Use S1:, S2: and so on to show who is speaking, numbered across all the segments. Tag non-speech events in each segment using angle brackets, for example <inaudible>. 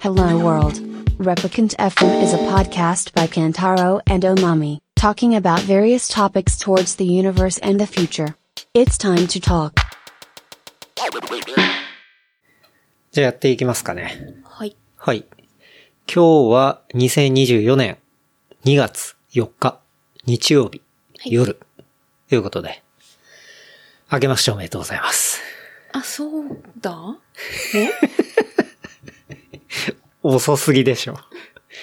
S1: Hello World. Replicant FM is a podcast by Kantaro and Omami, talking about various topics towards the universe and the future. It's time to talk.
S2: じゃあやっていきますかね。
S3: はい。
S2: はい。今日は2024年2月4日日曜日
S3: はい
S2: 夜、ということで、明けましておめでとうございます。
S3: あ、そうだ
S2: 遅すぎでしょ。
S3: あ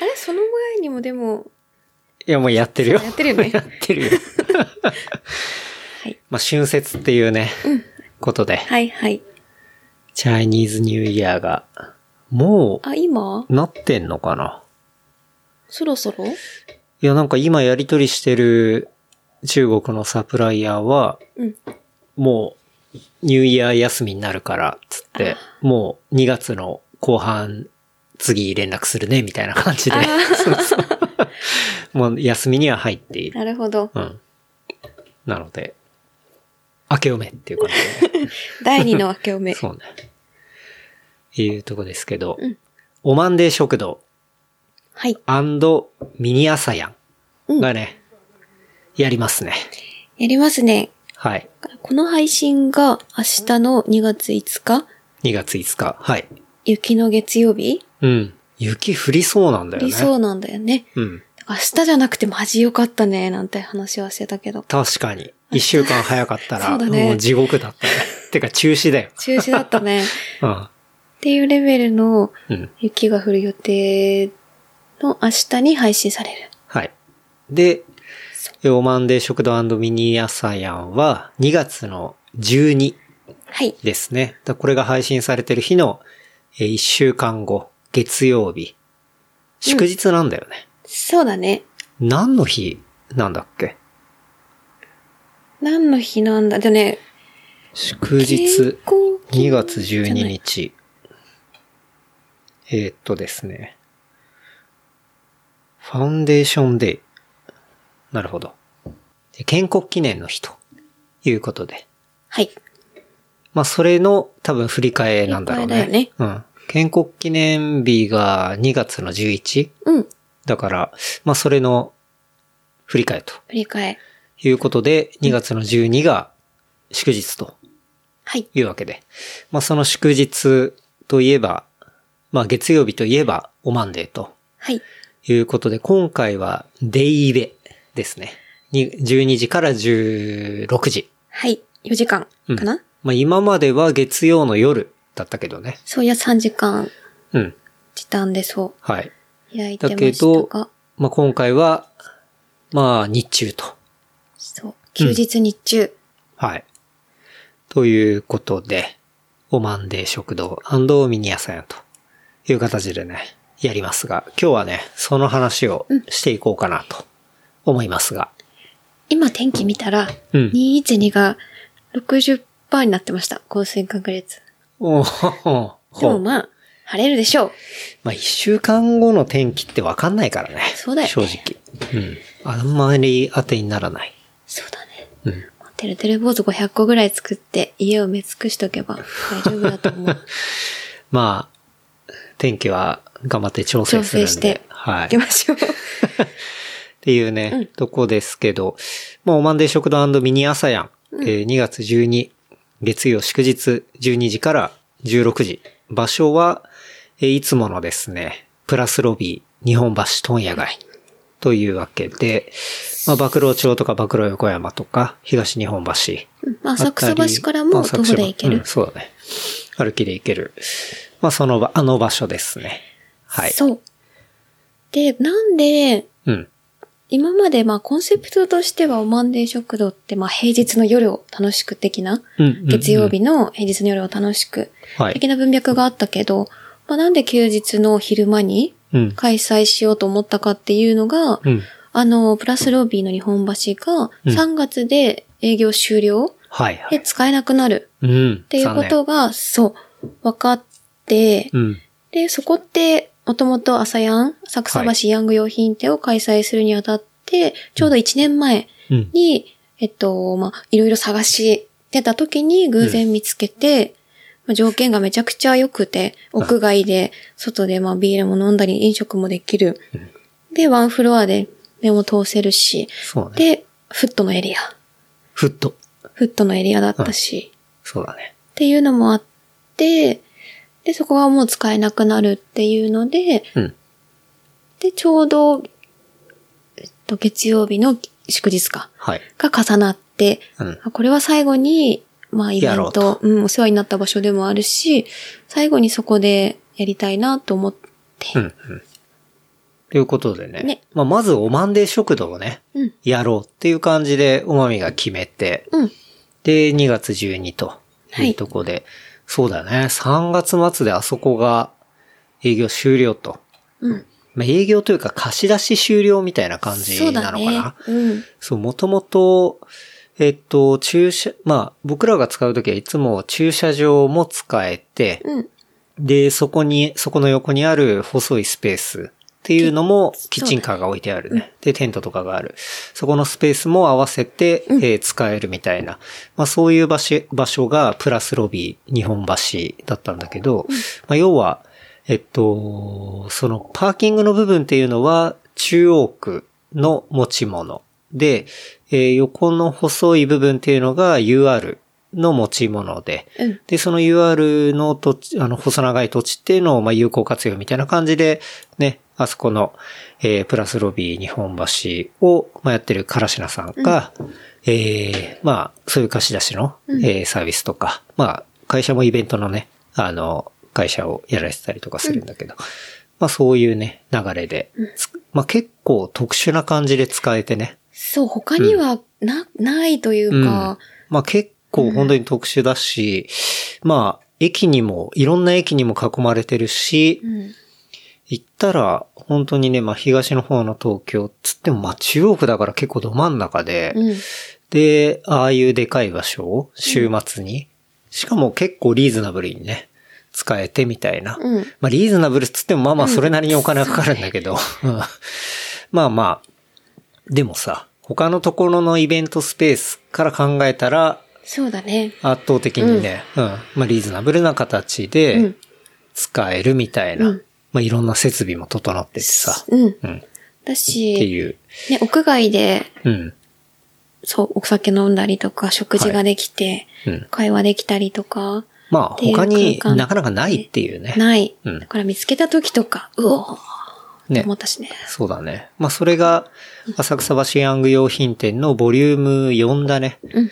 S3: れその前にもでも、
S2: いやもうやってるよ。
S3: やってるよ
S2: <laughs>
S3: ね
S2: やって
S3: <laughs>
S2: るよ。
S3: い
S2: まあ春節っていうね、ことで、
S3: はいはい。
S2: チャイニーズニューイヤーが、も
S3: あ、今
S2: う、なってんのかな
S3: そろそろ
S2: いや、なんか今やりとりしてる中国のサプライヤーは、
S3: うん。
S2: もう、ニューイヤー休みになるから、つって、もう2月の後半、次連絡するね、みたいな感じで
S3: あ。
S2: <laughs> そうそうもう休みには入っている。
S3: なるほど。
S2: うん。なので、明けおめっていう感
S3: <laughs>
S2: じで、
S3: 第二の明けお <laughs> め。
S2: そうね。いうとこですけど、
S3: うん
S2: オマンデー食堂
S3: はい。
S2: ミニアサヤ
S3: う
S2: ン
S3: ん
S2: がね、やりますね。
S3: やりますね。
S2: はい。
S3: この配信が明日の2月5日、
S2: 2月5日。はい。
S3: 雪の月曜日
S2: うん。雪降りそうなんだ
S3: 降
S2: よね。
S3: りそうなんだよね。
S2: うん。
S3: だから明日じゃなくてマジよかったね、なんて話はしてたけど。
S2: 確かに。一週間早かった
S3: <laughs> そ
S2: ら、
S3: うだね
S2: もう地獄だったね。 <laughs> てか中止だよ。
S3: 中止だった <laughs> ね。
S2: うん。
S3: っていうレベルの
S2: うん。
S3: 雪が降る予定の明日に配信される。
S2: はい。で、オマンデー食堂ミニアサヤンは2月の12
S3: はい。
S2: ですね。だこれが配信されてる日の1週間後、月曜日。祝日なんだよね。
S3: そうだね。
S2: 何の日なんだっけ
S3: 何の日なんだでね、
S2: 祝日。
S3: 健康
S2: 2月12
S3: じゃない
S2: 日。えーっとですね。ファンデーションデー。なるほど。で建国記念の日ということで。
S3: はい。
S2: まあ、それの多分振り替えなんだろうね。
S3: 振り替
S2: うん。建国記念日が2月の11。
S3: うん。振
S2: だから、まあ、それの振り替えと
S3: り替え。
S2: いうことで、2月の12が祝日と
S3: はい。
S2: というわけで。まあ、その祝日といえば、まあ、月曜日といえば、オマンデーと
S3: はい。
S2: いうことで、今回は、デイベですね。に12時から16時。
S3: はい。4時間かな、
S2: まあ、今までは月曜の夜だったけどね。
S3: そういや3時間
S2: うん。
S3: 時短でそ
S2: はい。
S3: う。開い
S2: だ
S3: てま
S2: け
S3: した
S2: ど
S3: が。、
S2: まあ、今回は、まあ、日中と。
S3: そう。休日日中。
S2: はい。ということで、オマンデー食堂ミニ屋さんという形でね、やりますが、今日はね、その話をしていこうかなと思いますが。
S3: 今天気見たら、
S2: うん
S3: 212が60%になってました。降水確率。
S2: おほほ
S3: でも
S2: ほ
S3: まあ、晴れるでしょう。
S2: まあ、一週間後の天気ってわかんないからね。
S3: そうだよね
S2: 正直。うん。あんまり当てにならない。
S3: そうだね。
S2: うん。
S3: てるてる坊主500個ぐらい作って家を埋め尽くしとけば大丈夫だと思う。
S2: まあ、天気は頑張って調整するんで。
S3: 調整して
S2: はい。
S3: 行きまし
S2: <laughs>
S3: ょう。
S2: っていうね、とこですけど、まあ、オマンデー食堂ミニ朝やん、えー2月12、月曜祝日12時から16時。場所は、えーいつものですね、プラスロビー、日本橋問屋街。というわけで、まあ、曝露町とか曝露横山とか、東日本橋。あ
S3: まあ、浅
S2: たり
S3: 草橋からも徒歩で行け
S2: うん
S3: る。
S2: そうだね。歩きで行ける。まあ、その場、あの場所ですね。はい。
S3: そう。で、なんで、
S2: うん。
S3: 今までまあコンセプトとしてはおまんで食堂ってまあ平日の夜を楽しく的な、
S2: うんうんうん
S3: 月曜日の平日の夜を楽しく
S2: はい
S3: 的な文脈があったけど、まあなんで休日の昼間に
S2: うん。
S3: 開催しようと思ったかっていうのが、
S2: うん。
S3: あの、プラスロビーの日本橋が
S2: うん
S3: 3月で営業終了
S2: はい、は
S3: で
S2: い。
S3: 使えなくなる
S2: うん。っ
S3: っていうことが、そう、分かって、
S2: うん。
S3: で、そこって、もともと朝ヤン、浅草
S2: は
S3: 橋ヤング用品店を開催するにあたって、ちょうど1年前
S2: うん。
S3: に、えっと、まあ、いろいろ探してた時に偶然見つけて、まあ条件がめちゃくちゃ良くて、屋外で、外でまあビールも飲んだり、飲食もできる。で、ワンフロアで目も通せるし、
S2: そうだね。
S3: で、フットのエリア。
S2: ふっと。
S3: フットのエリアだったし、
S2: そうだね。
S3: っていうのもあって、で、そこがもう使えなくなるっていうので、
S2: うん。
S3: で、ちょうど、えっと、月曜日の祝日か、
S2: はい。
S3: が重なって、
S2: うん。
S3: あこれは最後に、まあ、イベン
S2: やろう
S3: ト
S2: と、
S3: うん、お世話になった場所でもあるし、最後にそこでやりたいなと思って、
S2: うん。うん。ということでね。
S3: ね
S2: まあ、まずおまんで食堂をね、
S3: うん、
S2: やろうっていう感じで、おまみが決めて、
S3: うん、
S2: で、2月12と
S3: はい
S2: いうとこで、そうだね、3月末であそこが営業終了と。
S3: うん。
S2: まあ、営業というか貸し出し終了みたいな感じ
S3: そう
S2: な
S3: だ
S2: のか
S3: ね
S2: な。。
S3: うん。
S2: そう、もともと、えっと、駐車、まあ、僕らが使うときはいつも駐車場も使えて、
S3: うん。
S2: で、そこに、そこの横にある細いスペースっていうのも、キ
S3: き
S2: ッチンカーが置いてあるね。で、テントとかがある。そこのスペースも合わせて、えー使えるみたいな。まあそういう場所、場所がプラスロビー、日本橋だったんだけど、まあ要は、えっと、そのパーキングの部分っていうのは、中央区の持ち物。で、えー横の細い部分っていうのが UR の持ち物で、
S3: うん。
S2: で、その UR の土地、あの、細長い土地っていうのを、まあ、有効活用みたいな感じで、ね、あそこの、えープラスロビー日本橋を、まあ、やってるカラシナさんが、えーまあ、そういう貸し出しの、
S3: うん
S2: えーサービスとか、まあ、会社もイベントのね、あの、会社をやられてたりとかするんだけど、まあ、そういうね、流れで、つまあ、結構特殊な感じで使えてね、
S3: そう、他にはな、ないというか、
S2: まあ結構本当に特殊だし、まあ駅にも、いろんな駅にも囲まれてるし、
S3: うん。
S2: 行ったら本当にね、まあ東の方の東京っつってもまあ中央区だから結構ど真ん中で、
S3: うん。
S2: で、ああいうでかい場所を週末に、しかも結構リーズナブルにね、使えてみたいな。
S3: うん
S2: まあリーズナブルっつってもまあまあそれなりにお金はかかるんだけど。 <laughs> うんまあまあ、でもさ、他のところのイベントスペースから考えたら、
S3: そうだね。
S2: 圧倒的にね、うん、まあリーズナブルな形で
S3: ん
S2: 使えるみたいな、
S3: うん
S2: まあいろんな設備も整っててさ、
S3: うん。
S2: うん、っ
S3: だ
S2: て
S3: し、
S2: いう、
S3: ね、屋外で、
S2: うん、
S3: そう、お酒飲んだりとか、食事ができて、
S2: うん。
S3: 会話できたりとか、
S2: まあ
S3: っていう
S2: 他に
S3: 空間
S2: なかなかないっていうね。
S3: ない。
S2: うん
S3: だから見つけた時とか、うおーって
S2: ね
S3: 思。ったしね。
S2: そうだね。まあそれが、浅草橋ヤング用品店のボリューム4だね。
S3: うん
S2: っ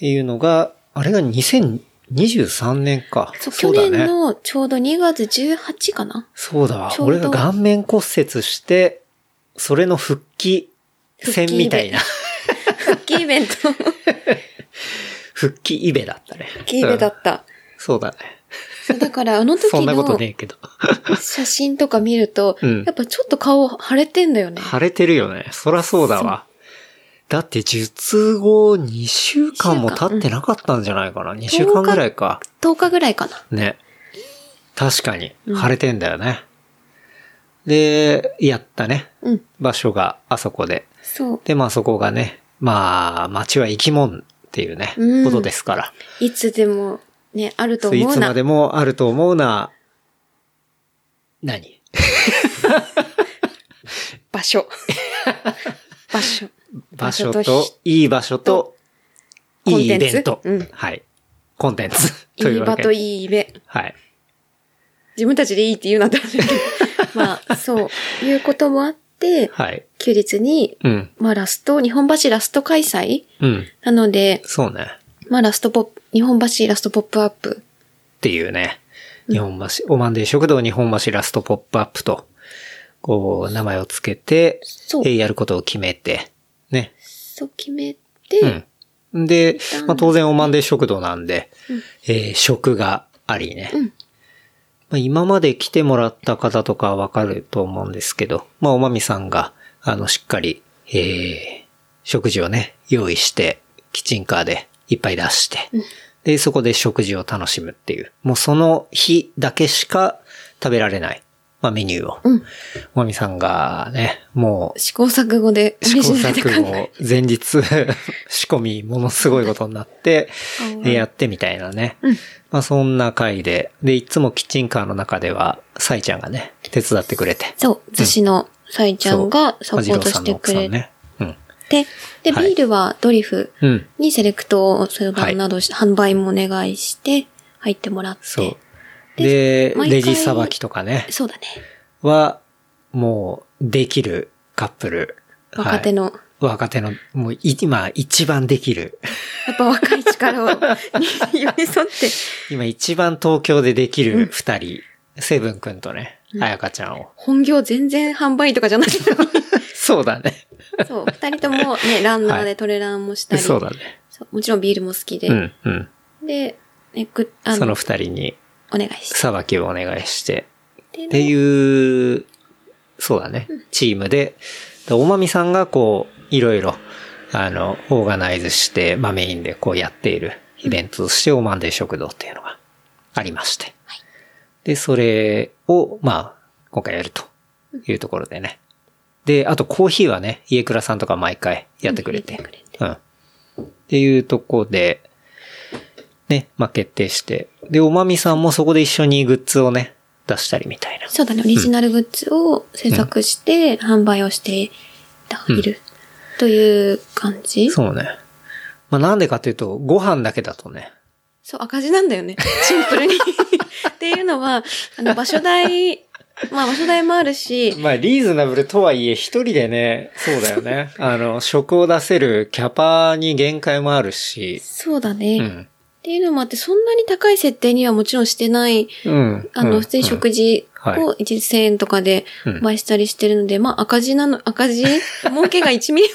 S2: ていうのが、あれが2023年か。
S3: そう、
S2: そうだ
S3: 去年
S2: ね。
S3: のちょうど2月18かな
S2: そうだわ
S3: ちょうど
S2: 俺が顔面骨折して、それの復帰戦みたいな。
S3: 復帰イベ
S2: <laughs>
S3: ント。復
S2: 復帰イベだったね。
S3: 帰イベ
S2: う
S3: だ
S2: ん
S3: った。
S2: そうだね。
S3: そうだからあの時
S2: そんなことね
S3: の
S2: えけど。
S3: 写真とか見ると、
S2: うん
S3: やっぱちょっと顔腫れてんだよね。
S2: 腫れてるよね。そらそうだわ。だって術後2週間も経ってなかったんじゃないかな。2週間ぐらいか。
S3: 10日ぐらいかな。
S2: ね。確かに、腫れてんだよね。で、やったね。
S3: うん。
S2: 場所があそこで。
S3: そう。
S2: で、まあそこがね、まあ、街は生き物っていうね、
S3: うん
S2: ことですから。
S3: いつでもね、あると
S2: そうい
S3: 思う
S2: つ
S3: な
S2: ま。でもあると思うな、何 <laughs>
S3: 場所。場所。
S2: 場所
S3: 場所
S2: と
S3: と、
S2: いい場所と、
S3: コンテン
S2: いい
S3: ツ
S2: イベント。
S3: うん
S2: はい。コンテンツ。と
S3: <laughs> い
S2: い
S3: いう
S2: わ
S3: 場
S2: け
S3: といい目。
S2: はい。
S3: 自分たちでいいって言うなっ
S2: <laughs>
S3: て話だけどまあ、そう。いうこともあって、
S2: はい。
S3: 休日に、
S2: うん。
S3: まあラスト、日本橋ラスト開催
S2: うん。
S3: なので、
S2: そうね。
S3: まあラストポップ、日本橋ラストポップアップ。
S2: っていうね。日本橋、オマンデー食堂日本橋ラストポップアップと、こう、名前をつけて、
S3: そう
S2: えーやることを決めて、ね。
S3: そう決めて、
S2: うん。で
S3: 旦、那
S2: まあ、当然オマンデー食堂なんで、えー食がありね。
S3: うん
S2: まあ、今まで来てもらった方とかはわかると思うんですけど、まあ、おまみさんが、あの、しっかり、えー食事をね、用意して、キッチンカーでいっぱい出して、で、そこで食事を楽しむっていう、もうその日だけしか食べられないまあメニューを。
S3: うん。
S2: もみさんがね、もう
S3: 試行錯誤で、
S2: 試行
S3: オリジナル
S2: 錯
S3: で考
S2: 誤前日 <laughs> 仕込みものすごいことになって
S3: うん、
S2: でやってみたいなね。
S3: うん
S2: まあそんな回で、で、いつもキッチンカーの中では、サイちゃんがね、手伝ってくれて。
S3: え <laughs> そう、寿司のサイちゃんが
S2: そ
S3: サポ
S2: う
S3: ートしてくれて、
S2: まあ二郎さんの奥さんね。
S3: で、
S2: はい
S3: ビールはドリフ
S2: うん。うん。
S3: にセレクトをするなどして、販売もお願いして、入ってもらって。
S2: そう。で、
S3: 毎回
S2: レジさばきとかね、
S3: そうだね。
S2: は、もう、できるカップル。
S3: 若手の、
S2: はい。若手の、もう、い今、一番できる。
S3: やっぱ若い力を <laughs> に寄り添って、
S2: 今、一番東京でできる二人。セブン君とね、あやかちゃんを。
S3: 本業全然販売とかじゃないのに
S2: そうだね。
S3: そう、二人ともね、ランナー
S2: は
S3: でトレランもしたり。
S2: そうだね。
S3: そうもちろんビールも好きで。
S2: うん、うん。
S3: で、ね、ぐあ
S2: そ
S3: の
S2: の二人に、
S3: お願いして。
S2: さばきをお願いして。
S3: で
S2: っていう、そうだね、チームで、でおまみさんがこう、いろいろ、あの、オーガナイズして、まあメインでこうやっているイベントとして、オマンデー食堂っていうのがありまして。で、それを、まあ、今回やるというところでね。で、あとコーヒーはね、家倉さんとか毎回やってくれて。
S3: うんやってく
S2: うん。っていうとこで、ね、まあ決定して。で、おまみさんもそこで一緒にグッズをね、出したりみたいな。
S3: そうだね、オリジナルグッズを制作して、販売をしていたいる。という感じそう
S2: そうね。まあなんでかというと、ご飯だけだとね。
S3: 赤字なんだ
S2: <laughs>
S3: よね。シンプルに。 <laughs> っていうのは、あの、場所代、まあ場所代もあるし、
S2: まあリーズナブルとはいえ、一人でね、そうだよ <laughs> ね。あの、食を出せるキャパに限界もあるし。
S3: そうだね、
S2: う
S3: っ
S2: ん。
S3: ていうのもあって、そんなに高い設定にはもちろんしてない、
S2: うん。
S3: あの、
S2: うん
S3: 普通に食事
S2: はい
S3: を1日1000円とかで
S2: うん
S3: 倍したりしてるので、まあ赤字なの、赤
S2: <laughs>
S3: 字儲けが1ミリ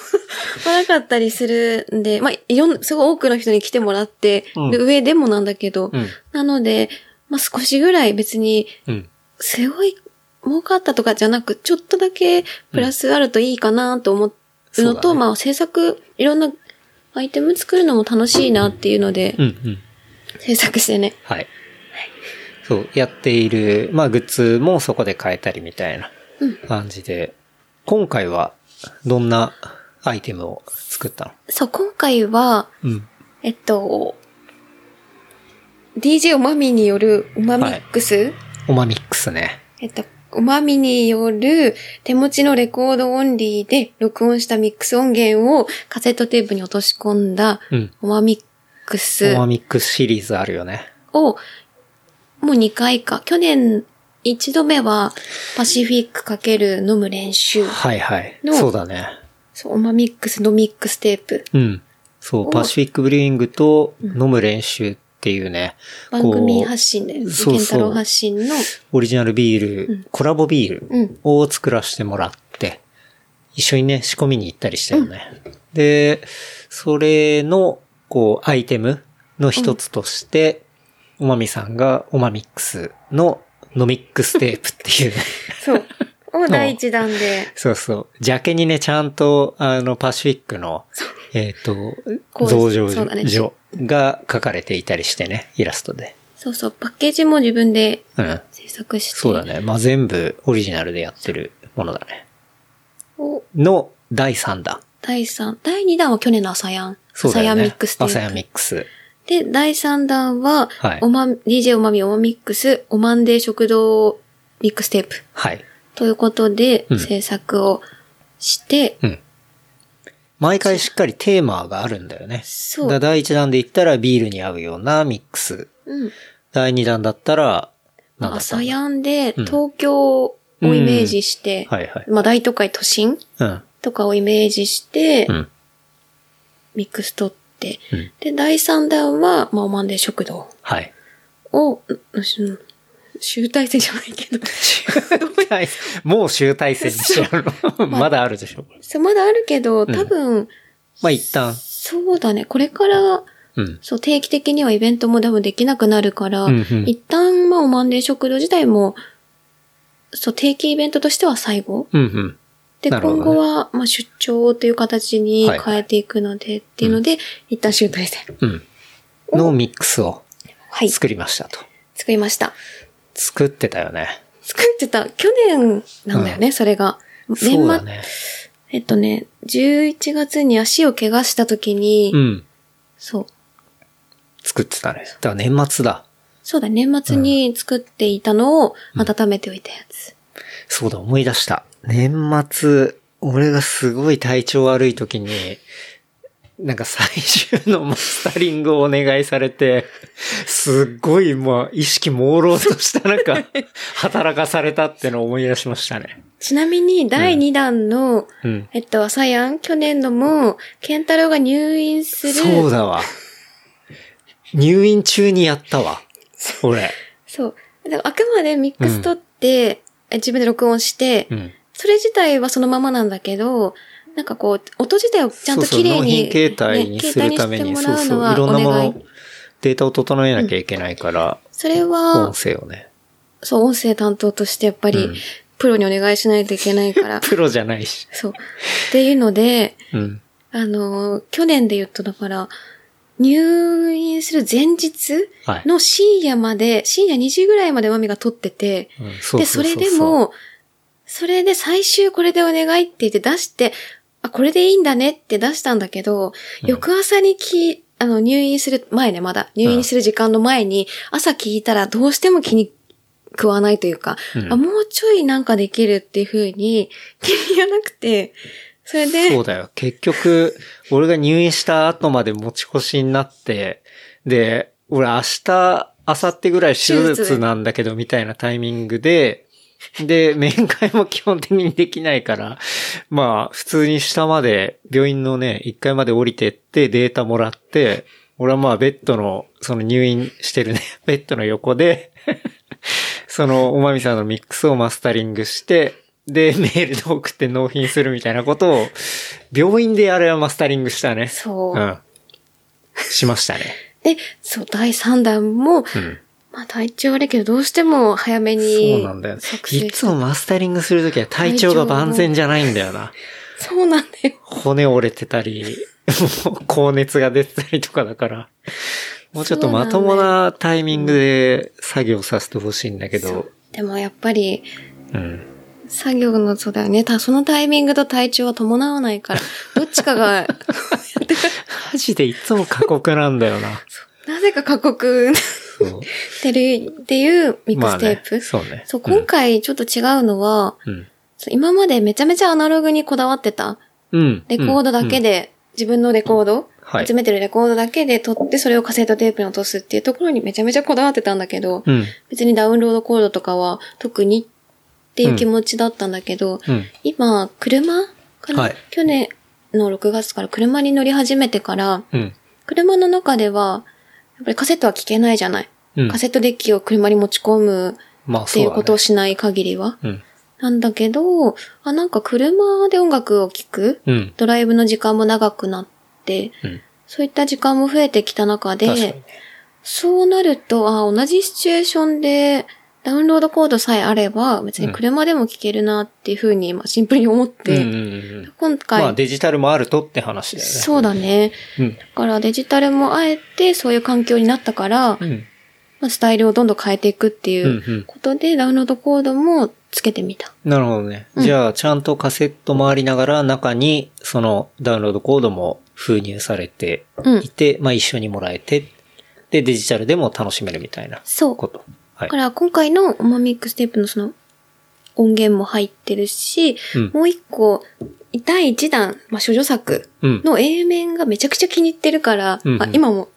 S3: も <laughs> なかったりするんで、まあいろん、すごい多くの人に来てもらってる上でもなんだけど、
S2: うん。
S3: なので、まあ少しぐらい別に
S2: うん。
S3: すごい儲かったとかじゃなく、ちょっとだけプラスあるといいかなと思う
S2: そう
S3: の
S2: だ
S3: と、
S2: ね
S3: まあ制作、いろんなアイテム作るのも楽しいなっていうので
S2: う、ん。うん。
S3: 制作してね。
S2: はい。そう、やっている、まあ、グッズもそこで変えたりみたいな感じで、今回はどんなアイテムを作った
S3: そう、今回は、
S2: のうん。
S3: えっと、DJ おまみによるうまミックス、
S2: オマミックスね。
S3: えっと、うまみによる手持ちのレコードオンリーで録音したミックス音源をカセットテープに落とし込んだ
S2: うん。
S3: うまミックス
S2: オマミックスシリーズあるよね。
S3: をもう2回か、去年1度目はパシフィックかける飲む練習、
S2: はいはい。
S3: の
S2: そうだね。
S3: そう、うまミックスのミックステープ、
S2: うん。そう、
S3: お
S2: パシフィックブリューイングと飲む練習っていうね、
S3: 番組
S2: こう
S3: 発信で、
S2: そうそう
S3: ケンタロウ発信の、
S2: オリジナルビール、コラボビール
S3: うん
S2: を作らせてもらって、一緒にね、仕込みに行ったりしたよね。で、それの、こう、アイテムの一つとして、おまみさんがおまミックスのノミックステープっていうね、 <laughs>
S3: そう、を第一弾で、
S2: そうそう。ジャケにね、ちゃんと、あの、パシフィックの、えっ、
S3: こう
S2: と、増上
S3: そうだね
S2: 所が書かれていたりしてね、イラストで。
S3: そうそう、パッケージも自分で
S2: うん。
S3: 制作して。
S2: そうだね。まあ、全部オリジナルでやってるものだね。
S3: を
S2: の第3弾。
S3: 第3、第2弾は去年の朝やん。
S2: そうだ
S3: 朝や
S2: よ
S3: ん
S2: ね。
S3: ミックステープ
S2: 朝やミックス。
S3: で、第3弾は、
S2: はい
S3: おま、DJ おまみおまミックス、おまんで食堂ミックステープ。
S2: はい。
S3: ということで
S2: う、ん
S3: 制作をして、
S2: うん。毎回しっかりテーマがあるんだよね。
S3: そう
S2: だから第1弾で言ったらビールに合うようなミックス。
S3: うん。
S2: 第2弾だったら、なんだった
S3: 朝
S2: んだ
S3: やんで、
S2: うん
S3: 東京をイメージして、
S2: はいはい。
S3: まあ、大都会都心
S2: うん。
S3: とかをイメージして、
S2: うん。
S3: ミックス取って、
S2: うん
S3: で、第3弾は、まあ、おまんで食堂。
S2: はい。
S3: を、んし集大成じゃないけど。
S2: <laughs> はい <laughs> もう集大成にしちゃうの。 <laughs> まだあるでしょ。
S3: そう、まだあるけど、多分、
S2: まあ一旦。
S3: そうだね、これから、
S2: うん。
S3: そう、定期的にはイベントも多分できなくなるから、
S2: うんうん
S3: 一旦、まあ、おまんで食堂自体も、そう、定期イベントとしては最後。
S2: うんうん。
S3: で、
S2: なるほ
S3: 今
S2: どね
S3: 後は、まあ、出張という形に
S2: はい
S3: 変えていくので、っていうので、一旦集大成。
S2: うん。のミックスを
S3: はい、
S2: 作りましたと。
S3: 作りました。
S2: 作ってたよね。
S3: 作ってた、去年なんだよね、それが。
S2: そうだ
S3: 末、
S2: ね。
S3: えっとね、11月に足を怪我した時に、
S2: うん。
S3: そう。
S2: 作ってたね。だから年末だ。
S3: そうだ、年末に作っていたのを温めておいたやつ。
S2: そうだ、思い出した。年末、俺がすごい体調悪い時に、なんか最終のマスタリングをお願いされて、すっごい、まあ、意識朦朧とした
S3: <laughs>
S2: 中、働かされたってのを思い出しましたね。
S3: ちなみに、第2弾の、
S2: うん。
S3: えっと、朝やん、去年のも、ケンタロウが入院する。
S2: そうだわ。入院中にやったわ。俺。
S3: そう。でもあくまでミックス取って、え自分で録音して、
S2: うん。
S3: それ自体はそのままなんだけど、なんかこう、音自体をちゃんと綺麗に、
S2: そうそう納品形態に
S3: ね
S2: するために、そ
S3: 形
S2: う
S3: 態して
S2: そ
S3: も
S2: う、
S3: ら
S2: いろ
S3: うの
S2: んなも
S3: はお願い。
S2: の、データを整えなきゃいけないから、
S3: それ
S2: 音
S3: は、
S2: 声をね。
S3: そう、音声担当としてやっぱり、
S2: うん
S3: プロにお願いしないといけな
S2: <laughs>
S3: いから、
S2: プロじゃないし。
S3: そう。っていうので、
S2: うん。
S3: あの、去年で言うとだから、入院する前日
S2: はい。
S3: の深夜まで、深夜2時ぐらいまでマミが撮ってて、
S2: うんそ
S3: で、
S2: うう
S3: そうれ
S2: う
S3: で、も、それで最終これでお願いって言って出して、あ、これでいいんだねって出したんだけど、
S2: うん
S3: 翌朝にき、あの、入院する前ね、まだ。入院する時間の前に、朝聞いたらどうしても気に食わないというか、
S2: うん
S3: あ、もうちょいなんかできるっていう風に気に入らなくて、それで、
S2: そうだよ。結局、俺が入院した後まで持ち越しになって、で、俺明日、明後日ぐらい手
S3: 手術
S2: 術なんだけど、みたいなタイミングで、で、面会も基本的にできないから、まあ、普通に下まで、病院のね、1階まで降りてって、データもらって、俺はまあ、ベッドの、その入院してるね、 <laughs> ベッドの横で、その、おまみさんのミックスをマスタリングして、で、 <laughs> メールで送って納品するみたいなことを、病院であれはマスタリングしたね。
S3: そ
S2: う
S3: う。
S2: ん。しましたね。
S3: で、そう、第3弾も、
S2: うん。
S3: まあ体調悪いけど、どうしても早めに。
S2: そうなんだよ。
S3: 作成
S2: いつもマスタリングするときは体調が万全じゃないんだよな。
S3: そうなんだよ。
S2: 骨折れてたり、 <laughs> もう高熱が出てたりとかだから、もうちょっとまともなタイミングで作業させてほしいんだけど、
S3: でもやっぱり、
S2: うん。
S3: 作業の、そうだよね。た、そのタイミングと体調は伴わな
S2: <laughs>
S3: いから、どっちかが、やってく
S2: マジでいつも過酷なんだよな。
S3: なぜか過酷にな
S2: そう。
S3: ってるっていうミックステープ。
S2: まあねそうね
S3: そう、
S2: うん
S3: 今回ちょっと違うのは、
S2: うん。
S3: そう今までめちゃめちゃアナログにこだわってた。
S2: うん。
S3: レコードだけで、自分のレコード、
S2: はい
S3: 集めてるレコードだけで撮って、それをカセットテープに落とすっていうところにめちゃめちゃこだわってたんだけど、
S2: うん。うん。
S3: 別にダウンロードコードとかは特にっていう気持ちだったんだけど、
S2: うん。
S3: 今、車かな、
S2: はい
S3: 去年の6月から車に乗り始めてから、
S2: うん。
S3: 車の中では、やっぱりカセットは聞けないじゃない。
S2: うん
S3: カセットデッキを車に持ち込む
S2: まあ
S3: って
S2: そう
S3: い
S2: だ、
S3: う
S2: ね。
S3: ことをしない限りは。
S2: うん。
S3: なんだけど、あ、なんか車で音楽を聴く
S2: うん。
S3: ドライブの時間も長くなって、
S2: うん。
S3: そういった時間も増えてきた中
S2: 確かに
S3: で、そうなると、あ、同じシチュエーションでダウンロードコードさえあれば、別に車でも聴けるなっていうふうに、まあシンプルに思って、
S2: うんうんうんうん
S3: 今回、
S2: まあデジタルもあるとって話だよね。
S3: そうだね。
S2: うん。
S3: だからデジタルもあえてそういう環境になったから、
S2: うん。
S3: まあ、スタイルをどんどん変えていくってい
S2: んう
S3: ううんことで、ダウンロードコードもつけてみた。
S2: なるほどね。
S3: うん
S2: じゃあ、ちゃんとカセット回りながら中に、そのダウンロードコードも封入されて
S3: うん
S2: い。て、まあ一緒にもらえて、で、デジタルでも楽しめるみたいな
S3: そう。
S2: こと。は
S3: だ
S2: い
S3: か。ら今回のオマミックステープのその音源も入ってるし、
S2: うん
S3: もう一個、第一弾、まあ、処女作
S2: うん。
S3: の A 面がめちゃくちゃ気に入ってるから、
S2: うんうん
S3: あ今も、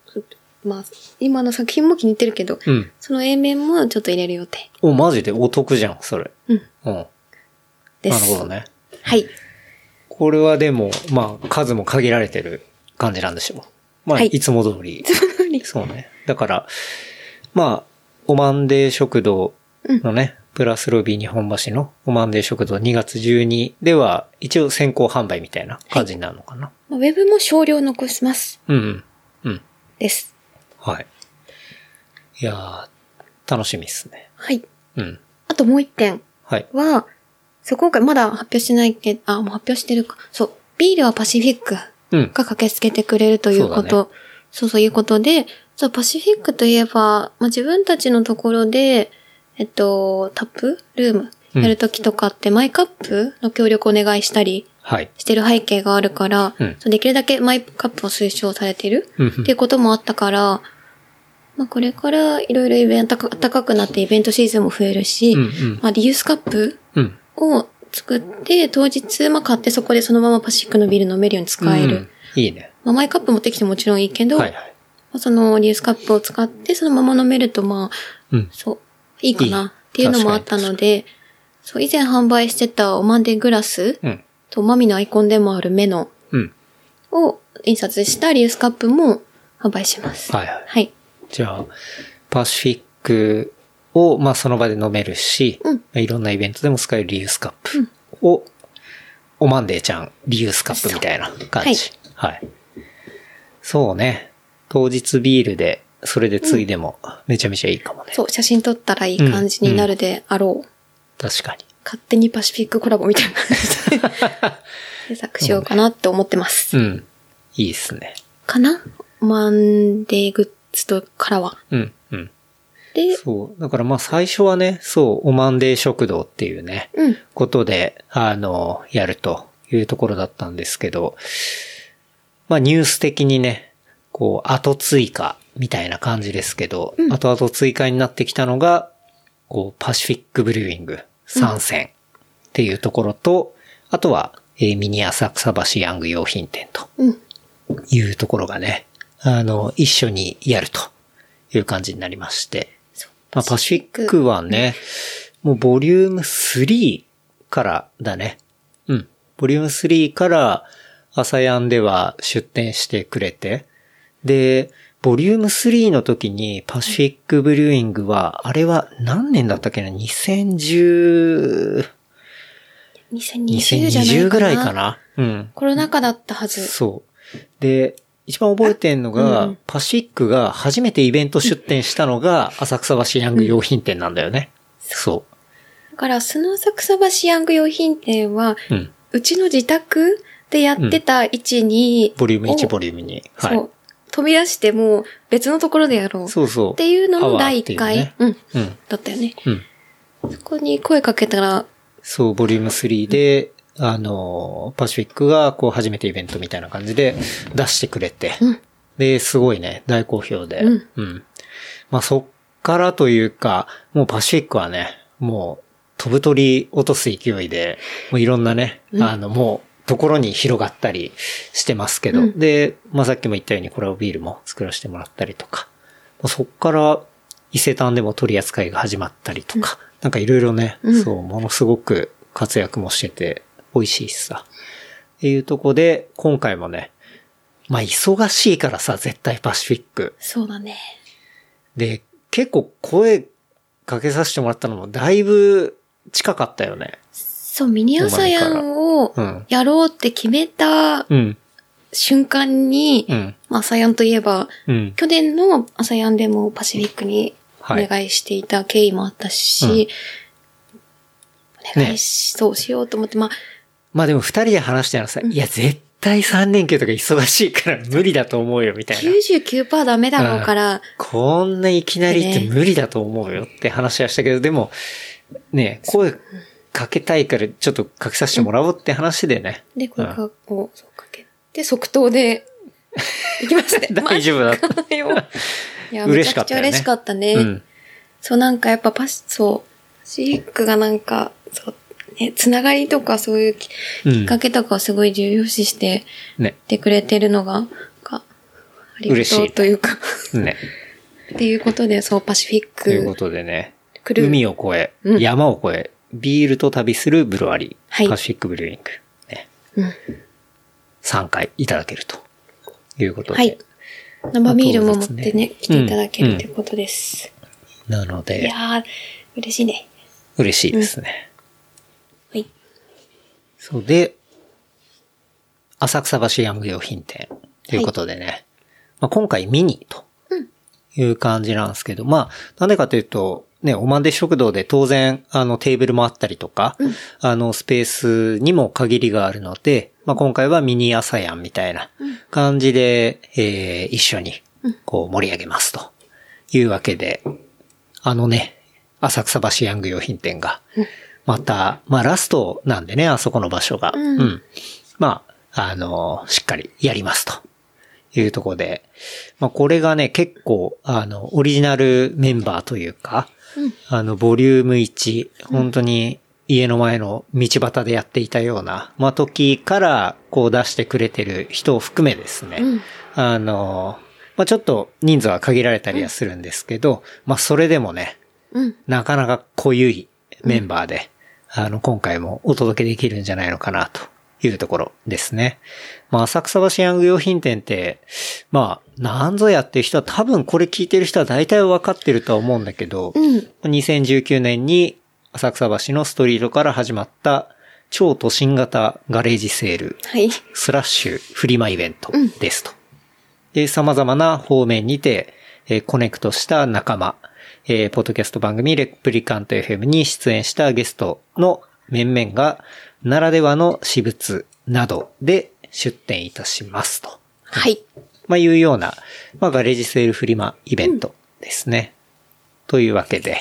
S3: まあ、今の作品も気に入ってるけど、
S2: うん。
S3: その A 面もちょっと入れる予定
S2: お、マジでお得じゃん、それ。
S3: うん。
S2: うん。
S3: で
S2: なる
S3: す。
S2: ほどね。
S3: はい。 <laughs>
S2: これはでも、まあ、数も限られてる感じなんでしょう。まあ、
S3: はい
S2: い、つも通
S3: <laughs>
S2: り。
S3: 何
S2: そうね。だから、まあ、オマンデー食堂のね、プラスロビー日本橋のオマンデー食堂2月12では、一応先行販売みたいな感じになるのかな。
S3: まあウェブも少量残します。
S2: うんうん。うん。
S3: です。
S2: はい。いやー、楽しみっすね。
S3: はい。
S2: うん。
S3: あともう一点
S2: はい。
S3: は、そう、今回まだ発表してないけど、あ、もう発表してるか。そう、ビールはパシフィック
S2: うん。
S3: が駆けつけてくれるということ。
S2: そ
S3: そううそういうことで、そう、パシフィックといえば、まあ、自分たちのところで、えっと、タップルームやるときとかって、マイカップの協力お願いしたり
S2: はい。
S3: してる背景があるから、
S2: うん
S3: そうできるだけマイカップを推奨されてる
S2: うん
S3: っていうこともあったから、まあこれからいろいろイベント、暖かくなってイベントシーズンも増えるし、
S2: うんうん
S3: まあリユースカップ
S2: うん。
S3: を作って、当日、まあ買ってそこでそのままパシフィックのビール飲めるように使える。
S2: うん。いいね。
S3: まあマイカップ持ってきてもちろんいいけど、
S2: はいはい。
S3: まあそのリユースカップを使ってそのまま飲めるとまあ、
S2: うん。
S3: そう、いいか
S2: いい
S3: なっていうのもあったので、そう、以前販売してたオマンデグラス
S2: うん。
S3: とマミのアイコンでもある目の
S2: うん。
S3: を印刷したリユースカップも販売します。
S2: はいはい。
S3: はい。
S2: じゃあ、パシフィックを、まあ、その場で飲めるし、
S3: うん
S2: いろんなイベントでも使えるリユースカップを、おまんでーちゃん、リユースカップみたいな感じ。はい、そうね。当日ビールで、それで継いでも、めちゃめちゃいいかもね。
S3: そう、写真撮ったらいい感じになるであろう。
S2: 確かに。
S3: 勝手にパシフィックコラボみたいな感じで
S2: <laughs>
S3: 制作しようかなって思ってます。
S2: うん。いいっすね。
S3: かなマンデーグッズとからは。
S2: うん、うん。
S3: で、
S2: そう。だからまあ最初はね、そう、おまんでー食堂っていうね、
S3: うん。
S2: ことで、あの、やるというところだったんですけど、まあニュース的にね、こう、後追加みたいな感じですけど、
S3: うん
S2: 後々追加になってきたのが、こう、パシフィックブリューイング参戦っていうところと、あとは、えーミニ浅草橋ヤング用品店と
S3: うん。
S2: いうところがね、あの、一緒にやるという感じになりまして。
S3: そう
S2: まあ、パシフィックはね、もうボリューム3からだね。うん。ボリューム3から、朝やんでは出店してくれて、で、ボリューム3の時にパシフィックブリューイングは、あれは何年だったっけな ?2010、
S3: 2020じゃな
S2: 2020
S3: いかな。
S2: ぐらいか。な。うん。
S3: コロナ禍だったはず。
S2: そう。で、一番覚えてんのが、
S3: うん
S2: パシフィックが初めてイベント出店したの
S3: <laughs>
S2: が、浅草橋ヤング用品店なんだよね。そ
S3: だから、その浅草橋ヤング用品店は、
S2: う。うん。
S3: うちの自宅でやってた位置に、
S2: ボリューム1、
S3: を
S2: ボリューム2。は
S3: そ。。
S2: いう
S3: 飛び出してもう別のところでやろう。
S2: そうそう。
S3: っていうのの第1
S2: アワーっ
S3: 回。
S2: て
S3: うん。
S2: いうね
S3: だったよね。
S2: うん。うん。
S3: そこに声かけたら、
S2: そう、ボリューム3で、あの、パシフィックがこう初めてイベントみたいな感じで出してくれて、
S3: うん
S2: で、すごいね、大好評で、
S3: うん
S2: まあそっからというか、もうパシフィックはね、もう飛ぶ鳥落とす勢いで、もういろんなね、あの、もう、ところに広がったりしてますけど、
S3: うん
S2: で、まあさっきも言ったようにコラボビールも作らせてもらったりとか、もうそっから伊勢丹でも取り扱いが始まったりとか、なんかいろいろね、
S3: うん
S2: そう、ものすごく活躍もしてて、美味しいしさ。っていうとこで、今回もね、まあ忙しいからさ、絶対パシフィック。
S3: そうだね。
S2: で、結構声かけさせてもらったのもだいぶ近かったよね。
S3: そう、ミニアサヤンを
S2: うん。
S3: やろうって決めた
S2: うん。
S3: 瞬間に、
S2: うん。
S3: まあ、アサヤンといえば、
S2: うん。
S3: 去年のアサヤンでもパシフィックにお
S2: はい
S3: 願いしていた経緯もあったし、お願いし、そうしようと思って、まあ、
S2: まあでも二人で話してたらさ、いや、絶対3連休とか忙しいから無理だと思うよ、みたいな。
S3: 99%ダメだろうから、
S2: こんないきなりって無理だと思うよって話はしたけど、でも、ね、声かけたいからちょっとかけさせてもらおうって話でね。。
S3: で、これか、こう、そうかけて、即答で、行き <laughs> ましたね
S2: 大丈夫だった。
S3: マジかよ。いや、め
S2: 嬉し
S3: ち
S2: かっ
S3: ゃくち
S2: た
S3: ゃ
S2: よね
S3: 嬉しかったね。
S2: うん。
S3: そう、なんかやっぱパシ、そう、パシフィックがなんか、そう、ね、つながりとかそういうき
S2: う
S3: き
S2: ん
S3: っかけとかをすごい重要視して、
S2: ね。
S3: ってくれてるのが、か、ありが
S2: 嬉し
S3: と
S2: いう
S3: というか、
S2: ね。
S3: っていうことで、そう、パシフィッ
S2: というこ
S3: ク、
S2: とでね。
S3: クルー
S2: 海を越え、
S3: うん
S2: 山を越え、ビールと旅するブロワリー、
S3: はい
S2: パシフィックブリューイング、ね。
S3: うん
S2: 3回いただけるということで。
S3: はい。生ビールも持っ
S2: あと
S3: て
S2: で
S3: ね、来ていただけ
S2: うん
S3: るということです。
S2: なの
S3: い
S2: で、
S3: やー、嬉しいね。
S2: 嬉しいですね。
S3: はい。
S2: そうで、浅草橋ヤング用品店ということでね。まあ、今回ミニという感じなんですけど、まあ、なんでかというと、ね、おまんで食堂で当然、あの、テーブルもあったりとか、あの、スペースにも限りがあるので、まあ、今回はミニ朝やんみたいな感じで、えー一緒に、こう、盛り上げますというわけで、あのね、浅草橋ヤング用品店が。また、まあラストなんでね、あそこの場所が。
S3: うん
S2: まあ、あの、しっかりやりますと。いうところで。まあこれがね、結構、あの、オリジナルメンバーというか、あの、ボリューム1、本当に家の前の道端でやっていたような、まあ時からこう出してくれてる人を含めですね。
S3: うん。
S2: あの、まあ、ちょっと人数は限られたりはするんですけど、まあ、それでもね、
S3: うん。
S2: なかなか濃ゆいメンバーで、あの、今回もお届けできるんじゃないのかなというところですね。まあ、浅草橋ヤング用品店って、まあ、なんぞやっていう人は多分これ聞いてる人は大体わかってるとは思うんだけど、
S3: うん。
S2: 2019年に浅草橋のストリートから始まった超都心型ガレージセール
S3: はい。
S2: スラッシュフリマイベントですと。で、様々な方面にて、えーコネクトした仲間、えーポッドキャスト番組レプリカント FM に出演したゲストの面々が、ならではの私物などで出展いたしますと。
S3: はい。
S2: まあ、いうような、まあ、ガレージセールフリマイベントですね。というわけで、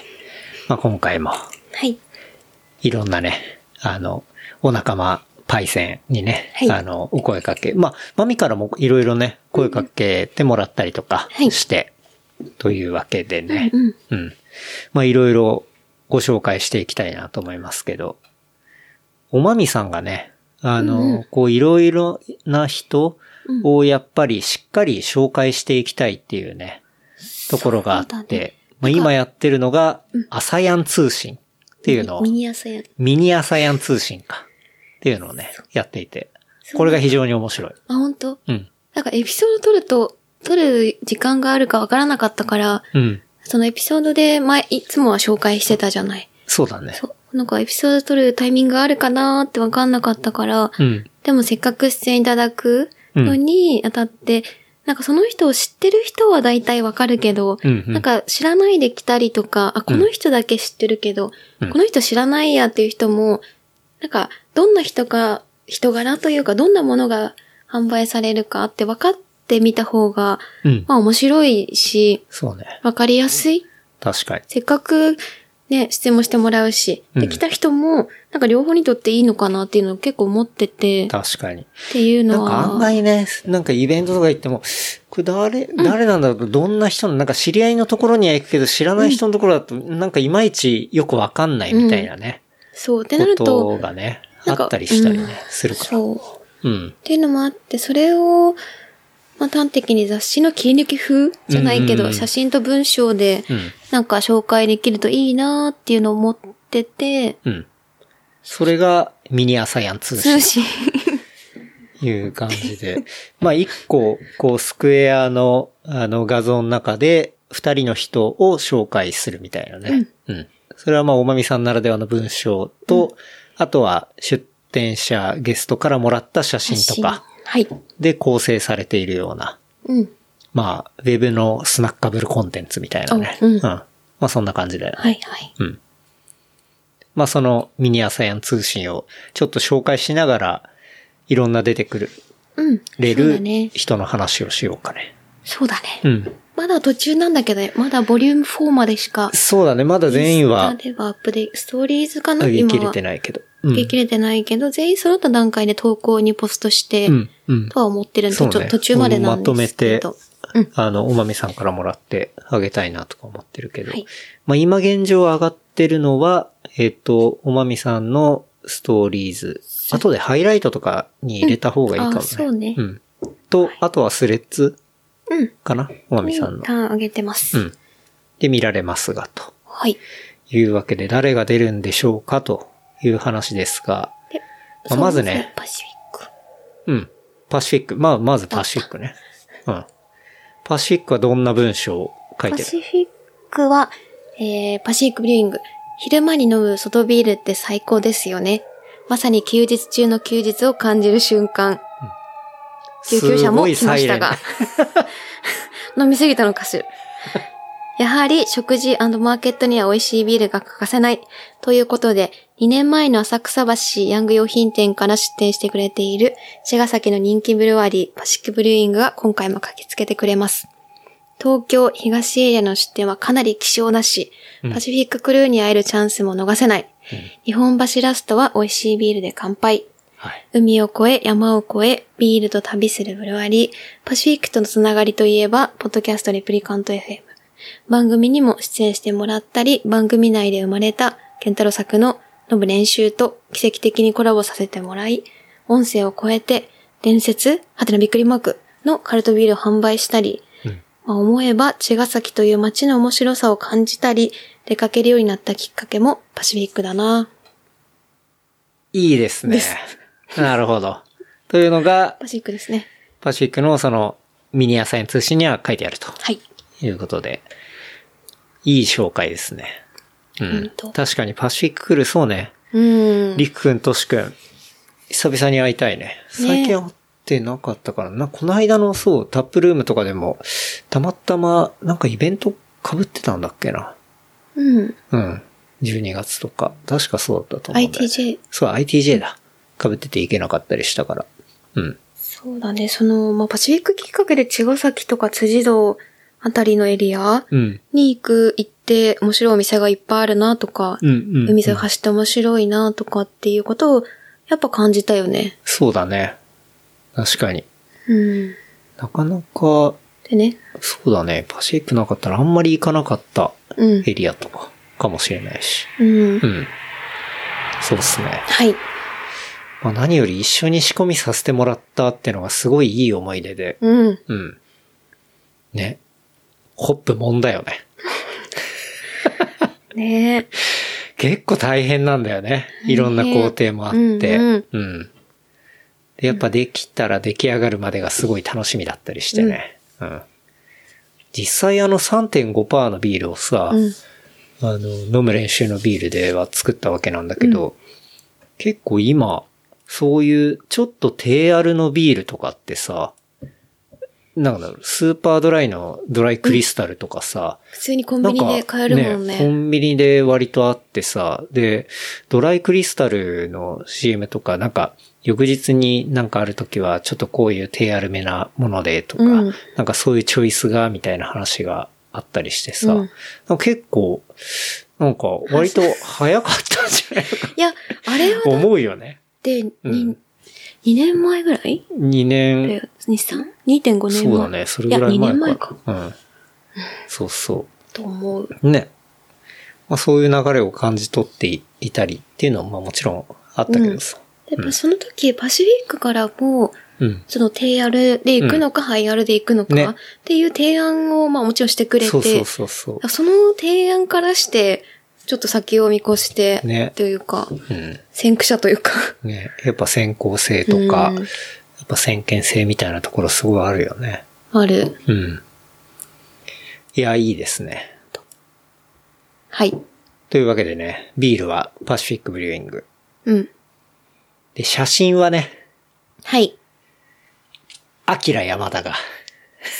S2: まあ、今回も、
S3: はい。
S2: いろんなね、あの、お仲間、パイセンにね、
S3: はい
S2: あの、お声かけ。まあ、マミからもいろいろね、声かけてもらったりとか
S3: はい
S2: して、というわけでね、
S3: うん。
S2: うん。まあ、いろいろご紹介していきたいなと思いますけど、おまみさんがね、あの、
S3: うんうん
S2: こう、いろいろな人
S3: うん
S2: をやっぱりしっかり紹介していきたいっていうね、ところがあ
S3: そ
S2: っ
S3: うだ
S2: て、
S3: ね
S2: まあ、今やってるのが、アサヤン通信っていうのを、
S3: ミニ朝や。
S2: ミニアサヤン通信か。っていうのをね、やっていて。
S3: そう
S2: これが非常に面白い。
S3: あ、本当。
S2: うん。
S3: なんかエピソード撮ると、撮る時間があるかわからなかったから、
S2: うん。
S3: そのエピソードで前、いつもは紹介してたじゃない。
S2: そうだね。
S3: そう。なんかエピソード撮るタイミングがあるかなーってわかんなかったから、
S2: うん。
S3: でもせっかく出演いただくのにあたって、なんかその人を知ってる人は大体わかるけど、
S2: うんうん
S3: なんか知らないで来たりとか、あ、この人だけ知ってるけど、
S2: うん
S3: この人知らないやっていう人も、なんかどんな人か、人柄というかどんなものが販売されるかって分かってみた方が、
S2: うん。
S3: まあ面白いし、
S2: そうね。
S3: 分かりやすい
S2: 確かに。
S3: せっかくね、質問してもらうし、
S2: う
S3: で、
S2: ん
S3: 来た人も、なんか両方にとっていいのかなっていうのを結構思ってて、っ
S2: 確かに。
S3: ていう
S2: なん
S3: の
S2: か
S3: は。
S2: 案外ね、なんかイベントとか行っても、これ誰、誰なんだろうどんな人の、なんか知り合いのところには行くけど、知らない人のところだと、なんかいまいちよくわかんないみたいなね、
S3: そう、ってなる、
S2: こととがね、あ
S3: なんか
S2: ったりしたりね、
S3: うん
S2: するから。
S3: そう。っ
S2: うん。
S3: ていうのもあって、それを、まあ、端的に雑誌の切り抜き風じゃないけど、
S2: うんうんうん
S3: 写真と文章で、
S2: うん。
S3: なんか紹介できるといいなーっていうのを思ってて、
S2: うん。それがミニアサヤン通信
S3: 通。信。
S2: いう感じで。まあ、一個、こう、スクエアの、あの、画像の中で、二人の人を紹介するみたいなね。うん。それはまあ、おまみさんならではの文章と、あとは、出展者、ゲストからもらった写真とか、
S3: はい。
S2: で構成されているような、
S3: うん。
S2: まあ、ウェブのスナッカブルコンテンツみたいなね。
S3: あうん
S2: まあ、そんな感じだよね。
S3: はいはい。
S2: うん。まあそのミニアサヤン通信をちょっと紹介しながら、いろんな出てくる、
S3: うん。
S2: れ
S3: そうだ
S2: る
S3: ね。
S2: 人の話をしようかね。
S3: そうだね。
S2: うん。
S3: まだ途中なんだけどね、まだボリューム4までしか、
S2: そうだね、まだ全員は
S3: インスタではアップで、ストーリーズかな
S2: 上げ
S3: 今
S2: 切れ
S3: は
S2: て。ないけど。うん
S3: 上げ切れてないけど、全員揃った段階で投稿にポストして、
S2: うん。うん。
S3: とは思ってるんで、ち
S2: そ
S3: ょ
S2: う
S3: っ
S2: ね
S3: と途中までなんですけど。
S2: まとあの、おまみさんからもらってあげたいなとか思ってるけど。
S3: はい
S2: まあ今現状上がってるのは、えっ、と、おまみさんのストーリーズ。後でハイライトとかに入れた方がいいかもね。
S3: うんあそうね
S2: んと、あとはスレッズ
S3: うん。
S2: かなおまみ
S3: 一
S2: さんの。
S3: 旦上げてます。
S2: うん。で、見られますが、と
S3: はい。
S2: いうわけで、誰が出るんでしょうかという話ですが、
S3: で
S2: まあまずね。
S3: そうパシフィック。
S2: うん。パシフィック。まあ、まずパシフィックね。うん。パシフィックはどんな文章を書い
S3: パ
S2: てる
S3: シフィックは、えー、パシフィックビューイング。昼間に飲む外ビールって最高ですよね。まさに休日中の休日を感じる瞬間。救急車も来ましたが
S2: す。
S3: <laughs> 飲みすぎたのかしら。やはり食事マーケットには美味しいビールが欠かせない。ということで、2年前の浅草橋ヤング用品店から出店してくれている、茅ヶ崎の人気ブルワリーパシックブルーイングが今回も駆けつけてくれます。東京東エリアの出店はかなり希少だし、
S2: うん
S3: パシフィッククルーに会えるチャンスも逃せない。日本橋ラストは美味しいビールで乾杯。
S2: はい。
S3: 海を越え、山を越え、ビールと旅するブルワリー。パシフィックとのつながりといえば、ポッドキャストレプリカント FM。番組にも出演してもらったり、番組内で生まれた、ケンタロウ作のノブ練習と奇跡的にコラボさせてもらい、音声を超えて、伝説、はてなびっくりマークのカルトビールを販売したり、
S2: うん
S3: まあ、思えば茅ヶ崎という街の面白さを感じたり、出かけるようになったきっかけもパシフィックだない
S2: いですね。なるほど。というのが、
S3: パシフィックですね。
S2: パシフィックのそのミニアサイン通信には書いてあると
S3: はい。
S2: いうことで、いい紹介ですね。う
S3: 本
S2: ん
S3: 当。
S2: 確かにパシフィック来る、そうね。
S3: うーん。
S2: りくくん、としくん、久々に会いたいね。最近会ってなかったからな。この間のそう、タップルームとかでも、たまたま、なんかイベント被ってたんだっけな。
S3: うん。
S2: うん。12月とか。確かそうだったと思うんだよね
S3: ITJ。
S2: そう、ITJ だ。被ってていけなかったりしたから。うん。
S3: そうだね。その、まあ、パシフィックきっかけで茅ヶ崎とか辻堂あたりのエリア
S2: うん。
S3: に行く、行って面白いお店がいっぱいあるなとか、
S2: うん、うん。
S3: 海沿い走って面白いなとかっていうことをやっぱ感じたよね。
S2: そうだね。確かに。
S3: うん。
S2: なかなか、
S3: でね。
S2: そうだね。パシフィックなかったらあんまり行かなかった
S3: うん
S2: エ。リアとかかもしれないし。
S3: うん
S2: う。ん。そうっすね。
S3: はい。
S2: まあ、何より一緒に仕込みさせてもらったってのがすごいいい思い出で。
S3: うん。
S2: うん。ね。ホップもんだよね。
S3: ねえ。
S2: 結構大変なんだよね。いろんな工程もあって。
S3: うん
S2: うんでやっぱできたら出来上がるまでがすごい楽しみだったりしてね。うん。実際あの3.5%のビールをさ、
S3: うん。
S2: あの、飲む練習のビールでは作ったわけなんだけど、結構今、そういうちょっと低アルのビールとかってさ、なんだろう、スーパードライのドライクリスタルとかさ、
S3: 普通にコンビニで買えるもん
S2: コ
S3: ね。
S2: ンビニで割とあってさ、で、ドライクリスタルの CM とか、なんか、翌日になんかある時は、ちょっとこういう低アルめなものでとか、
S3: うん
S2: なんかそういうチョイスが、みたいな話があったりしてさ、
S3: うん
S2: なんか結構、なんか割と早かったんじゃないか
S3: いや、あれはだっ
S2: 思うよね。
S3: て、
S2: うん
S3: に2年前ぐらい
S2: 2
S3: だ
S2: 年
S3: よ。2、3? 2.5年前。
S2: そうだね、それぐらい
S3: いや、
S2: 前
S3: 2年
S2: か。
S3: 前か。
S2: うん。そうそう。
S3: と思う。
S2: ね。まあそういう流れを感じ取っていたりっていうのはまあもちろんあったけどさ。
S3: やっぱその時、パシフィックからも、
S2: うん。
S3: その低アルで行くのか、ハイアルで行くのか、
S2: ね
S3: っていう提案を、まあもちろんしてくれて、
S2: そうそうそうそ
S3: その提案からして、ちょっと先を見越して、
S2: ね
S3: というか、
S2: う。うん。
S3: 先駆者というか。 <laughs>
S2: ね。やっぱ先行性とか、
S3: うん
S2: やっぱ先見性みたいなところすごいあるよね。
S3: ある。
S2: うん。いや、いいですね。
S3: はい。
S2: というわけでね、ビールはパシフィックブリューイング。
S3: うん。
S2: で、写真はね、
S3: はい。
S2: アキラ山田が、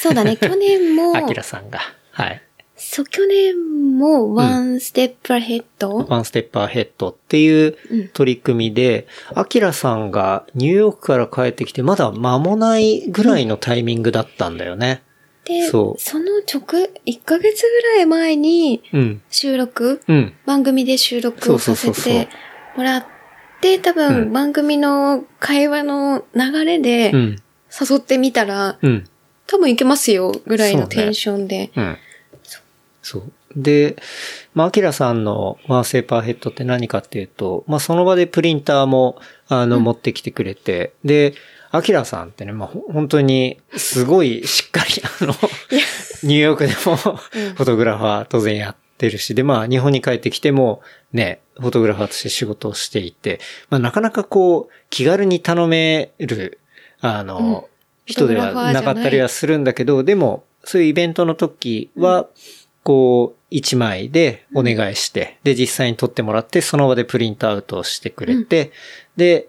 S3: そうだ
S2: <laughs>
S3: ね、去年も、
S2: アキラさんが、はい。
S3: そう、去年も、ワンステップアヘッド、
S2: ワンステッパーヘッドっていう
S3: うん
S2: 取り組みで、アキラさんがニューヨークから帰ってきて、まだ間もないぐらいのタイミングだったんだよね。
S3: で、
S2: そ
S3: そうの直、1ヶ月ぐらい前に、
S2: うん。
S3: 収録
S2: うん。
S3: 番組で収録を
S2: そ
S3: させ
S2: うそうそうそう
S3: てもらって、多
S2: うん
S3: 分番組の会話の流れで
S2: うん。
S3: 誘ってみたら、
S2: うん。
S3: 多分いけますよぐらい
S2: そ
S3: の
S2: うね
S3: テンションで。
S2: うん。そう。で、まあ、アキラさんのワンステッパーヘッドって何かっていうと、まあ、その場でプリンターも、あの、持ってきてくれて、で、アキラさんってね、まあ、ほ本当に、すごいしっかり、あの、ニューヨークでも、フォトグラファー当然やってるし、で、まあ、日本に帰ってきても、ね、フォトグラファーとして仕事をしていて、まあ、なかなかこう、気軽に頼める、あの、
S3: うん
S2: 人ではなかったりはするんだけど、でも、そういうイベントの時は、こう、一枚でお願いして、で、実際に撮ってもらって、その場でプリントアウトをしてくれて、で、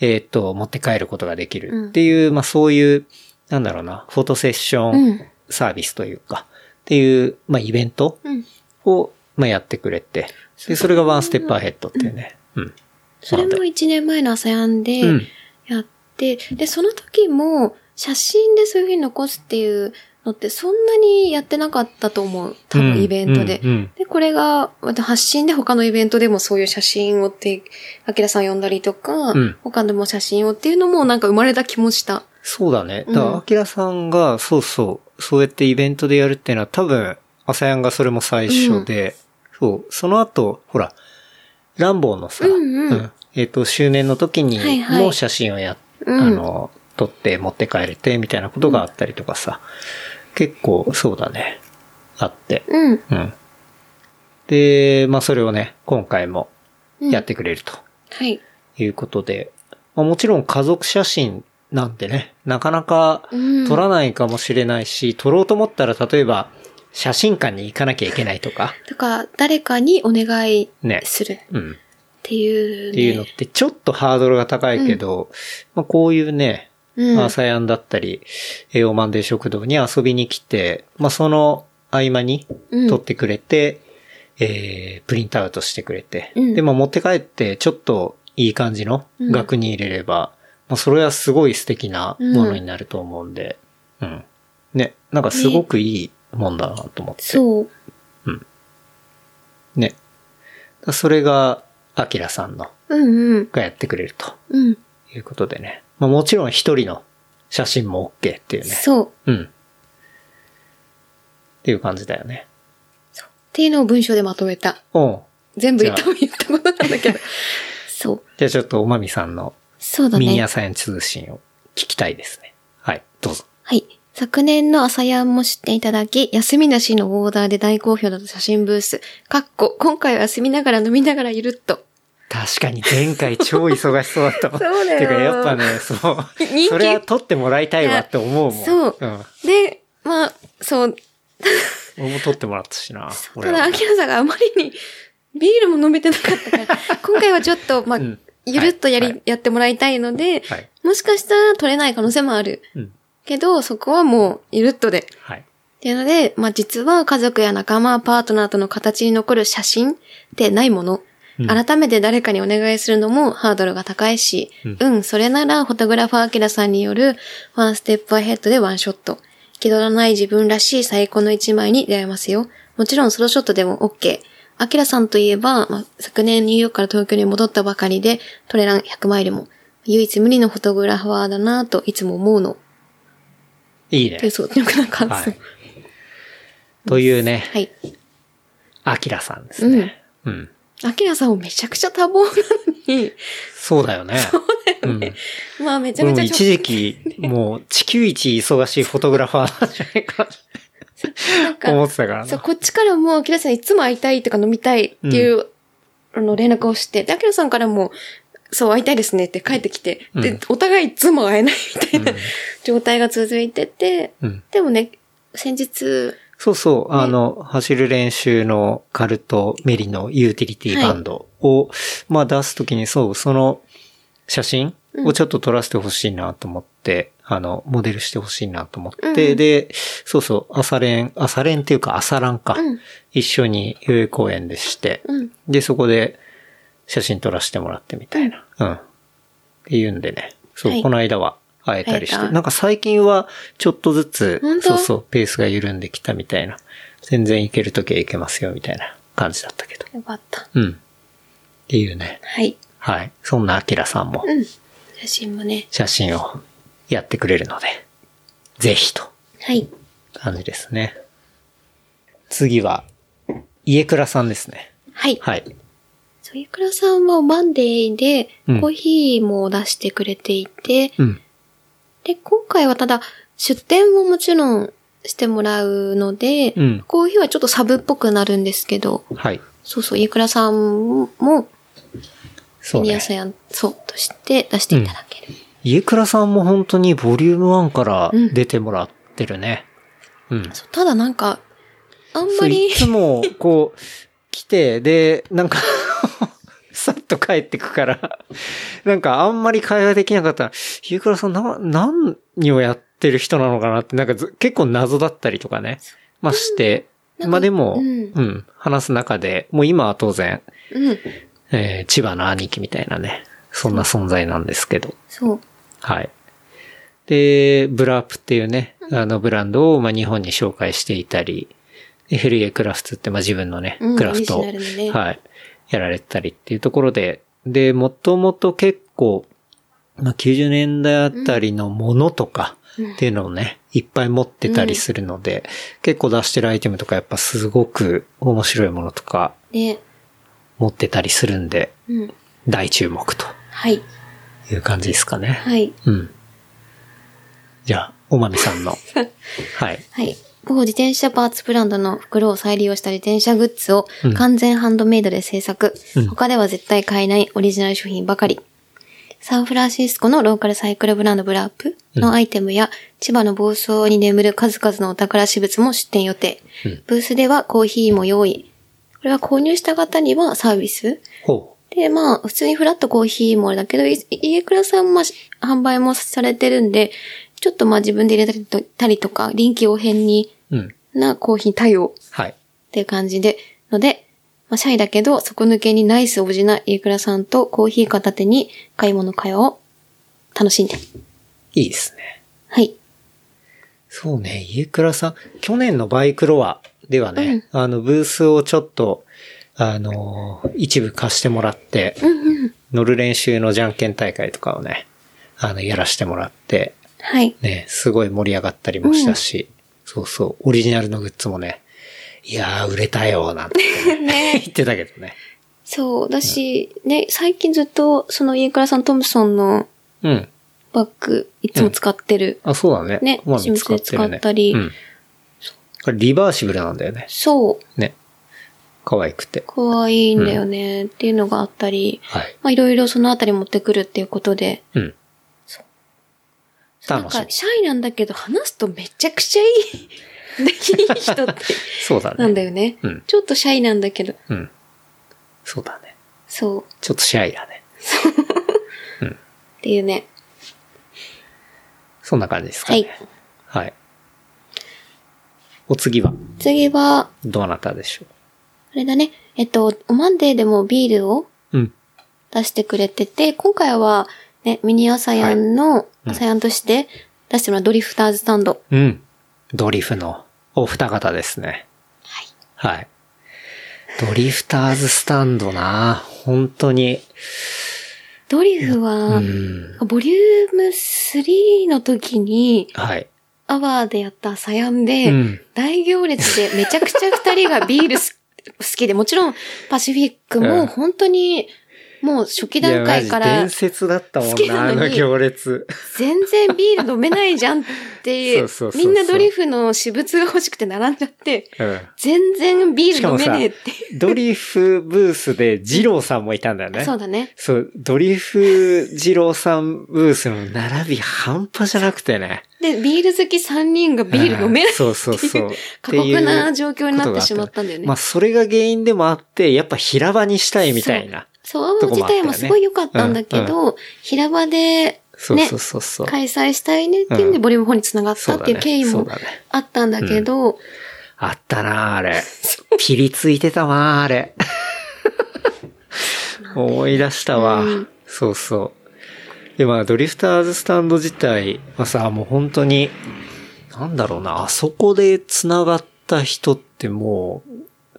S2: えーっと、持って帰ることができるっていう、まあそういう、なんだろうな、フォトセッショ
S3: う
S2: ン
S3: ん。
S2: サービスというか、っていう、まあイベント
S3: うん。
S2: を、まあやってくれて、で、それがワンステップアヘッドっていうね。うん。
S3: それも1年前の朝やんで
S2: うん。
S3: やって、で、その時も写真でそういう風に残すっていうのってそんなにやってなかったと思う。多
S2: うん
S3: 分イベントで。
S2: うんうん
S3: で、これが、また発信で他のイベントでもそういう写真をって、アキラさん呼んだりとか、
S2: うん
S3: 他でも写真をっていうのもなんか生まれた気もした。
S2: そうだね。だか
S3: うん
S2: ら、アキラさんが、そうそう、そうやってイベントでやるっていうのは、多分、アサヤンがそれも最初で、そう、その後、ほら、ランボーのさ、
S3: うんうん
S2: えっ、と、周年の時に
S3: はいはい
S2: も写真をやっ、
S3: うん
S2: あの、撮って持って帰れて、みたいなことがあったりとかさ、結構、そうだね、あって、
S3: うん。
S2: うん。で、まあ、それをね、今回も
S3: うん
S2: やってくれると。
S3: はい。
S2: いうことで、まあ、もちろん家族写真なんてね、なかなか
S3: うん
S2: 撮らないかもしれないし、撮ろうと思ったら例えば写真館に行かなきゃいけないとか、
S3: とか、誰かにお願い
S2: ね
S3: するっ
S2: うん、って
S3: いう、ね
S2: ていうのってちょっとハードルが高いけど、まあ、こういうね、
S3: うん
S2: まあ、サヤンだったり、栄養マンデー食堂に遊びに来て、まあ、その合間に
S3: うん
S2: 撮ってくれて、えー、プリントアウトしてくれて、
S3: うん
S2: で、まあ、持って帰って、ちょっといい感じの
S3: うん
S2: 額に入れれば、まあ、それはすごい素敵なものになると思うんで、うん。ね、なんかすごくいいもんだなと思って。
S3: そう。
S2: ね。だそれが、アキラさんの、
S3: うんうん。
S2: がやってくれると
S3: うん。
S2: いうことでね。まあ、もちろん一人の写真も OK っていうね。
S3: そう。っ
S2: うん。っていう感じだよね。
S3: ていうのを文章でまとめた。
S2: おう
S3: 全部言っ
S2: じ
S3: た、言ったことなんだ
S2: <laughs>
S3: けど。そう。
S2: じゃあちょっとおまみさんの
S3: そうだ
S2: ミ
S3: ね。
S2: ニアサイン通信を聞きたいですね。はい、どう
S3: <laughs>
S2: ぞ。
S3: はい。昨年の朝やんも知っていただき、休みなしのオーダーで大好評だった写真ブース。かっこ、今回は休みながら飲みながらゆるっと。
S2: 確かに前回超忙しそうだったもん。
S3: <laughs> そうだよ
S2: てかやっぱね、そう
S3: 人気。
S2: それは撮ってもらいたいわって思うもん。
S3: そうで、まあ、そう。
S2: ん。俺も撮ってもらったしな。
S3: た
S2: 俺
S3: だ、
S2: は
S3: 秋葉さんがあまりにビールも飲めてな
S2: <laughs>
S3: かったから、今回はちょっと、まあ、
S2: うん
S3: ゆるっとやり、
S2: はい
S3: やってもらいたいので、
S2: はい。
S3: もしかしたら取れない可能性もある。
S2: うん。
S3: けど、そこはもう、ゆるっとで。
S2: はい。
S3: っていうので、まあ実は家族や仲間、パートナーとの形に残る写真ってないもの。
S2: うん
S3: 改めて誰かにお願いするのもハードルが高いし、
S2: う
S3: うん、それならフォトグラファーアキラさんによるワンステップアヘッドでワンショット。気取らない自分らしい最高の一枚に出会えますよ。もちろんソロショットでも OK。アキラさんといえば、まあ、昨年ニューヨークから東京に戻ったばかりで、トレラン100マイルも、唯一無二のフォトグラファーだなぁといつも思うの。
S2: いいね
S3: で、。そう、なんか、なんか、
S2: は
S3: そう
S2: い。というね、
S3: はい。
S2: アキラさんですね。うん。
S3: アキラさんもめちゃくちゃ多忙なのに、
S2: そうだよね。そうだよね。
S3: まあめちゃ
S2: 俺も
S3: めちゃ
S2: 一時期、
S3: <laughs>
S2: もう地球一忙しいフォトグラファーなんじゃないか
S3: なん
S2: と思
S3: か
S2: ってたから
S3: そう、
S2: な。
S3: こっちからもアキラさんいつも会いたいとか飲みたいっていう、あの連絡をして、で、アキラさんからも、そう会いたいですねって帰ってきて、
S2: う
S3: で
S2: ん、
S3: お互いいつも会えないみたいな、
S2: うん
S3: 状態が続いてて、
S2: うん
S3: でもね、先日、
S2: そうそう、あの、走る練習のカルトメリのユーティリティバンドを、まあ出すときにそう、その写真をちょっと撮らせてほしいなと思って、あの、モデルしてほしいなと思って、
S3: うん
S2: で、そうそう、朝練、朝練っていうか朝ランか、
S3: うん
S2: 一緒に代々木公園でして、
S3: うん、
S2: で、そこで写真撮らせてもらってみたいな。うん。っていうんでね。そう、
S3: はい
S2: この間は会えたりし
S3: 会え
S2: て。
S3: た
S2: なんか最近はちょっとずつ
S3: 本、当
S2: そうそう、ペースが緩んできたみたいな。全然行けるときは行けますよ、みたいな感じだったけど。
S3: よかった。
S2: うん。っていうね。
S3: はい。
S2: はい。そんなアキラさんも
S3: うん。写真もね。
S2: 写真をやってくれるので、ぜひと
S3: はい。
S2: 感じですね。次は、家倉さんですね。
S3: はい。
S2: はい。
S3: そう、ゆくらさんはマンデーで
S2: うん
S3: コーヒーも出してくれていて、
S2: うん。
S3: で、今回はただ、出店ももちろんしてもらうので、
S2: うん
S3: コーヒーはちょっとサブっぽくなるんですけど、
S2: はい。
S3: そうそう、ゆくらさんも、
S2: そう
S3: ミニ
S2: ね
S3: ア。サヤン、そう、として出していただける。
S2: 家倉さんも本当にボリューム1から
S3: うん
S2: 出てもらってるね。うん。
S3: そうただなんか、あん
S2: そ
S3: ま
S2: う
S3: り
S2: い、つも、こう、来て、で、なんか、 <laughs> さっと帰ってくから、 <laughs> なんかあんまり会話できなかったら、家倉さんな、何をやってる人なのかなって、なんかず結構謎だったりとかね。まあして、
S3: うん
S2: まあでも、
S3: う
S2: うんん、話す中で、もう今は当然、
S3: うん、
S2: えー千葉の兄貴みたいなね、そんな存在なんですけど。
S3: そう。
S2: はい。で、ブラープっていうね、あのブランドを、まあ、日本に紹介していたり、でヘルエクラフツって、まあ、自分のね、
S3: うん
S2: クラフトを、
S3: オリジナルのね
S2: はい、やられてたりっていうところで、で、もともと結構、まあ、90年代あたりのものとかっていうのをね、いっぱい持ってたりするので、結構出してるアイテムとかやっぱすごく面白いものとか
S3: ね。
S2: 持ってたりするんで、
S3: うん。
S2: 大注目と
S3: はい。
S2: いう感じですかね。
S3: はい。
S2: うん。じゃあ、おまみさ <laughs> んの。はい。
S3: はい。某自転車パーツブランドの袋を再利用した自転車グッズを
S2: うん
S3: 完全ハンドメイドで制作。
S2: うん
S3: 他では絶対買えないオリジナル商品ばかり。サンフランシスコのローカルサイクルブランドブラップ
S2: うん
S3: のアイテムや、千葉の房総に眠る数々のお宝私物も出店予定。
S2: うん
S3: ブースではコーヒーも用意。これは購入した方にはサービス
S2: ほ
S3: で、まあ、普通にフラットコーヒーもあれだけど、い家倉さんも販売もされてるんで、ちょっとまあ自分で入れたりとたりとか、臨機応変に
S2: う。うん。
S3: なコーヒー対応
S2: はい。
S3: っていう感じで、ので、まあ、シャイだけど、底抜けにナイスオブジな家倉さんとコーヒー片手に買い物会話を楽しんで。
S2: いいですね。
S3: はい。
S2: そうね、家倉さん、去年のバイクロアではね、あの、ブースをちょっと、あのー一部貸してもらって、乗る練習のじゃんけん大会とかをね、あの、やらしてもらって、
S3: はい。
S2: ね、すごい盛り上がったりもしたし、そうそう、オリジナルのグッズもね、いやー、売れたよ、なんて <laughs> ね、言ってたけどね。
S3: そう、だし、ね、最近ずっと、その家倉さんトムソンの
S2: うん。
S3: バッグ、いつも使ってる。
S2: あ、そうだね。
S3: ね
S2: まあ見つかってるね
S3: 使ったり
S2: うん。これリバーシブルなんだよね。
S3: そう、
S2: ね。可愛くて。
S3: 可愛いんだよね、っていうのがあったり、
S2: はい。
S3: まあいろいろそのあたり持ってくるっていうことで、
S2: うん。
S3: なん
S2: 楽し
S3: か
S2: み。
S3: シャイなんだけど話すとめちゃくちゃいい、 <laughs> でいい人って、
S2: そうだね。
S3: なんだよね、
S2: うん
S3: ちょっとシャイなんだけど、
S2: うん。そうだね。
S3: そう、っ
S2: ちょっとシャイだね。
S3: ていうね。
S2: そんな感じですかね。はい。お次は、
S3: 次は、
S2: どなたでしょ
S3: あれだね、えっと、オマンデーでもビールを
S2: う。うん。
S3: 出してくれてて、今回は、ね、ミニアサヤンの、
S2: うん
S3: アサヤンとして出してもらうドリフターズスタンド。
S2: うん。ドリフのお二方ですね。はい。はい。ドリフターズスタンドな本当に。
S3: ドリフは、
S2: うん。
S3: ボリューム3の時に、
S2: はい。
S3: アワーでやったサヤンで、
S2: うん
S3: 大行列でめちゃくちゃ二人がビールす <laughs> 好きで、もちろんパシフィック
S2: うん
S3: も本当に、もう初期段階か
S2: いやマジ
S3: ら
S2: 伝説だったも
S3: 好
S2: ん
S3: き
S2: な、あ
S3: なのに
S2: の行列。
S3: 全然ビール飲めないじゃんっていう
S2: そうそう、そう
S3: み
S2: そうん
S3: なドリフの私物が欲しくて並んじゃって、
S2: うん。
S3: 全然ビール飲めねえっ
S2: ドリフブースで二郎さんもいたんだよ
S3: て。
S2: ね。
S3: そうだね。
S2: そう、ドリフ二郎さんブースの並び半端じゃなくてね。
S3: で、ビール好き三人がビール飲め
S2: う
S3: なんい。
S2: そうそうそう。
S3: 過酷な状
S2: 況
S3: 況になってしまったんだよね
S2: まあ、。それが原因でもあって、やっぱ平場にしたいみたいな。
S3: そう、青森自体もすごい良かったんだけ
S2: とこも
S3: ど、平場で
S2: そう
S3: ね
S2: そう、そうそう。
S3: 開催したいねっていうん
S2: う
S3: で、
S2: ん
S3: ボリューム4に繋がった
S2: そう
S3: っ
S2: だ
S3: ていう経
S2: ね。
S3: 緯
S2: そ
S3: も
S2: うだね。
S3: あったんだけど、
S2: あったなあ、あれ。ピリついてたわあ、あれ。思い出したわ。
S3: うん
S2: そうそう。で、まあ、ドリフターズスタンド自体はさ、もう本当に、なんだろうな、あそこで繋がった人ってもう、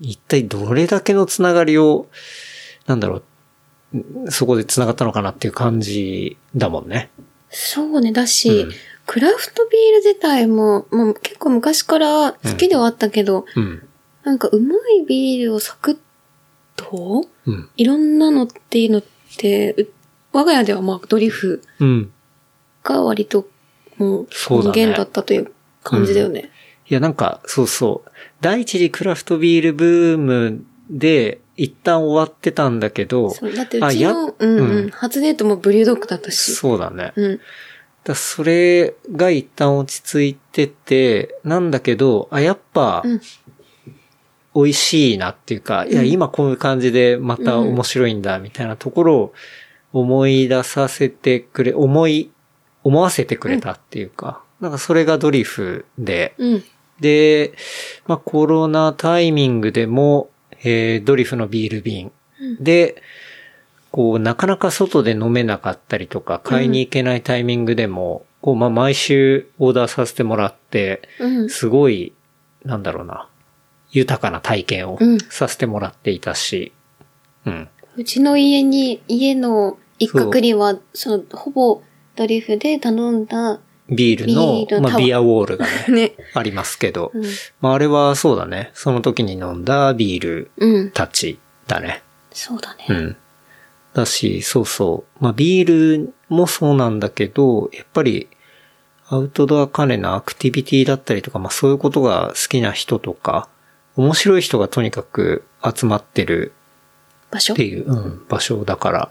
S2: 一体どれだけの繋がりを、なんだろう、そこで繋がったのかなっていう感じだもんね。
S3: そうね、だ
S2: う
S3: し
S2: ん、
S3: クラフトビール自体も、まあ結構昔から好きではあったけど、
S2: うん。
S3: なんかうまいビールをサクッと、
S2: うん。
S3: いろんなのっていうのって、う我が家ではまあドリフ
S2: うん。
S3: が割ともう
S2: そうだね
S3: 根源だったという感じだよね。
S2: いや、なんか、そうそう。第一次クラフトビールブームで、一旦終わってたんだけど、
S3: そうだってう
S2: あ
S3: ち
S2: や
S3: の、うんう
S2: うん
S3: ん、初デートもブリュードッグだったし。
S2: そうだね。
S3: うん。
S2: だそれが一旦落ち着いてて、なんだけど、あ、やっぱ
S3: うん、
S2: 美味しいなっていうか、いや、
S3: うん
S2: 今こういう感じでまた面白いんだ、みたいなところを思い出させてくれ、思い、思わせてくれたっていうか、なんかそれがドリフで、
S3: うん。
S2: で、まあ、コロナタイミングでも、えードリフのビール瓶
S3: うん
S2: で、こう、なかなか外で飲めなかったりとか、買いに行けないタイミングでも、構、まあ、毎週オーダーさせてもらって、
S3: うん。
S2: すごい、なんだろうな、豊かな体験を
S3: うん
S2: させてもらっていたし、うん。
S3: うちの家に、家の一角には、その、ほぼドリフで頼んだ、
S2: ビールの
S3: ビ、ール
S2: まあ、
S3: タワー
S2: ビアウォールがね、
S3: <laughs> ね。
S2: ありますけど、
S3: うん。
S2: まあ、あれはそうだね、その時に飲んだビール
S3: うん。
S2: たちだね。
S3: そうだね。
S2: うん。だし、そうそう。まあ、ビールもそうなんだけど、やっぱり、アウトドア関連のアクティビティだったりとか、まあ、そういうことが好きな人とか、面白い人がとにかく集まってる
S3: 場所
S2: っていう、うん、場所だから、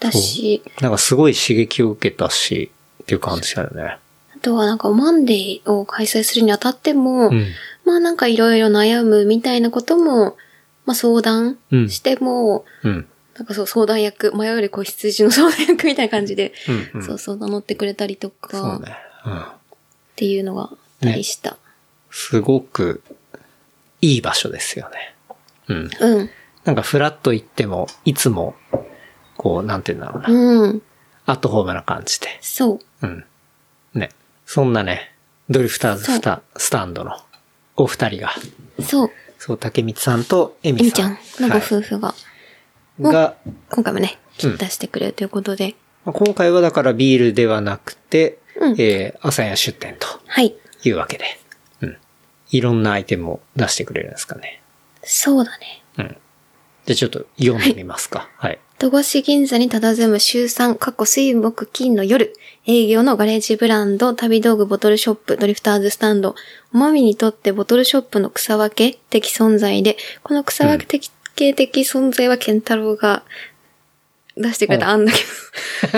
S3: だし、
S2: なんかすごい刺激を受けたし、っていう感じだよね。
S3: あとはなんかマンデーを開催するにあたっても、
S2: うん。
S3: まあなんかいろいろ悩むみたいなことも、まあ相談
S2: うん
S3: しても、
S2: うん。
S3: なんかそう相談役、迷える子羊の相談役みたいな感じで、
S2: うん、うん。
S3: そうそう名乗ってくれたりと
S2: そう
S3: か、
S2: ね。うん。
S3: っていうのがあったりした。
S2: すごく、いい場所ですよね。うん。
S3: うん。
S2: なんかフラッと行っても、いつも、こう、なんて言うんだろうな。
S3: うん。
S2: アットホームな感じで。
S3: そう。
S2: うん。ね。そんなね、ドリフターズスタスタンドのお二人が、
S3: そう。
S2: そう、竹光さんとエ
S3: え
S2: ミ
S3: みちゃ
S2: さん。
S3: んのご夫婦が、
S2: はい、が、
S3: 今回もね、
S2: うん
S3: 出してくれるということで。
S2: まあ今回はだからビールではなくて、
S3: うん
S2: えー、朝や出店と
S3: はい。
S2: いうわけで。うん。いろんなアイテムを出してくれるんですかね。
S3: そうだね。
S2: うん。じゃあちょっと読んでみますか。はい。
S3: 戸越銀座に佇む週3、過去水木金の夜、営業のガレージブランド、旅道具ボトルショップ、ドリフターズスタンド。おまみにとってボトルショップの草分け的存在で、この草分け的,、的存在は健太郎が出してくれた案だけ
S2: <laughs>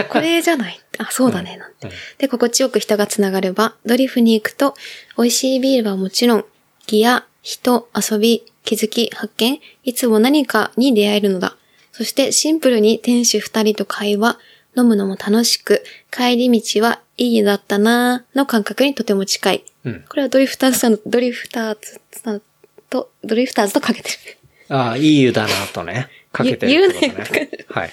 S3: ど、これじゃないあ、そうだね、なんて。で、心地よく人がつながれば、ドリフに行くと、美味しいビールはもちろん、ギア、人、遊び、気づき、発見、いつも何かに出会えるのだ。そしてシンプルに店主二人と会話、飲むのも楽しく、帰り道はいい家だったなぁの感覚にとても近い。
S2: うん。
S3: これはドリフターズさん、ドリフターズさんと、ドリフターズとかけてる。
S2: ああ、いい湯だなとね。かけてるって
S3: ゆ
S2: こと
S3: 言う
S2: ね。はい、はい。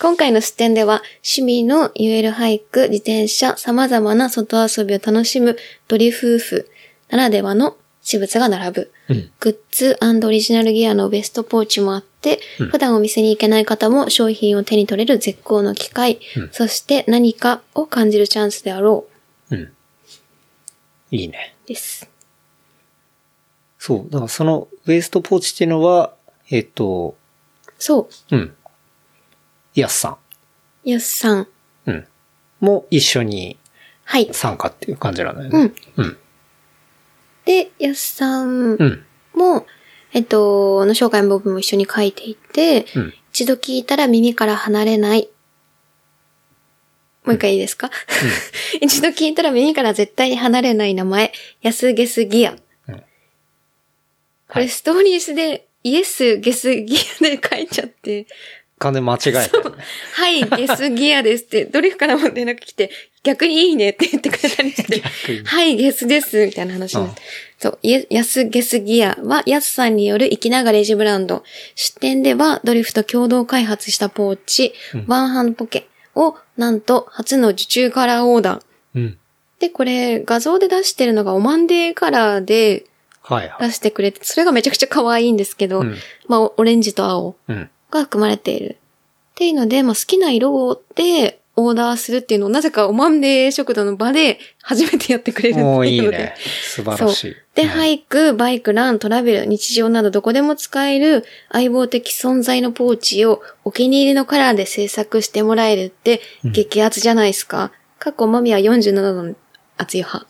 S3: 今回の視点では、趣味の言える俳句、自転車、様々な外遊びを楽しむドリ夫婦ならではの私物が並ぶ。
S2: うん
S3: グッズオリジナルギアのベストポーチもあって、普段お店に行けない方も商品を手に取れる絶好の機会、そして何かを感じるチャンスであろ
S2: うん。いいね。
S3: う。です。
S2: そう。だからそのウエストポーチっていうのは、えっと、
S3: そう。
S2: うん。やすさ
S3: やすさん。
S2: ん。うん。も一緒に
S3: はい。
S2: 参加っていう感じなんだよ
S3: う
S2: ね。
S3: ん。
S2: うん。
S3: で、やすさ
S2: う
S3: ん
S2: ん。
S3: も、えっと、の紹介の部分も一緒に書いていて、
S2: うん。
S3: 一度聞いたら耳から離れない。もう一回いいですか、 <laughs> 一度聞いたら耳から絶対に離れない名前、安ゲスギア。こ
S2: は
S3: れ
S2: い。
S3: ストーリーズで、イエスゲスギアで書いちゃって、
S2: 完全に間違えたよね。
S3: はい、ゲスギアですって、ドリフからも連絡来て、逆にいいねって言ってくれたりして、
S2: に
S3: はい、ゲスです、みたいな話になって
S2: う
S3: そう、イエヤスゲスギアは、ヤスさんによる粋なガレージブランド。出店では、ドリフと共同開発したポーチ、ワンハンドポケを、なんと、初の受注カラーオーダー。
S2: うん。
S3: で、これ、画像で出してるのがオマンデーカラーで
S2: はいはい。
S3: 出してくれて、それがめちゃくちゃ可愛いんですけど、
S2: うん
S3: まあ、オレンジと青。
S2: うん。
S3: が含まれている。っていうので、まあ、好きな色でオーダーするっていうのをなぜかおまんで食堂の場で初めてやってくれるっていう
S2: も
S3: の
S2: う
S3: で。
S2: いい
S3: <laughs>
S2: ね。素晴らしい。
S3: で、
S2: うん
S3: 俳句、バイク、ラン、トラベル、日常などどこでも使える相棒的存在のポーチをお気に入りのカラーで制作してもらえるって激アツじゃないですか。過去、マミは47度の熱い派。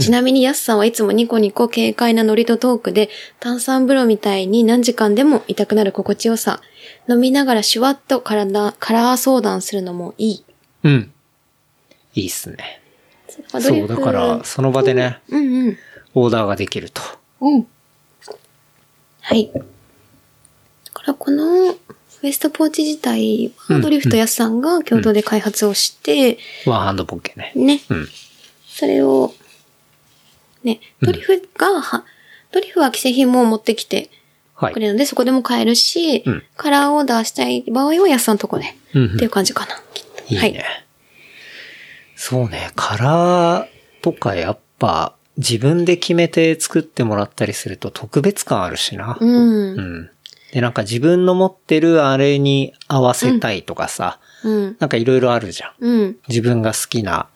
S3: ちなみに、ヤスさんはいつもニコニコ軽快なノリとトークで、炭酸風呂みたいに何時間でも痛くなる心地よさ。飲みながらシュワッと体、カラー相談するのもいい。
S2: うん。いいっすね。そう、だから、その場でね、
S3: うんうん。
S2: オーダーができると。
S3: うん。はい。だからこのウエストポーチ自体
S2: う
S3: は
S2: ん
S3: ドリフトやすさんが共同で開発をして、
S2: ワンハンドポッケね。
S3: ね、
S2: うん。
S3: それを、ね、ドリフがは、ドリフは既製品も持ってきて
S2: はい
S3: く。れるので、そこでも買えるし、
S2: うん
S3: カラーオーダーしたい場合はやすさんのとこで、
S2: うんうん
S3: っていう感じかな。きっと
S2: いいね。
S3: はい。
S2: そうね、カラーとかやっぱ自分で決めて作ってもらったりすると特別感あるしな。
S3: うん。
S2: う
S3: うん。
S2: ん。で、なんか自分の持ってるあれに合わせたいとかさ、
S3: うん。
S2: なんかいろいろあるじゃん。自分が好きな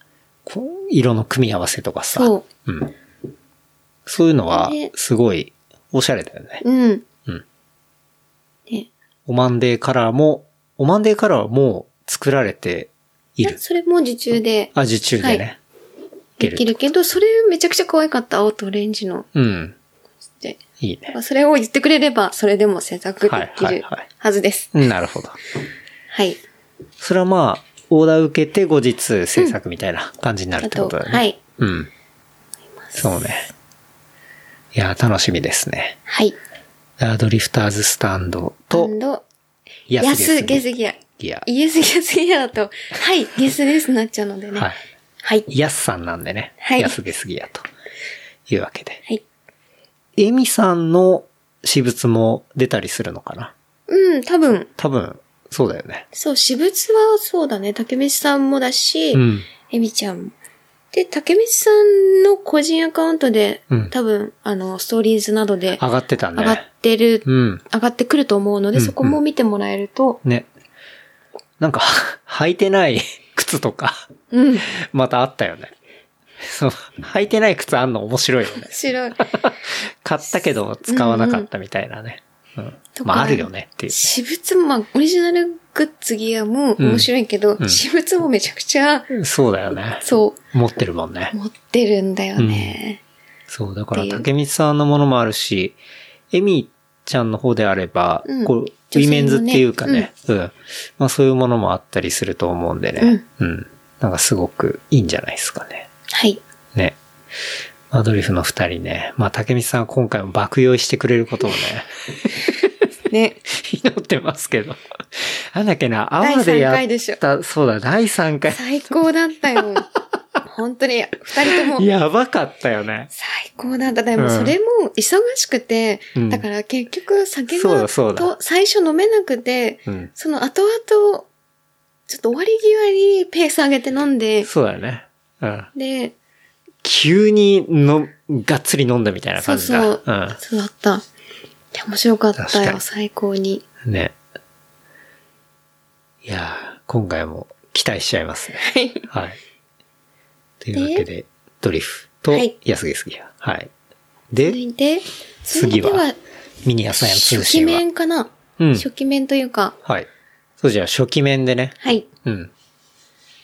S2: こう色の組み合わせとかさ。。
S3: そう
S2: ん。そういうのは
S3: ね
S2: すごいおしゃれだよね。
S3: うん。
S2: うん。
S3: ね。
S2: オマンデーカラーも、オマンデーカラーはもう作られてい
S3: いや
S2: る。
S3: それも受注で
S2: あ、受注でね。
S3: はい
S2: いけ
S3: で
S2: る
S3: きるけど、それめちゃくちゃ可愛かった、青とオレンジの。
S2: うん。
S3: で、
S2: いいね。
S3: それを言ってくれれば、それでも制作でき
S2: はいはい
S3: る
S2: はい
S3: はずです。
S2: なるほど。
S3: はい。
S2: それはまあ、オーダー受けて後日制作みたいな感じになる
S3: あ、
S2: ってこととだよね。
S3: はい。
S2: うん。そうね。いや、楽しみですね。
S3: はい。
S2: ダードリフターズスタンドと、
S3: と、
S2: 安
S3: 安、
S2: ゲ
S3: ゲ
S2: ス
S3: スギア。
S2: ギア。
S3: イエスゲスギアだと、はい、ゲスですになっちゃうのでね。
S2: は
S3: はいい。。はい。
S2: 安さんなんでね。
S3: はい
S2: 安ゲスギアというわけで。
S3: はい。
S2: エミさんの私物も出たりするのかな
S3: うん、多分、
S2: 多分、そうだよね。
S3: そう、私物はそうだね。竹道さんもだし、
S2: うん。
S3: エビちゃんも。で、竹道さんの個人アカウントで、
S2: うん
S3: 多分、あの、ストーリーズなどで
S2: 上がってた
S3: 上がっ
S2: ね。
S3: てる、
S2: うん。
S3: 上がってくると思うので、
S2: うん
S3: そこも見てもらえると、
S2: ね。なんか、 <laughs> 履いてない靴とか、 <laughs>
S3: うん、
S2: またあったよね。そう。履いてない靴あんの面白いよね <laughs>
S3: 面。白い。
S2: 買ったけど使わなかったみたいなね。うん。
S3: とか
S2: まあ、あるよねっていうね。
S3: 私物も、まあ、オリジナルグッズギアも面白いけど、
S2: ん
S3: 私物もめちゃくちゃ、
S2: そうだよね。
S3: そ
S2: 持ってるもんね
S3: う、。持ってるんだよね。
S2: そう、だか
S3: っ
S2: ら、
S3: ていう
S2: 竹光さんのものもあるし、エミちゃんの方であれば、
S3: うん
S2: こう、ウ
S3: 女性のね
S2: ィメンズっていうかね、うん、まあそういうものもあったりすると思うんでね、うん。なんかすごくいいんじゃないですかね。
S3: はい。
S2: ね。アドリフの二人ね。まあ、竹光さんは今回も爆酔いしてくれることをね、 <laughs>
S3: ね。
S2: 祈ってますけど。なんだっけな、
S3: 第
S2: 泡で
S3: 3
S2: や
S3: 回
S2: っ
S3: でしょ。
S2: た、そうだ、第3回。
S3: 最高だったよ。 <laughs> 本当に、二人とも。
S2: やばかったよね。
S3: 最高だった。でも
S2: うん
S3: それも忙しくて、
S2: うん
S3: だから結局酒
S2: そうだ
S3: が
S2: そうだ
S3: と最初飲めなくて、
S2: うん。
S3: その後々、ちょっと終わり際にペース上げて飲んで、
S2: そうだよね。うん。
S3: で、
S2: 急にの、がっつり飲んだみたいな感じだ。
S3: そうそう。そうだった。いや、面白かった
S2: 確か
S3: よ、
S2: に
S3: 最高に。
S2: <laughs> ん。ね。いやー、今回も期待しちゃいます
S3: <laughs>
S2: ね。
S3: はい。
S2: はい。というわけで、ドリフと
S3: はい、
S2: 安毛すぎや。はい。
S3: 続
S2: で、
S3: いて、
S2: 次は
S3: 続いて
S2: ミニアサヤン通
S3: 初期
S2: 信は。
S3: 面かな、
S2: うん
S3: 初期面というか、
S2: はい。そうじゃあ、初期面でね。
S3: はい、
S2: うん。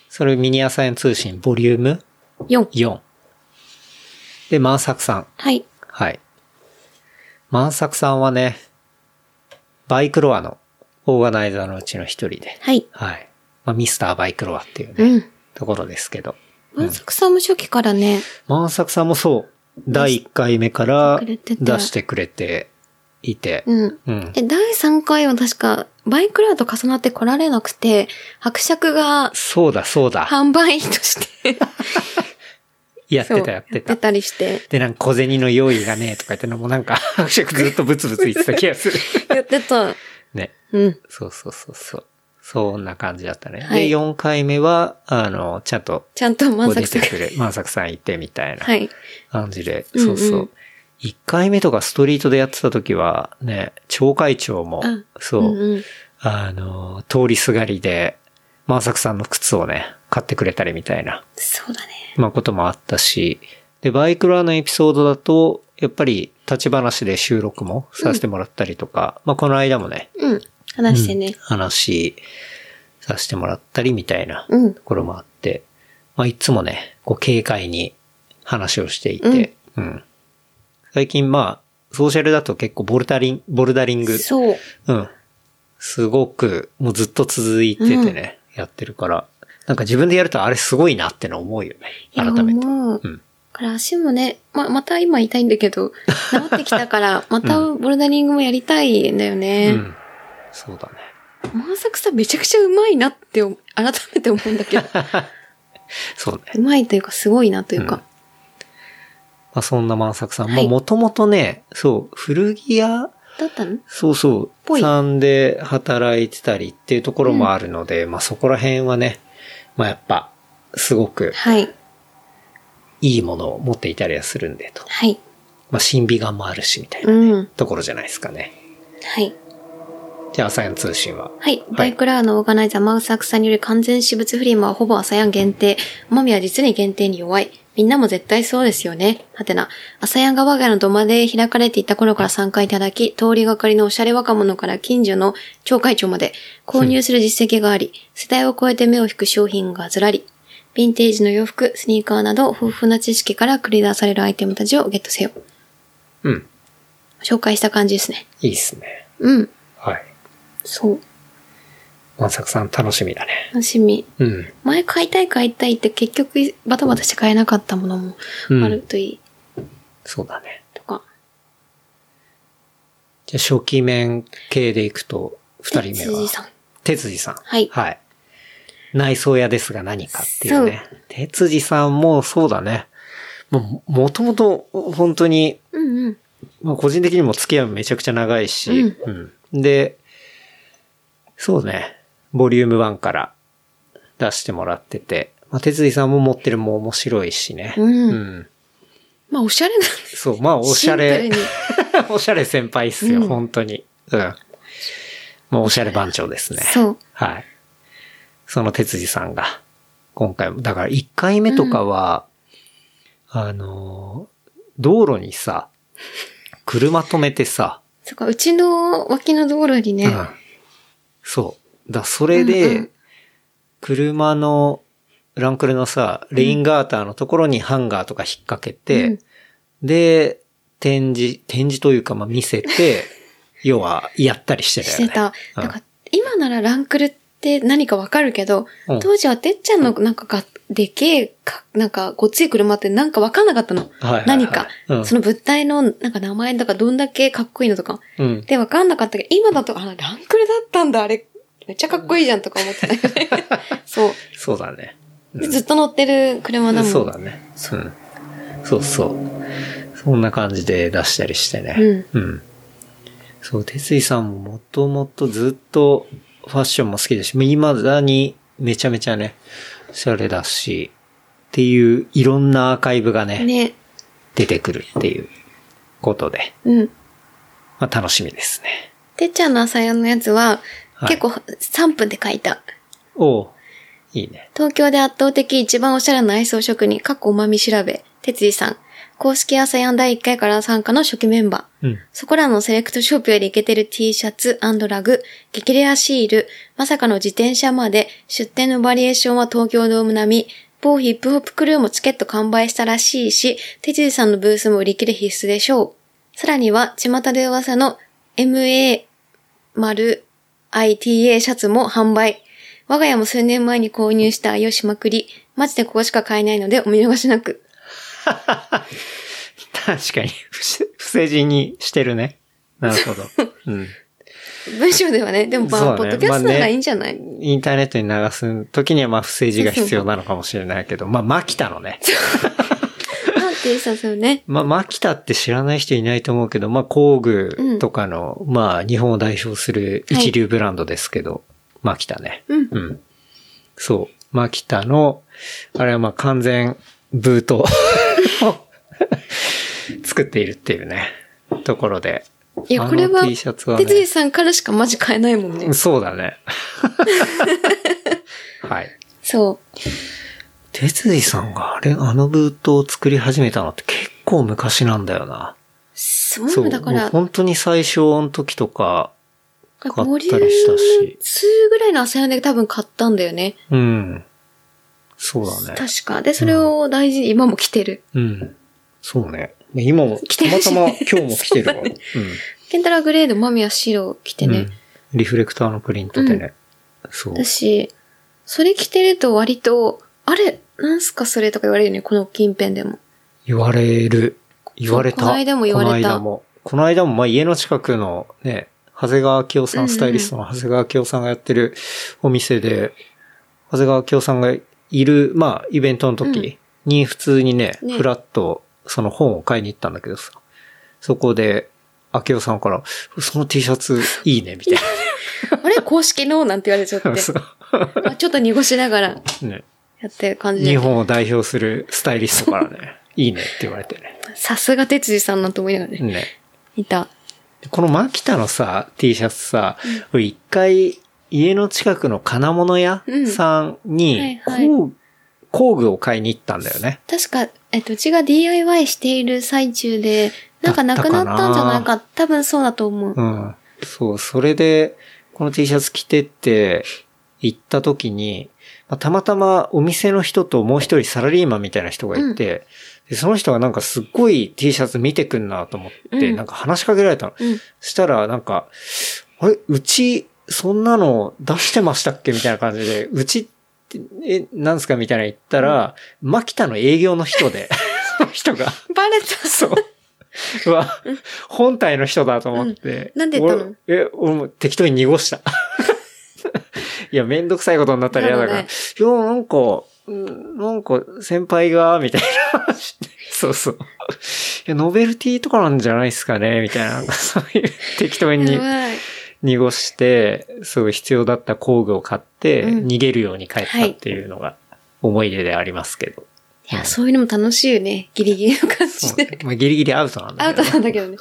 S2: それミニアサヤン通信ボリューム
S3: 4。
S2: 4。で、万作さん。
S3: はい。
S2: はい。万作さんはね、バイクロアのオーガナイザーのうちの一人で、
S3: はい。
S2: はい。まあ、ミスターバイクロアっていうね、
S3: うん。
S2: ところですけど。
S3: 満足さんも初期からね、
S2: 万作さんもそう、第1回目から
S3: 出してくれてて
S2: 出してくれていて、
S3: うん。
S2: うん。
S3: で、第3回は確か、バイクラーと重なって来られなくて、伯爵が
S2: そうだそうだ。
S3: 販売員として、
S2: やっ
S3: そう
S2: てたやってた。
S3: りして、
S2: で、なんか小銭の用意がね、とか言っての
S3: <laughs>
S2: もなんか、伯爵ずっとブツブツ言ってた気がする。
S3: やってた。
S2: <laughs> ね。
S3: うん。
S2: そうそうそうそう。そんな感じだったね。
S3: はい
S2: で、4回目は、あの、ちゃんと
S3: ちゃんと満
S2: ここ
S3: 足
S2: 出
S3: さ
S2: て
S3: んが
S2: くれ、万作さんいてみたいな
S3: はい。
S2: 感じで、
S3: うん
S2: そううんそう。1回目とかストリートでやってた時は、ね、町会長も
S3: うん、
S2: そう、
S3: うんうん。
S2: あの、通りすがりで、万作さんの靴をね、買ってくれたりみたいな、
S3: そうだね。
S2: まあこともあったし、で、バイクラーのエピソードだと、やっぱり立ち話で収録もさせてもらったりとか、まあこの間もね、
S3: うん。話してね。
S2: 話させてもらったりみたいな
S3: うん
S2: ところもあって、まあいつもね、こう軽快に話をしていて、うん。最近まあ、ソーシャルだと結構ボルダリン、ボルダリング、
S3: そう。
S2: うん。すごく、もうずっと続いててね、やってるから、なんか自分でやるとあれすごいなっての思うよね。
S3: いや
S2: 改めて。
S3: もう
S2: うん
S3: だから足もね、ま、また今痛いんだけど、治ってき
S2: <laughs>
S3: たから、またボルダリングもやりたいんだよ
S2: う
S3: ね。
S2: ん。そうだね。
S3: まさくさんめちゃくちゃうまいなって思う、改めて思うん
S2: <laughs>
S3: だけど。
S2: そうね。
S3: うまいというか、すごいなというか。
S2: まあそんな万作さん
S3: は
S2: も
S3: い
S2: もともとね、そう、古着屋
S3: だったの
S2: そうそ
S3: ぽ
S2: う。
S3: い
S2: さんで働いてたりっていうところもあるので、まあそこら辺はね、まあやっぱ、すごく
S3: はい。
S2: いいものを持っていたりはするんでと。
S3: はい。
S2: まあ、審美眼もあるし、みたいな
S3: うん。
S2: ところじゃないですかね。
S3: はい。
S2: じゃあ、朝ン通信は。
S3: はい。バイクラーのオーガナイザーマウサクさんによる完全私物フリマはほぼ朝やん限定。おまみは実に限定に弱い。みんなも絶対そうですよね。はてな。朝やんが我が家の土間で開かれていた頃から参加いただき、通りがかりのおしゃれ若者から近所の町会長まで購入する実績があり、世代を超えて目を引く商品がずらり。ヴィンテージの洋服、スニーカーなど、豊富な知識から繰り出されるアイテムたちをゲットせよ。
S2: うん。
S3: 紹介した感じですね。
S2: いいっすね。
S3: うん。
S2: はい。
S3: そう。
S2: 万作さん楽しみだね。
S3: 楽しみ。
S2: うん。
S3: 前買いたい買いたいって結局バタバタして買えなかったものも
S2: うん
S3: あるといい
S2: そうだね。
S3: とか。
S2: じゃあ、初期面系でいくと、二人目は。
S3: 辻さん。
S2: 哲司さん。
S3: はい
S2: はい。内装屋ですが何かっていうね
S3: そ。
S2: 哲司さんもそうだね。もう、もともと、本当に、
S3: うんうん。
S2: まあ、個人的にも付き合いもめちゃくちゃ長いし、
S3: うん
S2: うんで、そうね、ボリューム1から出してもらってて、まあ、哲司さんも持ってるも面白いしね。
S3: うん
S2: うん
S3: まあおしゃれなんです
S2: そう、まあ、おしゃれ
S3: シンプル
S2: <laughs>
S3: に、
S2: おしゃれ先輩っすよ、
S3: うん
S2: 本当に。うん。まあ、おしゃれ番長ですね。
S3: そう。
S2: はい。その哲司さんが、今回も、だから1回目とかは、あのー、道路にさ、車止めてさ、
S3: そっか、うちの脇の道路にね、
S2: うん。そう。だ、それで、
S3: うんうん
S2: 車の、ランクルのさ、レインガーターのところにハンガーとか引っ掛けて、
S3: うん
S2: で、展示、展示というか、まあ、見せ
S3: <laughs>
S2: て、要は、やったりしてた
S3: し
S2: よね。
S3: てた。
S2: うん
S3: なんか、今ならランクルって何かわかるけど、
S2: うん
S3: 当時はてっちゃんのなんかが、でけえか、なんかごっつい車ってなんかわかんなかったの。
S2: はいはいはい
S3: 何か、
S2: うん
S3: その物体のなんか名前だかどんだけかっこいいのとか。
S2: うん。
S3: で、わかんなかったけど、今だと、あ、ランクルだったんだ、あれ、めっちゃかっこいいじゃんとか思ってたよね。
S2: <laughs>
S3: そう。
S2: そうだね。
S3: でずっと乗ってる車だもん。
S2: そうだね。うん。そうそう。そんな感じで出したりしてね。うん。そう、哲井さんももともとずっとファッションも好きだし、未だにめちゃめちゃね、おしゃれだし、っていういろんなアーカイブがね、
S3: ね。
S2: 出てくるっていうことで、
S3: うん。
S2: まあ楽しみですね。
S3: てっちゃんの朝用のやつは、
S2: はい
S3: 結構3分で書いた。
S2: おういいね。
S3: 東京で圧倒的一番おしゃれな内装職人、かっこおまみ調べ、哲司さん。公式朝やん第1回から参加の初期メンバー。
S2: うん。
S3: そこらのセレクトショップよりイケてる T シャツラグ、激レアシール、まさかの自転車まで、出店のバリエーションは東京ドーム並み、某ヒップホップクルーもチケット完売したらしいし、てつじさんのブースも売り切れ必須でしょう。さらには、巷で噂の MA 丸 ITA シャツも販売。我が家も数年前に購入した愛用しまくり、マジでここしか買えないのでお見逃しなく。
S2: 確かに、不正不正字にしてるね。なる <laughs> ほど。うん。
S3: 文章ではね、でもまあ、
S2: そうね
S3: ポッドキャストな
S2: まあ
S3: ら
S2: ね
S3: いいんじゃない、
S2: インターネットに流す時にはまあ不正字が必要なのかもしれないけど、まあ、マキタのね。
S3: なんてさ、そうね。
S2: まあ、マキタって知らない人いないと思うけど、まあ、工具とかの、まあ、日本を代表する一流ブランドですけど、マキタね。
S3: うん
S2: うん。そう。マキタの、あれはまあ、完全ブート <laughs> を作っているっていうね、ところで。
S3: いや、これ
S2: あ
S3: は、
S2: の T シャツは
S3: 哲司
S2: ね、
S3: さんからしかマジ買えないもんね。
S2: そうだ
S3: <laughs>
S2: ね。 <laughs> はい。
S3: そ
S2: 哲司さんがあれ、あのブートを作り始めたのって結構昔なんだよな。
S3: う。そう、だか
S2: もう
S3: ら、
S2: 本当に最初の時とか、買
S3: ボ
S2: っ
S3: リュ
S2: た
S3: ーム
S2: りしたし
S3: 2ぐらいの朝やで多分買ったんだよね。
S2: うん。そうだね。
S3: 確か。で、それを大事に今も着てる。
S2: うん。そうね。今も、
S3: 来
S2: た
S3: て
S2: ま
S3: るした
S2: ま今日も来てるわ。う。
S3: <laughs> そうんだねケンタラグレード、マミは白を着て
S2: う
S3: ね
S2: ん。リフレクターのプリントでね。そう。
S3: だし、それ着てると割と、あれ、なんすかそれとか言われるよね、この近辺でも。
S2: 言われる。言われた。
S3: この間も言われた
S2: この間も。この間も、まあ、家の近くのね、長谷川清さ
S3: うん
S2: ん、
S3: うん
S2: スタイリストの長谷川清さんがやってるお店で、長谷川清さんがいる、まあ、イベントの時に普通にね、
S3: ね
S2: フラッとその本を買いに行ったんだけどさ、そこで、明夫さんから、その T シャツいいね、みたい
S3: あれ、公式のなんて言われちゃって <laughs>
S2: な。。そう
S3: まあちょっと濁しながら。
S2: <laughs> ね。
S3: やってる感じ
S2: 日
S3: で。
S2: 本を代表するスタイリストからね、いいねって言われてね。
S3: さすが哲司さんなんて思いながらね。
S2: ね。
S3: いた。
S2: このマキタのさ、T シャツさ、俺一回、家の近くの金物屋さんに
S3: うんはいはい
S2: 工、工具を買いに行ったんだよね。
S3: 確か、えっと、うちが DIY している最中で、なんかなくなったんじゃないか。多分そうだと思う。
S2: うん。そう、それで、この T シャツ着てって、行った時に、まあたまたまお店の人ともう一人サラリーマンみたいな人がいて、でその人がなんかすっごい T シャツ見てくんなと思って、
S3: うん
S2: なんか話しかけられたの。
S3: うん
S2: したら、なんか、あれ、うち、そんなの出してましたっけみたいな感じで、うちって、え、なんすかみたいな言ったら、マキタの営業の人で、 <laughs> その人が。
S3: バレた。
S2: そう。うわ、本体の人だと思って。
S3: うんなんで言ったの
S2: 俺え、俺も適当に濁した。いや、めんどくさいことになったら嫌だから。
S3: なる
S2: いや、なんか、うんなんか、先輩が、みたいな話で。そうそう。いや、ノベルティとかなんじゃないですかね、みたいな。なんかそういう、適当に
S3: やばい。
S2: 濁して、そう必要だった工具を買って、
S3: うん
S2: 逃げるように帰ったっていうのが、思い出でありますけど。
S3: いや、そういうのも楽しいよね。ギリギリの感じで。
S2: まあ、ギリギリアウトなんだ
S3: アウ
S2: けど
S3: ト
S2: ね。
S3: なんだけどね。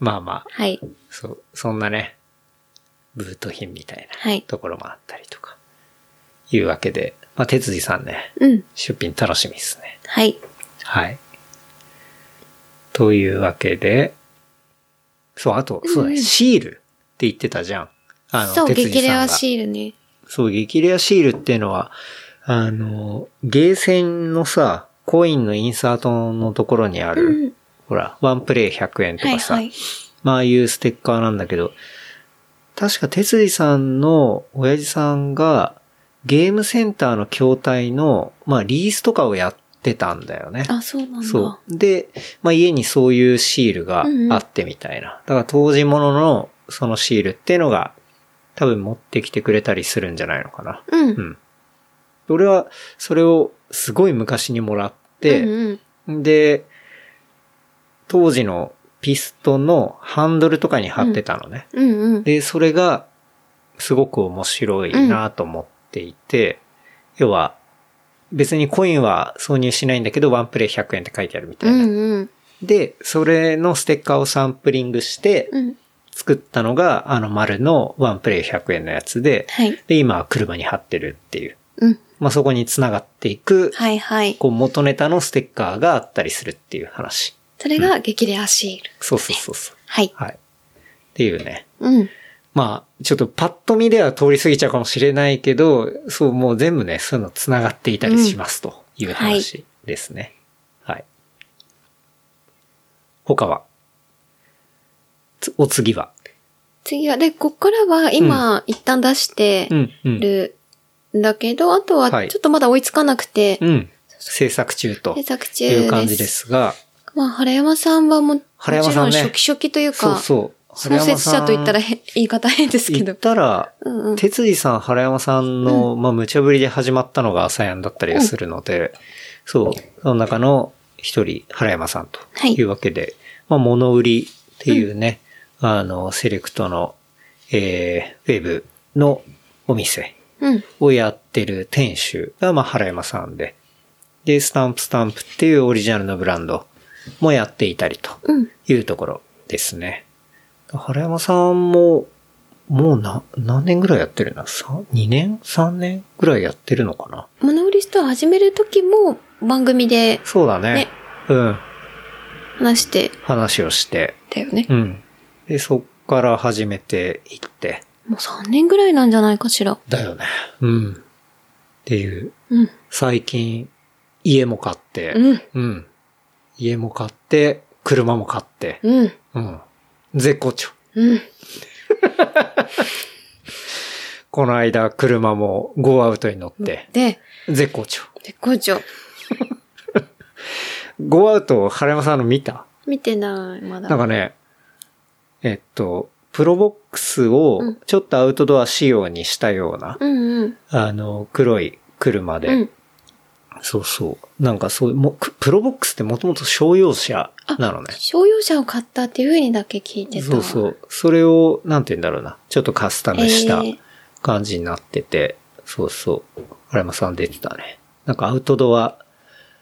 S2: まあまあ。
S3: はい。
S2: そう、そんなね、ブート品みたい
S3: は
S2: ないところもあったりとか、いうわけで、まあ、哲司さんね、
S3: うん。
S2: 出品楽しみですね。
S3: はい。
S2: はい。というわけで、そう、あと、そうだね、シールって言ってたじゃん。あの、
S3: そう、
S2: 哲
S3: 激
S2: 司
S3: レ
S2: さん
S3: ア
S2: が。
S3: シールね。
S2: そう、激レアシールっていうのは、あの、ゲーセンのさ、コインのインサートのところにある、
S3: うん
S2: ほら、ワンプレイ100円と
S3: はい
S2: かさ、
S3: はい。
S2: まあああいうステッカーなんだけど、確か哲司さんの親父さんがゲームセンターの筐体の、まあリースとかをやってたんだよね。
S3: あ、そうなんだ。
S2: そう。で、まあ家にそういうシールが
S3: うんうん
S2: あってみたいな。だから当時もののそのシールっていうのが多分持ってきてくれたりするんじゃないのかな。
S3: うん。
S2: う
S3: うん
S2: ん。俺はそれをすごい昔にもらって、
S3: うん。
S2: で、当時のピストンのハンドルとかに貼ってたのね。
S3: うんうん。
S2: で、それがすごく面白いなと思っていて、要は別にコインは挿入しないんだけど、ワンプレイ100円って書いてあるみた
S3: う
S2: いな。
S3: んうん。
S2: で、それのステッカーをサンプリングして
S3: うん。
S2: 作ったのが、あの丸のワンプレイ100円のやつで、
S3: はい。
S2: で、今は車に貼ってるっていう。
S3: うん。
S2: まあ、そこに繋がっていく、
S3: はいはい。
S2: こう元ネタのステッカーがあったりするっていう話。
S3: それが激レアシール。
S2: そうそうそうそう。
S3: はい。
S2: はい。っていうね。
S3: うん。
S2: まあ、ちょっとパッと見では通り過ぎちゃうかもしれないけど、そう、もう全部ね、そういうの繋がっていたりしますという話ですね。はい。他はつお次は
S3: 次は、で、こっからは今、一旦出して
S2: うん、うん。
S3: るんだけど、あと
S2: は
S3: はいちょっとまだ追いつかなくて、
S2: うん。制作中と
S3: 制作中
S2: いう感
S3: で
S2: じ
S3: す。
S2: ですが、
S3: まあ、原山さんはも、
S2: 原
S3: も
S2: 山
S3: ち
S2: さ
S3: ろ
S2: ん
S3: ん
S2: ね
S3: 初期初期という
S2: そう
S3: か、
S2: そう。
S3: 創設者と言ったら
S2: い
S3: へ言い方変です <laughs> け
S2: 言
S3: ど
S2: っ。たら、
S3: うんうん。
S2: 哲司さん、原山さんの、まあ、無茶ぶりで始まったのが朝やんだったりするので、そう、その中の一人、原山さんと
S3: はい
S2: いうわけで、まあ、物売りっていうね、あの、セレクトの、えー、ウェブのお店
S3: うん。
S2: をやってる店主が、まあ、原山さんで、で、スタンプスタンプっていうオリジナルのブランドもやっていたりと
S3: うん。
S2: いうところですね。原山さんも、もうな、何年ぐらいやってるんだ ?2 年 ?3 年ぐらいやってるのかな
S3: 物売りストア始める時も番組で
S2: そうだね。
S3: ね
S2: うん。
S3: 話して
S2: 話をして。
S3: たよね。
S2: うん。で、そっから始めていって。
S3: もう3年ぐらいなんじゃないかしら。
S2: だよね。うん。っていう。
S3: うん。
S2: 最近、家も買って。
S3: うん。
S2: うん。家も買って、車も買って。
S3: うん。
S2: うん。絶好調。
S3: うん。
S2: この間、車もゴーアウトに乗って、
S3: で、
S2: 絶好調。
S3: 絶好調。
S2: ゴーアウト、原山さんの見た
S3: 見てない、まだ。
S2: なんかね、えっと、プロボックスを
S3: うん
S2: ちょっとアウトドア仕様にしたような、
S3: うんうん。
S2: あの、黒い車で、
S3: うん。
S2: そうそう。なんかそういう、もうくプロボックスってもともと商用車なのね。
S3: 商用車を買ったっていう風にだけ聞いてた。
S2: そうそう。それを、なんて言うんだろうな。ちょっとカスタムした
S3: えー
S2: 感じになってて、そうそう。原山さん出てたね。なんかアウトドア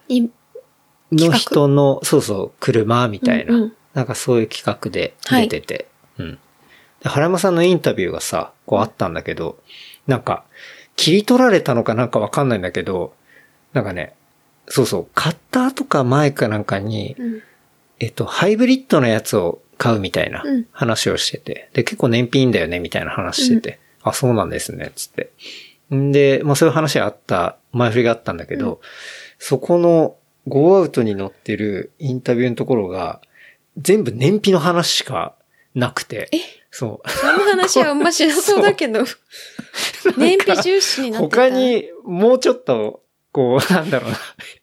S3: い
S2: の
S3: 画
S2: 人の、そうそう、車みたいな、
S3: うんうん
S2: なんかそういう企画で出てて、うん。で、原山さんのインタビューがさ、こうあったんだけど、なんか、切り取られたのかなんかわかんないんだけど、なんかね、そうそう、買ったとか前かなんかに、
S3: うん
S2: えっと、ハイブリッドのやつを買うみたいな
S3: うん
S2: 話をしてて、で、結構燃費いいんだよね、みたいな話してて、あ、そうなんですね、つって。んで、まあそういう話があった、前振りがあったんだけど、そこのゴーアウトに載ってるインタビューのところが、全部燃費の話しかなくて、そう。
S3: その話はあんましなそうだけど、燃費重視になってた。
S2: 他にもうちょっと、こう、なんだろうな、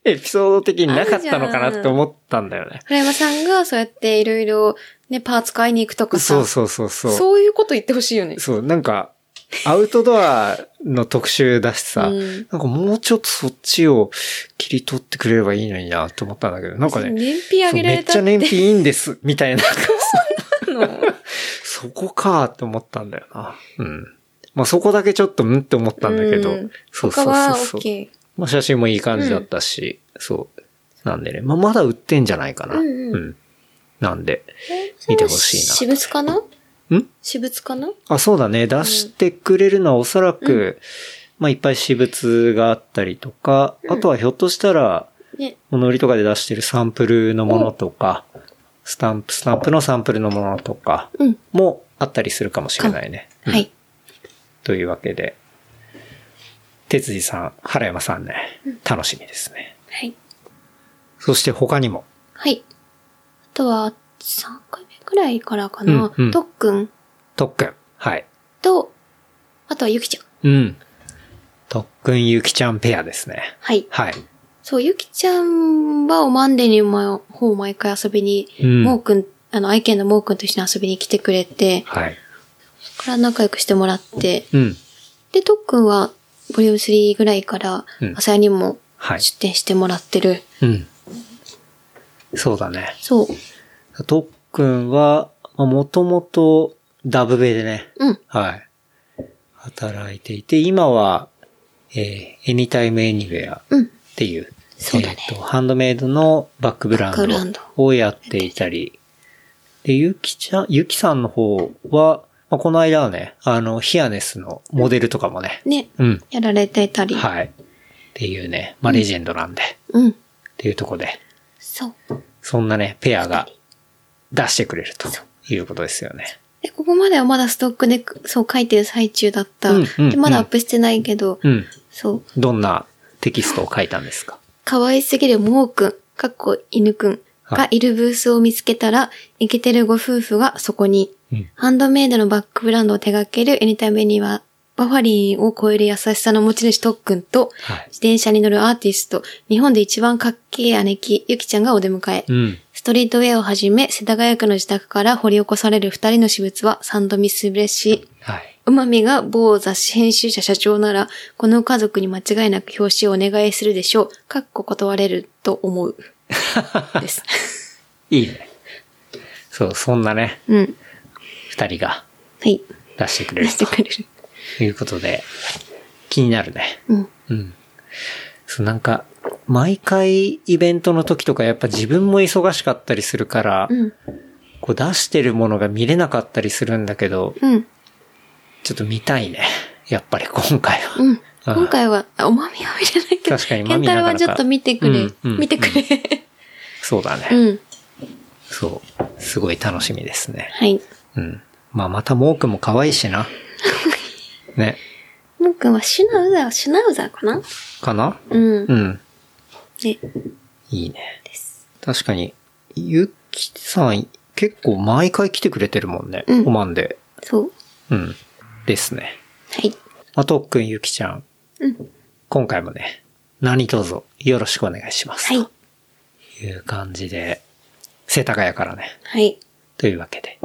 S2: エピソード的になかったのかなって思ったんだよね。
S3: 原山さんがそうやっていろいろね、パーツ買いに行くとかさ。
S2: そうそうそうそう。
S3: そういうこと言ってほしいよね。
S2: そう、なんか、アウトドアの特集だしさ、
S3: うん
S2: なんかもうちょっとそっちを切り取ってくれればいいのになと思ったんだけど、なんかね、
S3: 燃費上
S2: そう
S3: げら
S2: め
S3: れ
S2: っち
S3: た
S2: ゃ
S3: っ
S2: 燃費いいんです、み
S3: <laughs>
S2: たいな、
S3: たの。
S2: そこかって思ったんだよな。うん。まあそこだけちょっとうんって思ったんだけど、
S3: うん
S2: そうそ
S3: 他
S2: うそ
S3: は
S2: うそう。
S3: OK。
S2: まあ写真もいい感じだったし、そう。なんでね、まあまだ売ってんじゃないかな。
S3: うんうん
S2: なんで、見てほしいな。
S3: 私物かなん私物かな
S2: あ、そうだね。出してくれるのはおそらく、まあ、いっぱい私物があったりとか、
S3: うん
S2: あとはひょっとしたら、
S3: ね。
S2: 物売りとかで出してるサンプルのものとか、スタンプ、スタンプのサンプルのものとか
S3: うん。
S2: もあったりするかもしれないね。うん
S3: はい。
S2: というわけで、哲司さん、原山さんね、楽しみですね。
S3: はい。
S2: そして他にも、
S3: はい。あとは、3回目くらいからかな。
S2: うんうん
S3: とっくん
S2: 特訓。はい。
S3: と、あとはゆきちゃん。
S2: うん。特訓ゆきちゃんペアですね。
S3: はい。
S2: はい。
S3: そう、ゆきちゃんはおまんでにもほう毎回遊びに、
S2: うん
S3: もうくん、あの、愛犬のもうくんと一緒に遊びに来てくれて、
S2: はい。
S3: そこから仲良くしてもらって、
S2: うん。
S3: で、とっくんは、ボリューム3ぐらいから
S2: うん、
S3: 朝屋にも
S2: はい。
S3: 出店してもらってる。
S2: うん。そうだね。
S3: そう。
S2: とっくんは、もともとダブベでね、
S3: うん。
S2: はい。働いていて、今は、えー、Anytime Anywhere っ
S3: うん。
S2: ていう、
S3: そうだね
S2: えーと、ハンドメイドのバックブラ
S3: バックブラ
S2: ン
S3: ン
S2: ド
S3: ド
S2: をやっていたり、で、ゆきちゃん、ゆきさんの方は、まあ、この間はね、あの、ヒアネスのモデルとかもね、
S3: ね、
S2: うん、
S3: やられてたり。
S2: はい。っていうね、まあ、レジェンドなんで、っ
S3: うん。
S2: ていうところで、
S3: そう。
S2: そんなね、ペアが出してくれるということですよね。
S3: で、ここまではまだストックで、そう書いてる最中だった。
S2: うんうん
S3: で、まだアップしてないけど、
S2: うん。
S3: そう。
S2: どんなテキストを書いたんですか
S3: 可愛すぎるもうくん、かっこ犬くんがいるブースを見つけたら、イケてるご夫婦がそこに。
S2: うん。
S3: ハンドメイドのバックブランドを手掛けるエニタイムには、バファリンを超える優しさの持ち主トックンと、
S2: はい。
S3: 自転車に乗るアーティスト、日本で一番かっけえ姉貴、ゆきちゃんがお出迎え。
S2: うん。
S3: ストリートウェアをはじめ、世田谷区の自宅から掘り起こされる二人の私物は三度見すべし、
S2: はい。
S3: うまみが某雑誌編集者社長なら、この家族に間違いなく表紙をお願いするでしょう。かっこ断れると思う。です。
S2: いいね。そう、そんなね、
S3: うん。
S2: 二人が
S3: はい。
S2: 出してくれる
S3: 出
S2: <laughs>
S3: してくれる。
S2: ということで、気になるね。
S3: うん。
S2: うん。そう、なんか、毎回イベントの時とかやっぱ自分も忙しかったりするから、
S3: うん。
S2: こう出してるものが見れなかったりするんだけど、
S3: うん。
S2: ちょっと見たいね。やっぱり今回は。
S3: うん。
S2: ああ
S3: 今回は、あおまみは見れないけど、
S2: 確かにま
S3: ケン
S2: み
S3: タ
S2: な
S3: ロ
S2: か
S3: ウ
S2: なか
S3: はちょっと見てくれ。
S2: うんうん
S3: 見てくれ。
S2: そうだね。
S3: うん。
S2: そう。すごい楽しみですね。
S3: はい。
S2: うん。まあまたモークも可愛いしな。ね。
S3: もっくんはシュナウザー、シュナウザーかな
S2: かな
S3: うん。
S2: うん。
S3: ね。
S2: いいね。確かに、ゆきさん、結構毎回来てくれてるもんね。
S3: うん
S2: おまんで。
S3: そう。
S2: うん。ですね。
S3: はい。
S2: まあ、とっくんゆきちゃん。
S3: うん
S2: 今回もね、何卒よろしくお願いします。
S3: はい。
S2: という感じで、世田谷からね。
S3: はい。
S2: というわけで。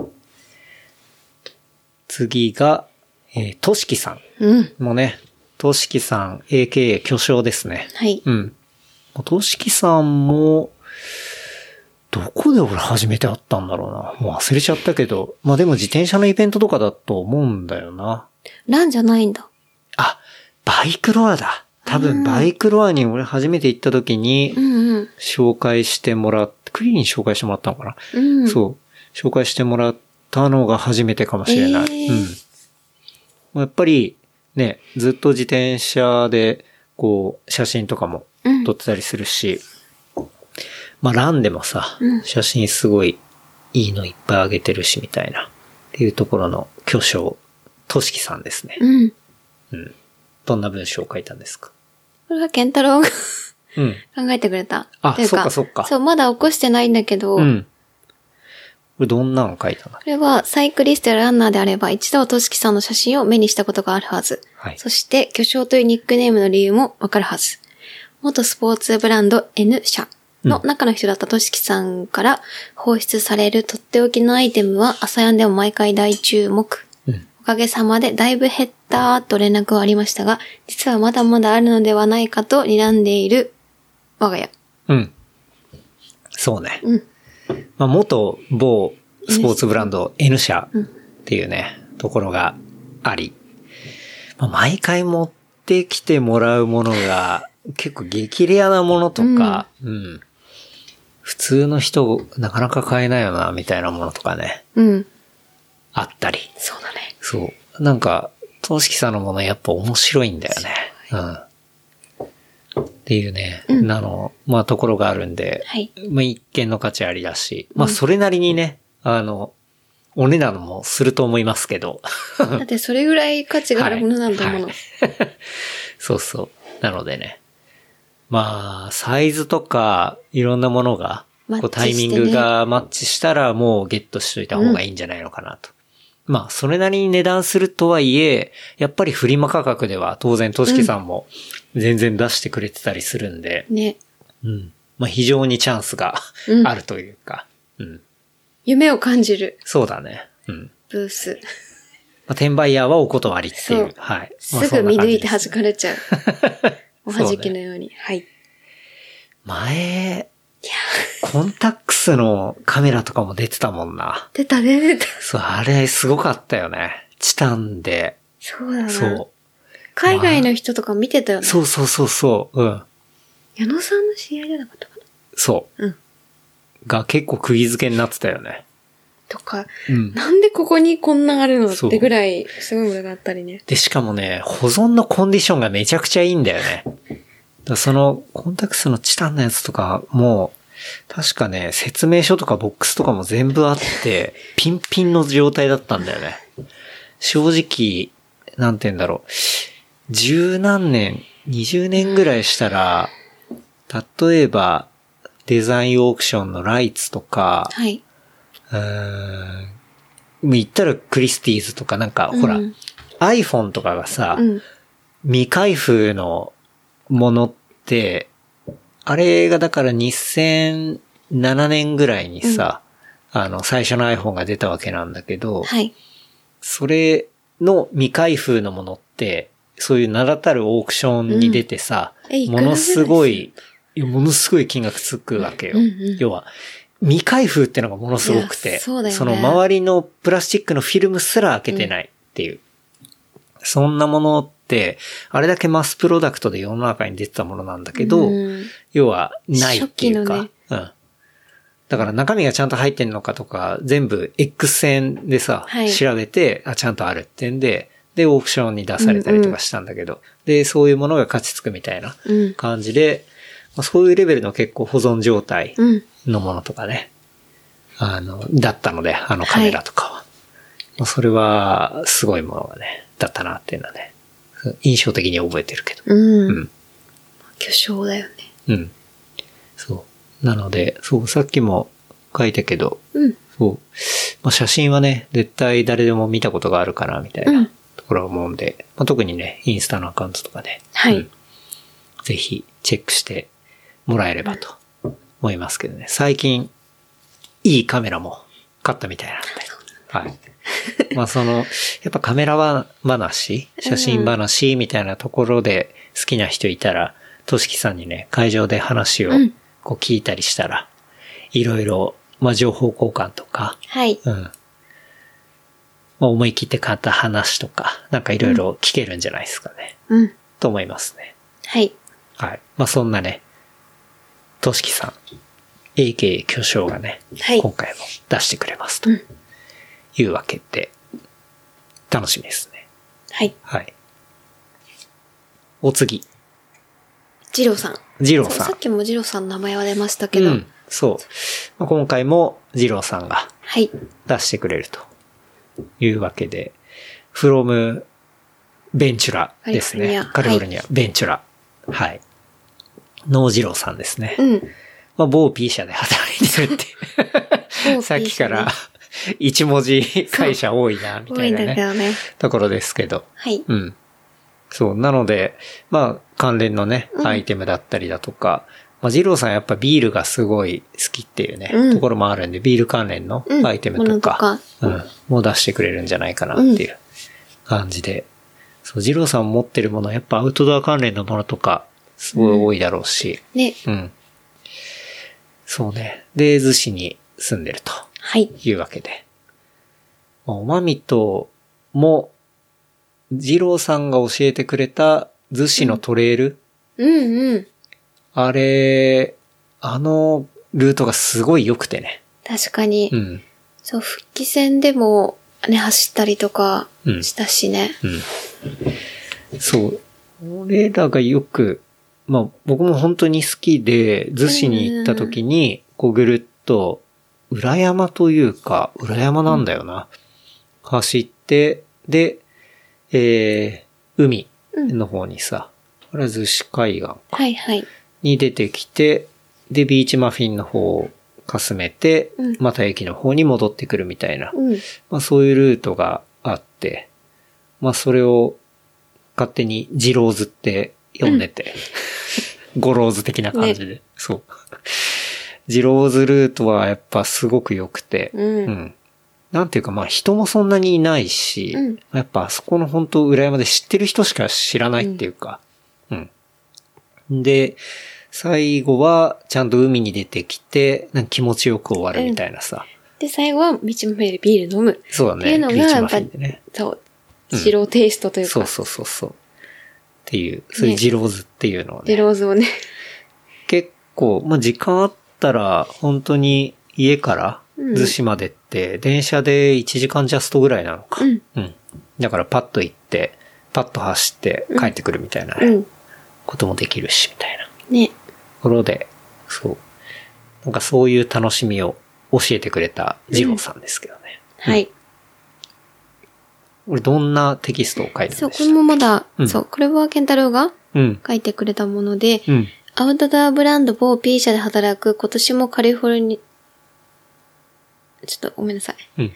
S2: 次が、えー、としきさん。
S3: うん。
S2: もうね、としきさん、AKA 巨匠ですね。
S3: はい。
S2: うん。としきさんも、どこで俺初めて会ったんだろうな。もう忘れちゃったけど。まあでも自転車のイベントとかだと思うんだよな。
S3: ランじゃないんだ。
S2: あ、バイクロアだ。多分バイクロアに俺初めて行った時に
S3: うんうん。
S2: 紹介してもらっクリーンに紹介してもらったのかな、
S3: うん。
S2: そう。紹介してもらったのが初めてかもしれない。
S3: えー
S2: うん。まあやっぱりね、ずっと自転車でこう写真とかも
S3: うん。
S2: 撮ってたりするし、まあランでもさ
S3: うん、
S2: 写真すごいいいのいっぱいあげてるしみたいな、っていうところの巨匠、としきさんですね。
S3: うん。
S2: うん。どんな文章を書いたんですか
S3: これはケンタロウが <laughs>
S2: うん。
S3: 考えてくれた。
S2: あ
S3: という
S2: そっかそっか
S3: そう、まだ起こしてないんだけど、
S2: うん。これどんなの書いたの
S3: これはサイクリストやランナーであれば一度はとしきさんの写真を目にしたことがあるはず。
S2: はい。
S3: そして、巨匠というニックネームの理由もわかるはず。元スポーツブランド N 社の中の人だったとしきさんから放出されるとっておきのアイテムは朝やんでも毎回大注目。
S2: うん。
S3: おかげさまでだいぶ減ったと連絡はありましたが、実はまだまだあるのではないかと睨んでいる我が家。
S2: うん。そうね。
S3: うん。
S2: まあ、元某スポーツブランド N 社っていうね、ところがあり、まあ、毎回持ってきてもらうものが結構激レアなものとか、うん。普通の人なかなか買えないよな、みたいなものとかね、
S3: うん。
S2: あったり。
S3: そうだね。
S2: そう。なんか、としきさんのものやっぱ面白いんだよね。うん。っていうね、なの、まあところがあるんで、 <laughs>
S3: はい。
S2: まあ一見の価値ありだし、まあそれなりにね、あの、お値段もすると思いますけ
S3: <laughs>
S2: ど、
S3: だってそれぐらい価値があるものなんだもの。
S2: はい <laughs> そうそう。なのでね。まあ、サイズとか、いろんなものが、
S3: マッチ
S2: こうタイミン
S3: して
S2: グ
S3: ね
S2: がマッチしたら、もうゲットしといた方がいいんじゃないのかなと。まあ、それなりに値段するとはいえ、やっぱりフリマ価格では、当然、としきさんも全然出してくれてたりするんで、
S3: ね。
S2: うん。まあ、非常にチャンスが
S3: うん
S2: あるというか、うん。
S3: 夢を感じる
S2: そうだね。うん。
S3: ブース。
S2: まあ、転売ヤーはお断りってい
S3: そう
S2: う。はい。まあ
S3: すぐ見抜いて
S2: そんな感じです
S3: 弾かれちゃう。おはじきのように。はい。
S2: 前、コンタックスのカメラとかも出てたもんな。
S3: 出たね、出た。
S2: そう、あれすごかったよね。チタンで。
S3: そうだな。
S2: そ
S3: 海外の人とか見てたよ
S2: う。
S3: ね。
S2: そうそうそうそう。うん。
S3: 矢野さんの知り合いじゃなかったかな
S2: そう。
S3: うん
S2: が結構釘付けになってたよね。
S3: とか、
S2: うん。
S3: なんでここにこんなんあるのっ
S2: そう
S3: てぐらい、すごいものがあったりね。
S2: で、しかもね、保存のコンディションがめちゃくちゃいいんだよね。だからその、コンタックスのチタンのやつとかも、確かね、説明書とかボックスとかも全部あって、ピンピンの状態だったんだよね。正直、なんて言うんだろう。十何年、20年ぐらいしたら、例えば、デザインオークションのライツとか、
S3: はい。
S2: うーん、言ったらクリスティーズとかなんか、ほら、
S3: うん
S2: iPhone とかがさ、
S3: うん。
S2: 未開封のものって、あれがだから2007年ぐらいにさ、あの、最初の iPhone が出たわけなんだけど、
S3: はい。
S2: それの未開封のものって、そういう名だたるオークションに出てさ、
S3: うんえいく
S2: も
S3: らぐらい
S2: のすごい、いやものすごい金額つくわけよ。
S3: うんうん
S2: 要は、未開封ってのがものすごく
S3: い
S2: て、
S3: やそうだよね
S2: の周りのプラスチックのフィルムすら開けてないっていう。そんなものって、あれだけマスプロダクトで世の中に出てたものなんだけど、
S3: うん
S2: 要はないっていうか、
S3: 初
S2: うん。だから中身がちゃんと入ってんのかとか、全部 X 線でさ、
S3: はい
S2: 調べて、あ、ちゃんとあるってんで、で、オークションに出されたりとかしたんだけど、で、そういうものが価値つくみたいな
S3: うん。
S2: 感じで、まあ、そういうレベルの結構保存状態
S3: うん。
S2: のものとかね、あの、だったので、あのカメラとかは。まあそれは、すごいものがね、だったなっていうのはね、印象的に覚えてるけど。
S3: う
S2: うんん。
S3: 巨匠だよね。
S2: うん。そう。なので、そう、さっきも書いたけど、
S3: うん。
S2: そう。まあ、写真はね、絶対誰でも見たことがあるかな、みたいうなんところは思うんで、まあ、特にね、インスタのアカウントとかね、
S3: はい
S2: うんぜひチェックしてもらえればと思いますけどね。最近、いいカメラも買ったみたいなんで。はい。まあその、やっぱカメラは話、写真話みたいなところで好きな人いたら、としきさんにね、会場で話を
S3: うん
S2: こう聞いたりしたら、いろいろ、まあ情報交換とか、
S3: はい。
S2: うん。まあ思い切って買った話とか、なんかいろいろ聞けるんじゃないですかね。
S3: うん。
S2: と思いますね。
S3: はい。
S2: はい。まあそんなね、としきさん、AK 巨匠がね、
S3: はい
S2: 今回も出してくれますと。
S3: うん
S2: いうわけで、楽しみですね。
S3: はい。
S2: はい。お次、
S3: ジローさん。
S2: ジロー
S3: そう
S2: さ
S3: さ
S2: ん
S3: っ。きもジローさんの名前は出ましたけど。
S2: うん、そう。まあ今回もジローさんが
S3: はい。
S2: 出してくれるというわけで、from ベンチュラですね。カ
S3: カリ
S2: リ
S3: フ
S2: フォル
S3: ォルニ
S2: ニ
S3: ア
S2: ア、ベンチュラ。はい。ノージローさんですね。
S3: うん。
S2: まあ、某 P 社で働いて
S3: <laughs>
S2: るっていう。さっきから、 <laughs> 一文字会社多いな、み
S3: 多
S2: た
S3: い
S2: い
S3: ん
S2: な
S3: だけ
S2: ね。
S3: どね。
S2: ところですけど。
S3: はい。
S2: うん。そう。なので、まあ、関連のね、アイテムだったりだとか、まあ、ジローさんやっぱビールがすごい好きっていうね、
S3: うん
S2: ところもあるんで、ビール関連の
S3: うん
S2: アイテムとか、
S3: も
S2: うん、
S3: のと
S2: もう出してくれるんじゃないかなっていう感じで。そう、ジローさん持ってるもの、やっぱアウトドア関連のものとか、すごい多いだろうし、
S3: ね。
S2: うん。そうね。で、逗子に住んでると
S3: はい。
S2: いうわけで。まあおまみとも、二郎さんが教えてくれた逗子のトレイル、
S3: うんうん。
S2: あれ、あのルートがすごい良くてね。
S3: 確かに。
S2: うん。
S3: そう、復帰戦でも、ね、走ったりとか
S2: うん
S3: したしね。
S2: うん。そう。俺らがよく、まあ僕も本当に好きで、逗子に行った時に、こうぐるっと、裏山というか、裏山なんだよな。走って、で、えー、海の方にさ、これは逗子海岸
S3: はいはい。
S2: に出てきて、で、ビーチマフィンの方をかすめて
S3: うん、
S2: また駅の方に戻ってくるみたいな。
S3: うん。
S2: まあそういうルートがあって、まあそれを勝手にジローズって呼んでて、 <laughs> ゴローズ的な感じで、そう。ジローズルートはやっぱすごく良くて、
S3: うん
S2: うん。なんていうかまあ人もそんなにいないし、
S3: うん
S2: やっぱあそこの本当裏山で知ってる人しか知らないっていうか、うん。で、最後はちゃんと海に出てきて、なんか気持ちよく終わるみたいなさ。
S3: で、最後は、道もめるビール飲む。
S2: そうだね。
S3: っていうのが
S2: ビーチ
S3: やっ
S2: マフ
S3: ぱ
S2: ィンでね。
S3: そうう。
S2: ん
S3: ジローテイストというか、
S2: そうそうそうそう。っていう、そういう
S3: ね
S2: ジローズっていうのを
S3: ジ
S2: ね。
S3: ローズをね。
S2: 結構、まあ、時間あったら、本当に家から
S3: うん
S2: 逗子までって、電車で1時間ジャストぐらいなのか。
S3: うん。
S2: うん。だからパッと行って、パッと走って帰ってくるみたいなね、
S3: うん。
S2: こともできるし、みたいなと
S3: ね。
S2: ころで、そう。なんかそういう楽しみを教えてくれたジローさんですけどね。
S3: はい。
S2: 俺どんなテキストを書いて
S3: そ
S2: ま
S3: う、こ
S2: し
S3: れ
S2: た
S3: もまだ、
S2: うん
S3: そう、これは健太郎が
S2: うん。
S3: 書いてくれたもので、
S2: うん。
S3: アウトドアブランド某 P 社で働く今年もカリフォルニア、ちょっとごめんなさい。
S2: うん。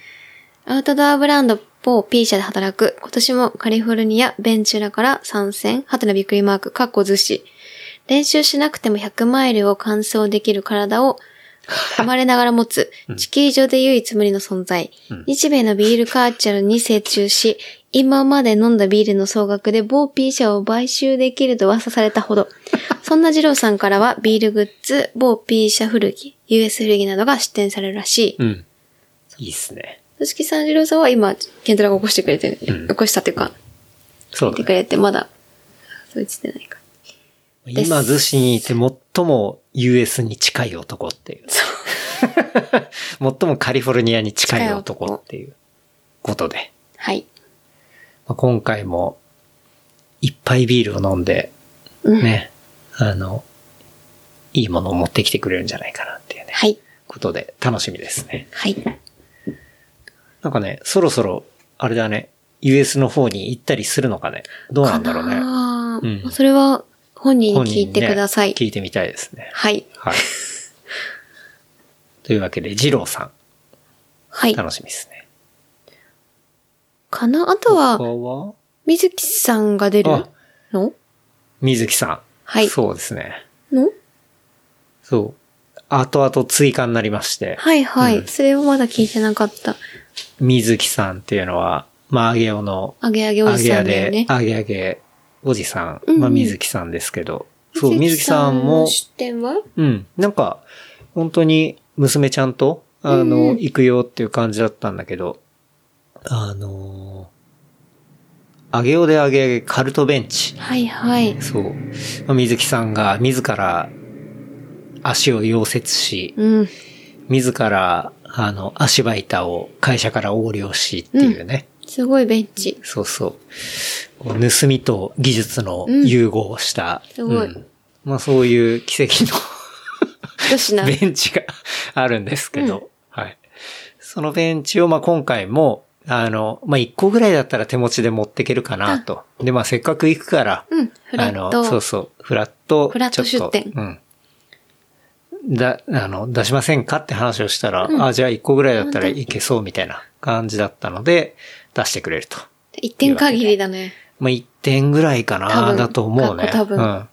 S3: アウトドアブランド某 P 社で働く今年もカリフォルニア、ベンチュラから参戦、ハテナびっくりマーク、かっこ寿司。練習しなくても100マイルを完走できる体を生まれながら持つ、地球上で唯一無二の存在、日米のビールカーチャルに精通し、今まで飲んだビールの総額で某 P 社を買収できると噂されたほど、そんな二郎さんからはビールグッズ、某 P 社古着、US 古着などが出展されるらしい。
S2: うん。いいっすね。
S3: 鈴木さん二郎さんは今、ケントラが起こしてくれてる、
S2: うん
S3: 起こしたというか、
S2: そうだ
S3: 見て
S2: ね
S3: く。れて、まだ、そう言ってないか。です
S2: 今、逗子にいて最も US に近い男っていう。 <laughs> 最もカリフォルニアに近い男っていうことで。
S3: はい。
S2: まあ今回も、いっぱいビールを飲んで、
S3: うん。
S2: ね、あの、いいものを持ってきてくれるんじゃないかなっていうね、
S3: はい。
S2: ことで楽しみですね。
S3: はい。
S2: なんかね、そろそろ、あれだね、US の方に行ったりするのかね。どうなんだろうね。
S3: あー
S2: うん
S3: まあそれは、本人
S2: 本
S3: に
S2: 人
S3: 聞い
S2: に
S3: て
S2: ね
S3: ください。
S2: 聞いてみたいですね。
S3: はい。
S2: はい。 <laughs> というわけで、二郎さん。
S3: はい。
S2: 楽しみですね。
S3: かなあと
S2: 他
S3: は、
S2: は
S3: 水木さんが出る
S2: あ
S3: の
S2: 水木さん。
S3: はい
S2: そうですね。
S3: の
S2: そう。後々追加になりまして、
S3: はいはい、
S2: うん
S3: それをまだ聞いてなかった。
S2: 水木さんっていうのは、まあ、アゲオの、
S3: あげあげお
S2: ア
S3: じ
S2: ゲ
S3: さ
S2: ア
S3: んだよ
S2: で
S3: ね、。
S2: アゲアゲおじさ
S3: うんうん
S2: ん、まあ、水木さんですけど、そう、水木さん
S3: の
S2: も、
S3: 出店は
S2: うん、なんか、本当に娘ちゃんと、あの、
S3: うんうん
S2: 行くよっていう感じだったんだけど、あのー揚げおで揚げ揚げカルトベンチ。
S3: はいはい。
S2: そう。まあ水木さんが自ら足を溶接し、
S3: うん。
S2: 自ら、あの、足場板を会社から横領しっていうね。
S3: すごいベンチ。
S2: そうそう。こう盗みと技術の融合をした。
S3: すごい
S2: んまあそういう奇跡
S3: 女 <laughs> 子な
S2: の。 <laughs> ベンチがあるんですけど、はい。そのベンチをまあ今回も、あの、まあ1個ぐらいだったら手持ちで持ってけるかなと。で、まあせっかく行くから、
S3: うん。フラッ
S2: あの、そう
S3: ト。
S2: そう、フラット、
S3: フラット
S2: ちょっと
S3: 出店
S2: うん。だ、あの、出しませんかって話をしたら、あ、じゃあ1個ぐらいだったらいけそうみたいな感じだったので、出してくれると。
S3: 一点限りだね。
S2: まあ、1点ぐらいか
S3: 多
S2: な、
S3: 分
S2: だと思うね。
S3: 過去多分
S2: うん。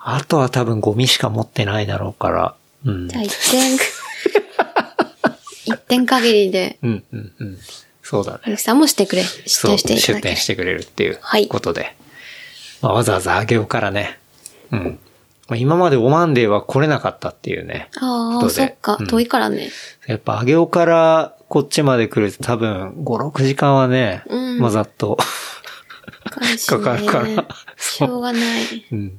S2: あとは多分ゴミしか持ってないだろうから、うん
S3: じ。ゃあ一点。一点限りで、
S2: うん、うん、うん。そうだね。
S3: はるきさんもしてくれ。出
S2: そう
S3: 店してい
S2: 出
S3: ただける
S2: 店してくれるっていう
S3: はい
S2: ことで。まあ、わざわざあげおからね。うん。まあ、今までオマンデーは来れなかったっていうね。
S3: あ
S2: 人
S3: あ、
S2: で
S3: そっか
S2: うん。
S3: 遠いから
S2: <laughs>
S3: ね。
S2: やっぱあげおからこっちまで来ると多分5、6時間はね、
S3: うん
S2: まあざっと。
S3: か
S2: かかるから
S3: しょうがない。
S2: うん。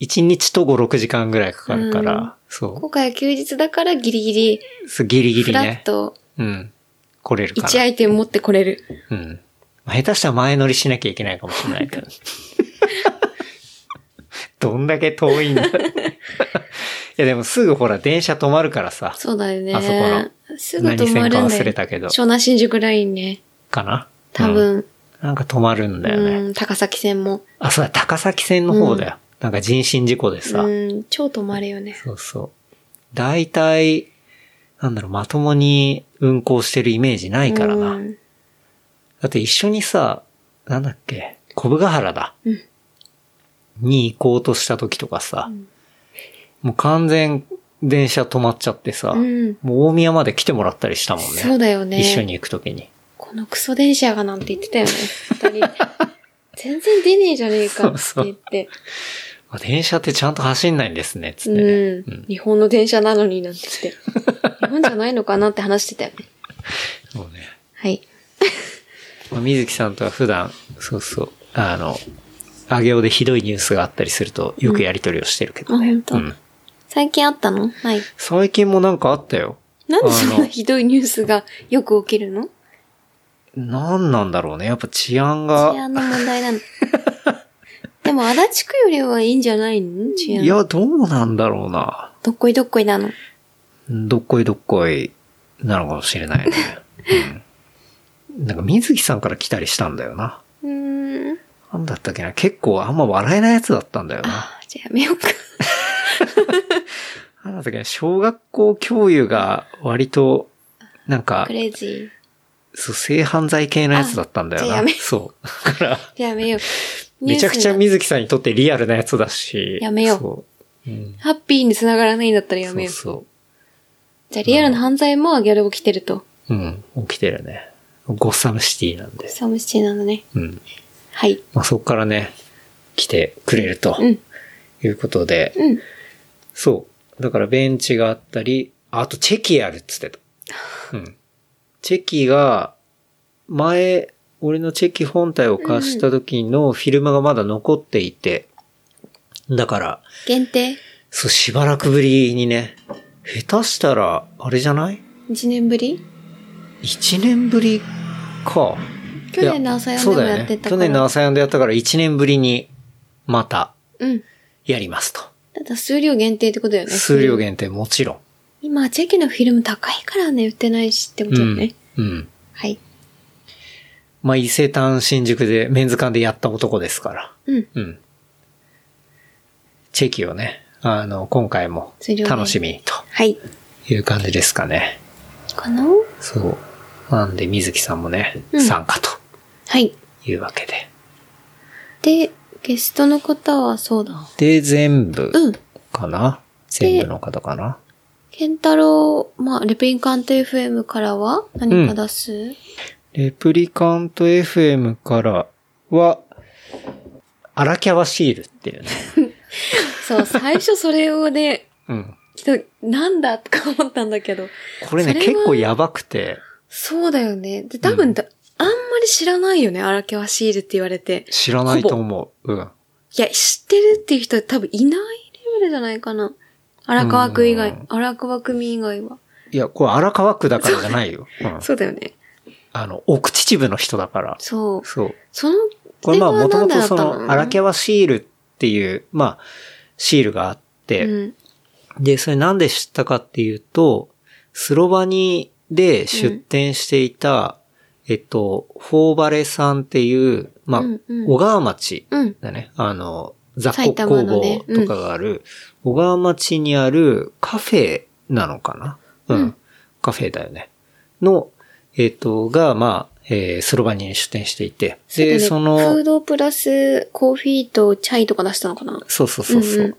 S2: 1日と5、6時間ぐらいかかるから、
S3: うん
S2: そ
S3: 今回は休日だからギリギリ、
S2: うそう。ギリギ
S3: フ
S2: リ
S3: ラッ
S2: ね。
S3: ト
S2: うん。来れるか
S3: 1ア
S2: な。
S3: イテム持ってこれる。
S2: うん。まあ下手したら前乗りしなきゃいけないかもしれないけ
S3: <laughs>
S2: ど。どんだけ遠いん
S3: <laughs>
S2: だ。いやでもすぐほら電車止まるからさ、
S3: そうだよね。
S2: あそこの
S3: すぐ止まるんだよ
S2: 何線か忘れたけど
S3: 湘南新宿ラインね。
S2: かな。
S3: 多
S2: うん、
S3: 分、
S2: なんか止まるんだよね。
S3: うん、高崎線も。
S2: あ、そうだ、高崎線の方だよ。なんか人身事故でさ。
S3: うん、超止まるよね。
S2: そうそう。大体、なんだろう、まともに運行してるイメージないからな。
S3: うん
S2: だって一緒にさ、なんだっけ、小部ヶ原だ。
S3: うん
S2: に行こうとした時とかさ、もう完全電車止まっちゃってさ、
S3: うん
S2: もう大宮まで来てもらったりしたもんね。
S3: そうだよね。
S2: 一緒に行く時に。
S3: このクソ電車がなんて言ってたよね。二
S2: <laughs>
S3: 人全然出ねえじゃねえかって言って。
S2: あ電車ってちゃんと走んないんですね、つってね、
S3: う
S2: うん
S3: ん。日本の電車なのになんて言って。日本じゃないのかなって話してたよね。
S2: そうね。
S3: はい。
S2: まあ、水木さんとは普段、そうそう、あの、あげおでひどいニュースがあったりすると、よくやりとりをしてるけどね。
S3: うんあ本当最近あったのない。
S2: 最近もなんかあったよ。
S3: なんでそ
S2: あ
S3: んな
S2: の
S3: ひどいニュースがよく起きるの
S2: なんなんだろうね。やっぱ治安
S3: 治
S2: が。
S3: 安の問題なの。でも、足立区よりはいいんじゃないの治安。
S2: いや、どうなんだろうな。
S3: どっこいどっこいなの。
S2: どっこいどっこい、なのかもしれ
S3: <laughs>
S2: ないね。うん、なんか水木さんから来たりしたんだよな。
S3: うーん。
S2: なんだったっけな。結構あんま笑えないやつだったんだよな。
S3: あじゃあやめようか。
S2: なんだったっけな。小学校教諭が割と、なんか
S3: ク、レイジー。
S2: そう、性犯罪系のやつだったんだよ
S3: あじゃあ
S2: な
S3: や。め
S2: そう。だから、
S3: じゃあやめよう。
S2: めちゃくちゃ
S3: ニュー
S2: 水木さんにとってリアルなやつだし。
S3: やめよう
S2: そう。うん
S3: スがハッピーに繋がらないんだったらやめよう。
S2: そう
S3: じゃあリアルな犯罪もギャル起きてると。
S2: そう。うん。起きてるね。ゴッサムシティなんで。
S3: サムシティなのね。
S2: うん。
S3: はい。
S2: まあ、そこからね、来てくれると
S3: うん。
S2: いうことで。
S3: うん。
S2: そう。だからベンチがあったり、あとチェキやるっつって
S3: <laughs>
S2: た。うん。チェキが、前、俺のチェキ本体を貸した時のフィルムがまだ残っていて、だから、
S3: 限定
S2: そう、しばらくぶりにね、下手したら、あれじゃない
S3: ?1 年ぶり
S2: ?1 年ぶりか。
S3: 去年の朝やんでもやってたか
S2: そうだよね。去
S3: ら。
S2: 年の朝やんでやったから1年ぶりに、また、
S3: うん。
S2: やりますと。
S3: ただ数量限定ってことだよね。
S2: 数量限定もちろん。
S3: 今、チェキのフィルム高いからね、売ってないしってこと
S2: う
S3: だよね。
S2: ん。うん。
S3: はい。
S2: まあ、伊勢丹新宿で、メンズ館でやった男ですから。
S3: うん。
S2: うん。チェキをね、あの、今回も
S3: 数量限定
S2: 楽しみにと
S3: はい。
S2: いう感じですかね。
S3: かな
S2: そう。なんで、水木さんもね、
S3: うん
S2: 参加と
S3: はい。
S2: いうわけで。
S3: で、ゲストの方はそうだ。
S2: で、全部
S3: うん。
S2: かな、全部の方かな
S3: ケンタロウ、まあ、レプリンカント FM からは何か出す、
S2: レプリカント FM からは、荒キャバシールっていうね。
S3: そう、最初それをね、 <laughs>
S2: うん。
S3: きっと、なんだとか思ったんだけど。
S2: これね、
S3: それは
S2: 結構やばくて、
S3: そうだよね。で、多分だ、あんまり知らないよね、荒険はシールって言われて。
S2: 知らないと思う。うん。
S3: いや、知ってるっていう人は多分いないレベルじゃないかな。荒川区以
S2: う
S3: 外
S2: ん、
S3: 荒川区民以外は。
S2: いや、これ荒川区だからじゃないよ。うん。
S3: そうだよね。
S2: あの、奥秩父の人だから。
S3: そう。
S2: そう。
S3: その、
S2: これまあもともとそ
S3: 電話なん
S2: の、
S3: だ
S2: 荒川シールっていう、まあ、シールがあって、
S3: うん。
S2: で、それなんで知ったかっていうと、スロバニーで出店していた、えっと、フォーバレさんっていう、まあ、
S3: うんうん
S2: 小川町
S3: うん。
S2: だね。あの、雑
S3: 埼
S2: 穀
S3: 玉
S2: 工
S3: のね
S2: 房とかがある、小川町にあるカフェなのかなうん。
S3: うん
S2: カフェだよね。の、えっと、が、まあ、えースロバニーに出店していて。で、その、
S3: フードプラスコーヒーとチャイとか出したのかな
S2: そうそうそうそう。
S3: うんうん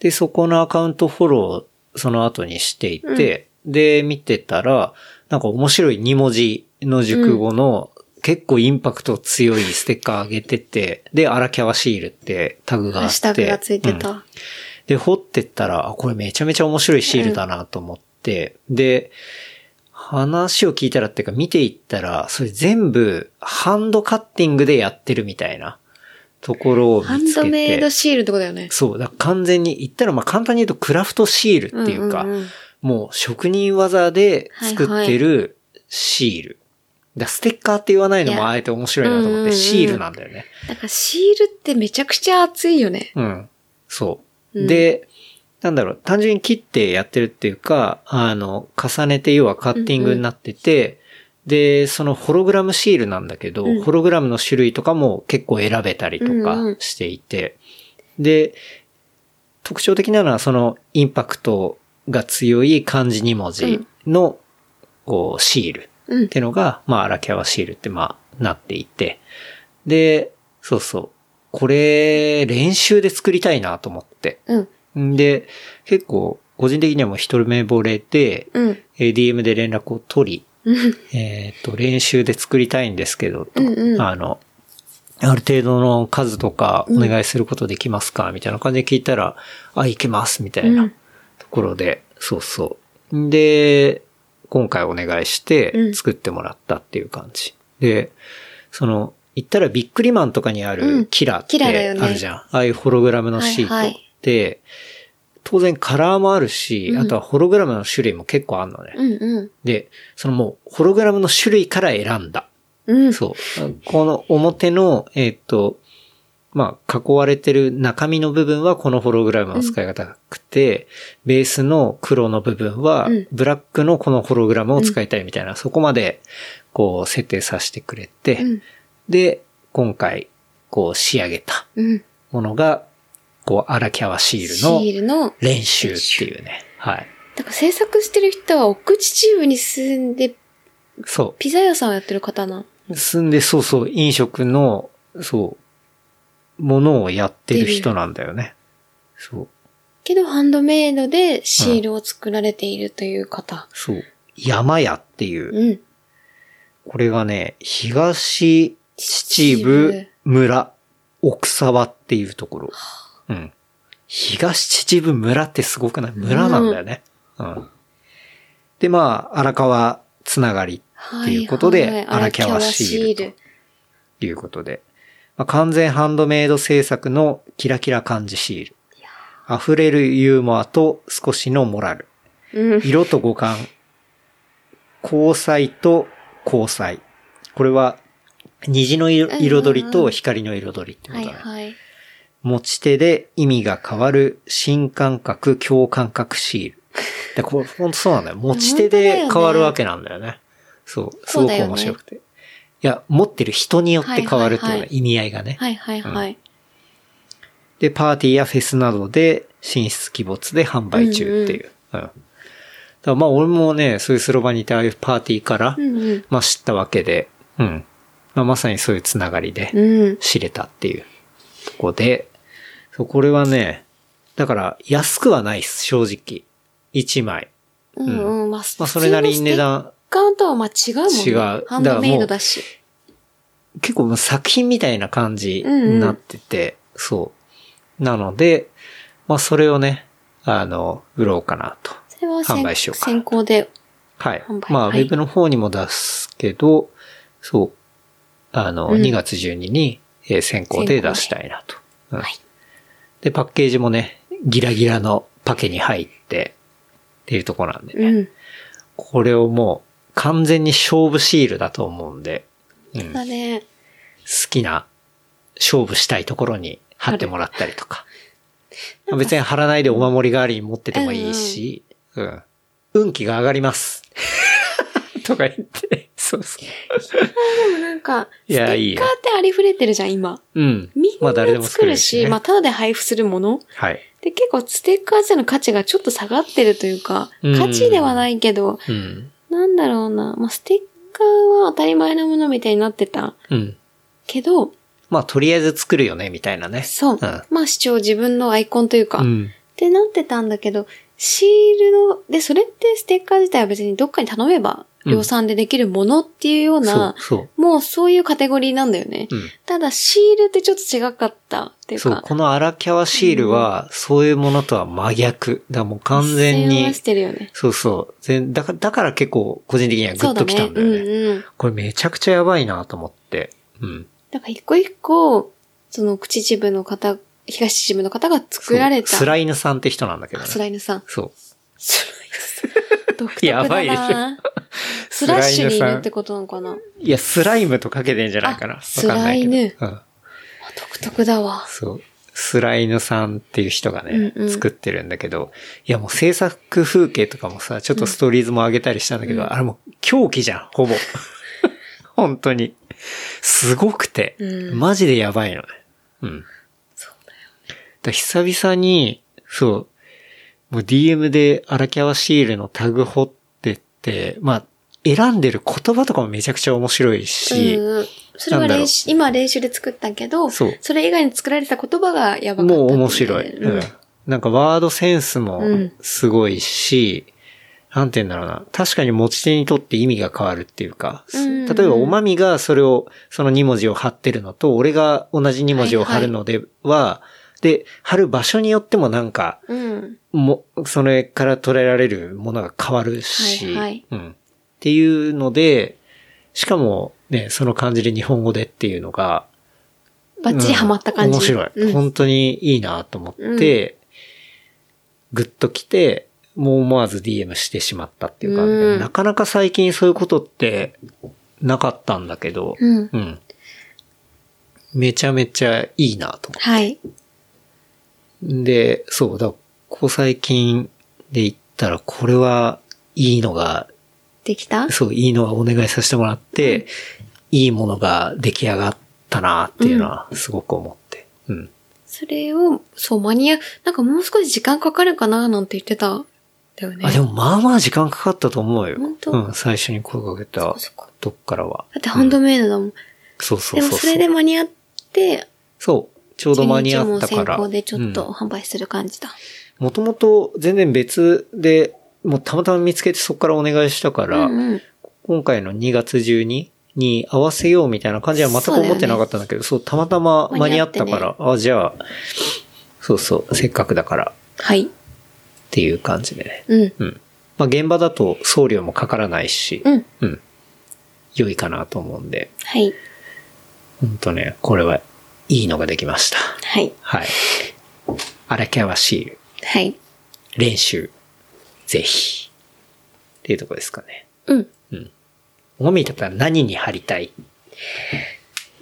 S2: で、そこのアカウントフォローをその後にしていて、で、見てたら、なんか面白い2文字の熟語の、結構インパクト強いステッカー上げてて、で、荒キャワシールってタグがあ
S3: ハ
S2: って。
S3: ッシュタグがついて
S2: うん
S3: た。
S2: で、掘ってったら、あこれめちゃめちゃ面白いシールだなと思って、で、話を聞いたらっていうか見ていったら、それ全部ハンドカッティングでやってるみたいなところを見つけて。
S3: ハンドメイドシールってことだよね。
S2: そう、だから完全に、言ったらまあ簡単に言うとクラフトシールっていうか、
S3: んんん
S2: もう職人技で作ってるシール。だからステッカーって言わないの
S3: いや
S2: もあえて面白いなと思
S3: うん
S2: っ
S3: うんう
S2: て、
S3: ん
S2: シールなんだよね。
S3: だからシールってめちゃくちゃ熱いよね。
S2: うん。そう。
S3: うん
S2: で、なんだろう、単純に切ってやってるっていうか、あの、重ねて要はカッティングになってて、で、そのホログラムシールなんだけど、
S3: うん
S2: ホログラムの種類とかも結構選べたりと
S3: うんうん
S2: かしていて、で、特徴的なのはそのインパクトが強い漢字2文字の、こう、シール
S3: うん
S2: っ。てのが、まあ、荒キャワシールって、まあ、なっていて。で、そうそう。これ、練習で作りたいなと思って。
S3: うん。
S2: んで、結構、個人的にはもう一目惚れで、
S3: うん。
S2: えー DM で連絡を取
S3: うん。
S2: り、えっ、と、練習で作りたいんですけど、と
S3: うんうん
S2: あの、ある程度の数とかお願いすることできますかみたいな感じで聞いたら、あ、いけますみたい
S3: うん
S2: なところで、そうそう。んで、今回お願いして作ってもらったっていう感じ。で、その、言ったらビックリマンとかにあ
S3: うん
S2: るキラーっ
S3: キ
S2: て
S3: ラーだよね
S2: あるじゃん。ああいうホログラムのシート。
S3: はいはい
S2: で、当然カラーもあるし、
S3: うん
S2: あとはホログラムの種類も結構あるのね。
S3: うん。うん。
S2: で、そのもう、ホログラムの種類から選んだ。
S3: うん。
S2: そう。この表の、えーっと、まあ、囲われてる中身の部分はこのホログラムの使い方がくて、ベースの黒の部分は
S3: うん、
S2: ブラックのこのホログラムを使いたいみたいな、そこまで、こう、設定させてくれて、
S3: うん。
S2: で、今回、こう、仕上げた
S3: うん。
S2: ものが、こう、荒キャワシ
S3: シ
S2: ールの
S3: ールの。
S2: 練習っていうね。はい。
S3: だから制作してる人は奥秩父に住んで、
S2: そう。
S3: ピザ屋さんをやってる方な。
S2: 住んで、そうそう、飲食の、そう、ものをやってる人なんだよね。そう、
S3: けど、ハンドメイドでシールを作られているという方。
S2: そう。山屋っていう、
S3: うん。
S2: これがね、東秩父村奥沢っていうところ。うん。東秩父村ってすごくない村なんだよね。うん。で、まあ、荒川つながり
S3: は
S2: っていうことで
S3: 荒
S2: 荒キ
S3: キャ
S2: ャ
S3: ワ
S2: ワ
S3: シ
S2: シ
S3: ー
S2: ー
S3: ル
S2: ル。ということで、まあ、完全ハンドメイド制作のキラキラ漢字シール。溢れるユーモアと少しのモラル。
S3: うん。
S2: 色と五感。交際と交際。これは虹の色彩りと光の彩りってこ
S3: は
S2: と
S3: い
S2: だね。
S3: はい。
S2: 持ち手で意味が変わる新感覚、強感覚シール。で、これ本当そう <laughs> なんだよ。持ち手で変わるわけなんだよね。そう。す
S3: そう
S2: ごく
S3: だよね
S2: 面白くて。いや、持ってる人によって変わるっていうの
S3: はいは
S2: はい
S3: は
S2: 意味合いがね。
S3: はいはいはい。
S2: で、パーティーやフェスなどで、進出鬼没で販売中っていう。うんだからまあ、俺もね、そういうスロバにいて、ああいうパーティーから、
S3: うんうん。
S2: まあ知ったわけで、うん。まあ、まさにそういうつながりで、
S3: うん。
S2: 知れたっていうとこで、そうこれはね、だから安くはないっす、正直。1枚。
S3: うんうん。まあ、
S2: まあそれなりに値段、
S3: カウントはまあ違うもんね。
S2: 違うだからもう
S3: ハンドメイドだし。
S2: 結構もう作品みたいな感じになってて、そう。なので、まあそれをね、あの、売ろうかなと。
S3: それは先
S2: 販売しようか
S3: 先行で。
S2: はい
S3: 販売。
S2: まあ、
S3: はい
S2: ウェブの方にも出すけど、そう。あの、
S3: うん
S2: 2月12に、えー先行で出したいなと。うん
S3: はい
S2: で、パッケージもね、ギラギラのパケに入って、っていうところなんでね。
S3: うん。
S2: これをもう、完全に勝負シールだと思うんで、うん、好
S3: だね。
S2: きな、勝負したいところに貼ってもらったりとか。別に貼らないでお守り代わりに持っててもいいし、うん。運気が上がり
S3: <laughs>
S2: ます。とか言って、そうそう。
S3: でもなんか、ス
S2: い
S3: テッカ
S2: や
S3: ーっ
S2: いい
S3: て
S2: よ
S3: ありふれてるじゃん、今。
S2: うん。
S3: みん
S2: まあ
S3: な
S2: 誰でも
S3: 作るし、
S2: ね
S3: まあ、ただで配布するもの
S2: はい。
S3: で、結構ステッカー自体の価値がちょっと下がってるというか、
S2: うん
S3: 価値ではないけど、
S2: うん。
S3: なんだろうな、まあ、ステッカーは当たり前のものみたいになってた
S2: うん。
S3: けど、
S2: まあ、とりあえず作るよね、みたいなね。
S3: そう、
S2: うん
S3: まあ視聴自分のアイコンというか、
S2: う
S3: っ
S2: ん。
S3: てなってたんだけど、シールの、で、それってステッカー自体は別にどっかに頼めば
S2: うん
S3: 量産でできるものっていうよう
S2: そう
S3: な、、
S2: そ
S3: もうそういうカテゴリーなんだよね。
S2: う。うん。
S3: ただシールってちょっと違かったっていう
S2: そう、
S3: か、
S2: この荒キャワシールは、そういうものとは真逆。だからもう完全
S3: 線を
S2: に
S3: 出し、てるよね。
S2: そうそう。全だから、だから結構、個人的にはグ
S3: そ
S2: ッ
S3: うだ
S2: とき
S3: ね。
S2: たんだ
S3: う
S2: よ
S3: ん
S2: ね。
S3: うん。
S2: これめちゃくちゃやばいなと思って。うん。
S3: だから一個一個、その、口秩父の方、東秩父の方が作られた。
S2: そうスライヌさんって人なんだけどね。
S3: スライヌさん。
S2: そう。
S3: スライヌさん。独特
S2: <laughs>
S3: だ
S2: やばいでし
S3: なスラッシュにいるってことなのかな。
S2: いや、スライムとかけてんじゃないかな。
S3: あ
S2: わかんないけど
S3: スライヌ
S2: うん。
S3: 独特だわ。
S2: そう。スライヌさんっていう人がね、
S3: うんうん
S2: 作ってるんだけど、いやもう制作風景とかもさ、ちょっとストーリーズも上げたりしたんだけど、あれもう狂気じゃん、
S3: <laughs>
S2: ほぼ。本当に。すごくて、
S3: うん
S2: マジでやばいのね。うん。
S3: そうだよ。
S2: だ久々に、そう、もう DM で荒キャワシールのタグ掘ってって、まあ、選んでる言葉とかもめちゃくちゃ面白いし、
S3: うんうん。それ
S2: な
S3: は
S2: んだろう
S3: 練習、今練習で作ったけど、
S2: そう
S3: それ以外に作られた言葉がやばかった
S2: も
S3: ってう
S2: う面白い。
S3: う
S2: うんん。なんかワードセンスも
S3: うん
S2: すごいし、なんて言うんだろうな。確かに持ち手にとって意味が変わるっていうか、
S3: うんうんうん
S2: 例えばおまみがそれを、その2文字を貼ってるのと、俺が同じ2文字を貼るのでは、で、貼る場所によってもなんか、
S3: うん。
S2: も、それから捉えられるものが変わるし、
S3: はいはい
S2: うん。っていうので、しかもね、その感じで日本語でっていうのが、
S3: バッチリハマった感じ。
S2: うん面白い。
S3: うん。
S2: 本当にいいなと思って、ぐっと来て、もう思わず DM してしまったっていうか、
S3: うん
S2: なかなか最近そういうことってなかったんだけど、
S3: うん。
S2: うん。めちゃめちゃいいなと思
S3: はい。
S2: って。で、そう、だここ最近で言ったら、これはいいのが、
S3: できた
S2: そう、いいのはお願いさせてもらって、いいものが出来上がったなっていうのはすごく思って。うん
S3: それを、そう、マニア、なんかもう少し時間かかるかななんて言ってたんだよね。
S2: あ、でもまあまあ時間かかったと思うよ。
S3: 本当
S2: うん、最初に声かけた
S3: そっか
S2: とこからは。
S3: だってハンド
S2: うん
S3: メイドだもん。
S2: そうそう
S3: で
S2: そう
S3: も
S2: そう。
S3: それで間に合って、
S2: そう。ちょうど間に合ったから。
S3: 12日も先行でちょっと販売する感じだ。
S2: もともと全然別で、もうたまたま見つけてそこからお願いしたか
S3: う
S2: ら、
S3: んうん。
S2: 今回の2月12に合わせようみたいな感じは全く思ってなかったんだけど、そう,、たまたま間に合ったから、あ、じゃあ、そうそう、せっかくだから
S3: はい。
S2: っていう感じでね。
S3: うん。
S2: うん。まあ現場だと送料もかからないし、
S3: うん。
S2: うん。良いかなと思うんで。
S3: はい。
S2: ほんとね、これはいいのができました。
S3: はい。
S2: はい。荒キャワシール、
S3: はい。
S2: 練習、ぜひ。っていうとこですかね。
S3: うん。
S2: もみだったら何に貼りたい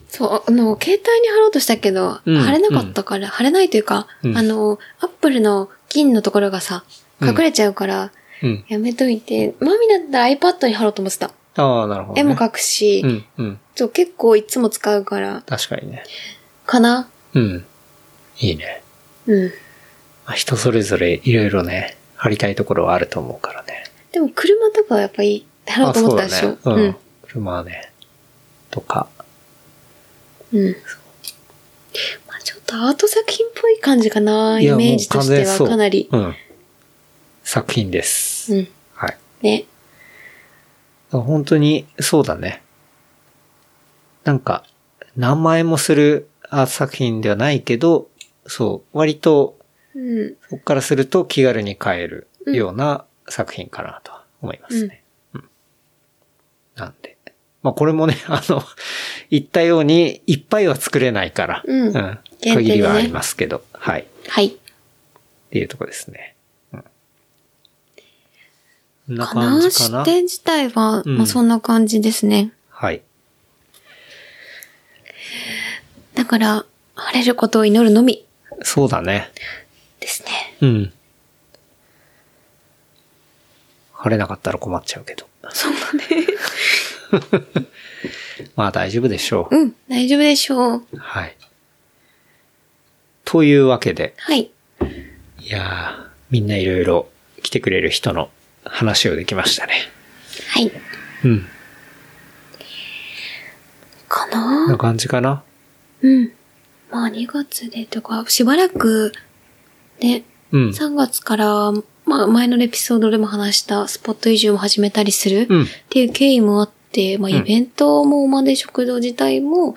S3: そう、あの、携帯に貼ろうとしたけど、
S2: うん
S3: 貼れなかったから、貼れないというか、
S2: うん
S3: あの、アップルの銀のところがさ、
S2: うん
S3: 隠れちゃうから、
S2: うん。
S3: やめといて、マミだったら iPad に貼ろうと思ってた。
S2: ああ、なるほど、ね。
S3: 絵も描くし、
S2: うん、うん。
S3: そう結構いつも使うから、
S2: 確かにね。
S3: かな
S2: うん。いいね。
S3: うん。
S2: まあ人それぞれいろいろね、貼りたいところはあると思うからね。
S3: でも車とかはやっぱり貼ろうと思ったでしょ。
S2: あそうだね。うん。車はね、とか。
S3: うん。うん。まあちょっとアート作品っぽい感じかな、
S2: い
S3: イ
S2: や
S3: メージとしてはかなり。
S2: もう完全にそううん。作品です。
S3: うん。
S2: はい。
S3: ね。
S2: 本当に、そうだね。なんか、何万円もするアート作品ではないけど、そう、割と、
S3: うん。
S2: ここからすると気軽に買えるような作品かなとは思いますね。うん。なんで。まあこれもね、 <laughs> あの、言ったように、いっぱいは作れないから、
S3: うん限定でね
S2: 限りはありますけど、はい。っ
S3: はい。
S2: ていうとこですね。うん。こんな
S3: か
S2: 感
S3: な
S2: じかな
S3: 視。点自体は、
S2: うん
S3: まあそんな感じですね。
S2: はい。
S3: だから、晴れることを祈るのみ
S2: そうだね。
S3: ですね。
S2: うん。晴れなかったら困っちゃうけど。
S3: そうだね。
S2: <laughs> まあ大丈夫でしょう。
S3: うん、大丈夫でしょう。
S2: はい。というわけで、
S3: はい。
S2: いやー、みんないろいろ来てくれる人の話をできましたね。
S3: はい。
S2: うん。
S3: かな
S2: な感じかな。
S3: うん。まあ2月でとか、しばらく、ね、
S2: うん。
S3: 3月から、まあ前のエピソードでも話したスポット移住も始めたりする
S2: うん
S3: っていう経緯もあって、まあ
S2: うん
S3: イベントもおまで食堂自体も、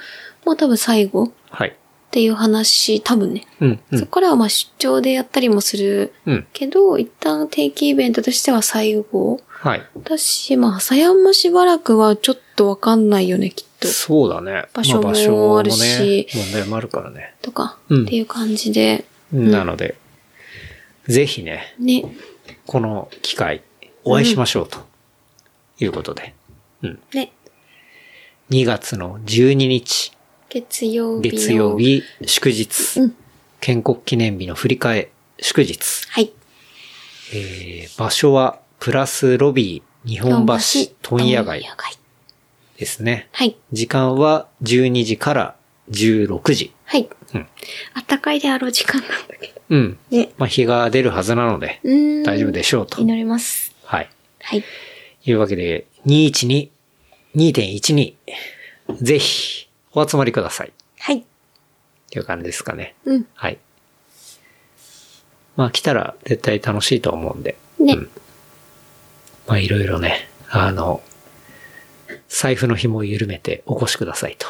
S3: まあ多分最後っ
S2: はい。
S3: ていう話、多分ね。
S2: うん。う
S3: そ
S2: ん。
S3: こからはまあ出張でやったりもする
S2: うん。
S3: けど、一旦定期イベントとしては最後。
S2: はい。
S3: だし、まあ朝やんもしばらくはちょっとわかんないよね、きっと。
S2: そうだね。
S3: 場所も
S2: ま場所
S3: ある
S2: ね、
S3: し
S2: 問題もあるからね。
S3: とか、
S2: うん
S3: っていう感じで。ん
S2: なので、ぜひね、
S3: ね。
S2: この機会、お会いしましょうということで。うん。
S3: ね。
S2: 2月の12日、
S3: 月曜日の。
S2: 月曜。日、祝日、
S3: うん
S2: 建国記念日の振り替え、祝日。
S3: はい。
S2: えー場所は、プラスロビー、日本橋、問屋街
S3: 問屋街。
S2: ですね。
S3: はい。
S2: 時間は12時から16時。
S3: はい。
S2: うん。
S3: あったかいであろう時間なんだけど。
S2: うん。
S3: ね。
S2: まあ、日が出るはずなので、
S3: うーん。
S2: 大丈夫でしょうと。
S3: 祈ります。
S2: はい。
S3: はい。
S2: いうわけで、212、2.12、ぜひ、お集まりください。
S3: はい。
S2: という感じですかね。
S3: うん。
S2: はい。まあ、来たら絶対楽しいと思うんで。
S3: ね。
S2: うんまあ、いろいろね、あの、財布の紐を緩めてお越しくださいと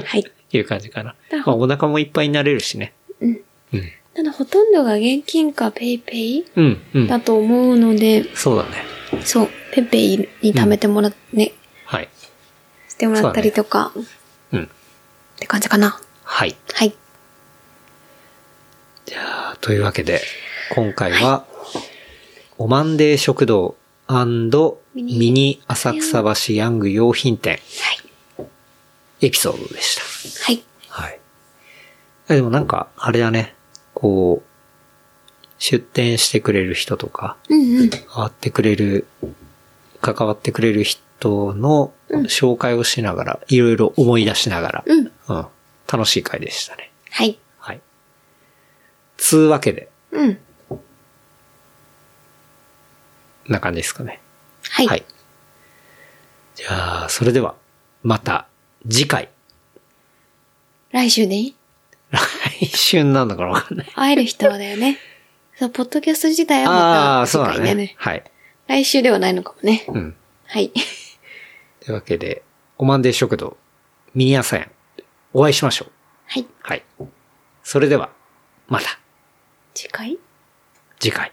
S3: はい。
S2: いう感じかな
S3: なる。ほ
S2: まあ、お腹もいっぱいになれるしね。
S3: うん。
S2: うん。
S3: ただほとんどが現金かペイペイ
S2: うん、うん。
S3: だと思うので、
S2: そうだね。
S3: そう、ペイペイに貯めてもらっ、ね、
S2: はい。
S3: してもらったりとか、
S2: うん。
S3: って感じかな。
S2: はい。
S3: はい。
S2: というわけで、今回は、おまんでー食堂ミニ浅草橋ヤング用品店
S3: はい。
S2: エピソードでした。
S3: はい。
S2: はい。あでもなんか、あれだね、こう、出店してくれる人とか、
S3: うんうん。
S2: 関わってくれる、関わってくれる人の紹介をしながら、いろいろ思い出しながら、
S3: うん。
S2: うん、楽しい回でしたね。
S3: はい。
S2: はい。つうわけで、
S3: うん。
S2: こんな感じですかね。
S3: はい。
S2: はい。じゃあ、それでは、また次回。
S3: 来週でいい
S2: 来週になるのかなわかんない。
S3: 会える人はだよね。そう、ポッドキャスト自体は
S2: ああー、
S3: また次
S2: そう
S3: 回
S2: だ
S3: だよ
S2: ね
S3: ね。。
S2: はい。
S3: 来週ではないのかもね。
S2: うん。
S3: はい。
S2: というわけで、おまんで食堂、ミニ朝やん、お会いしましょう。
S3: はい。
S2: はい。それでは、また
S3: 次回 <laughs>
S2: 次回。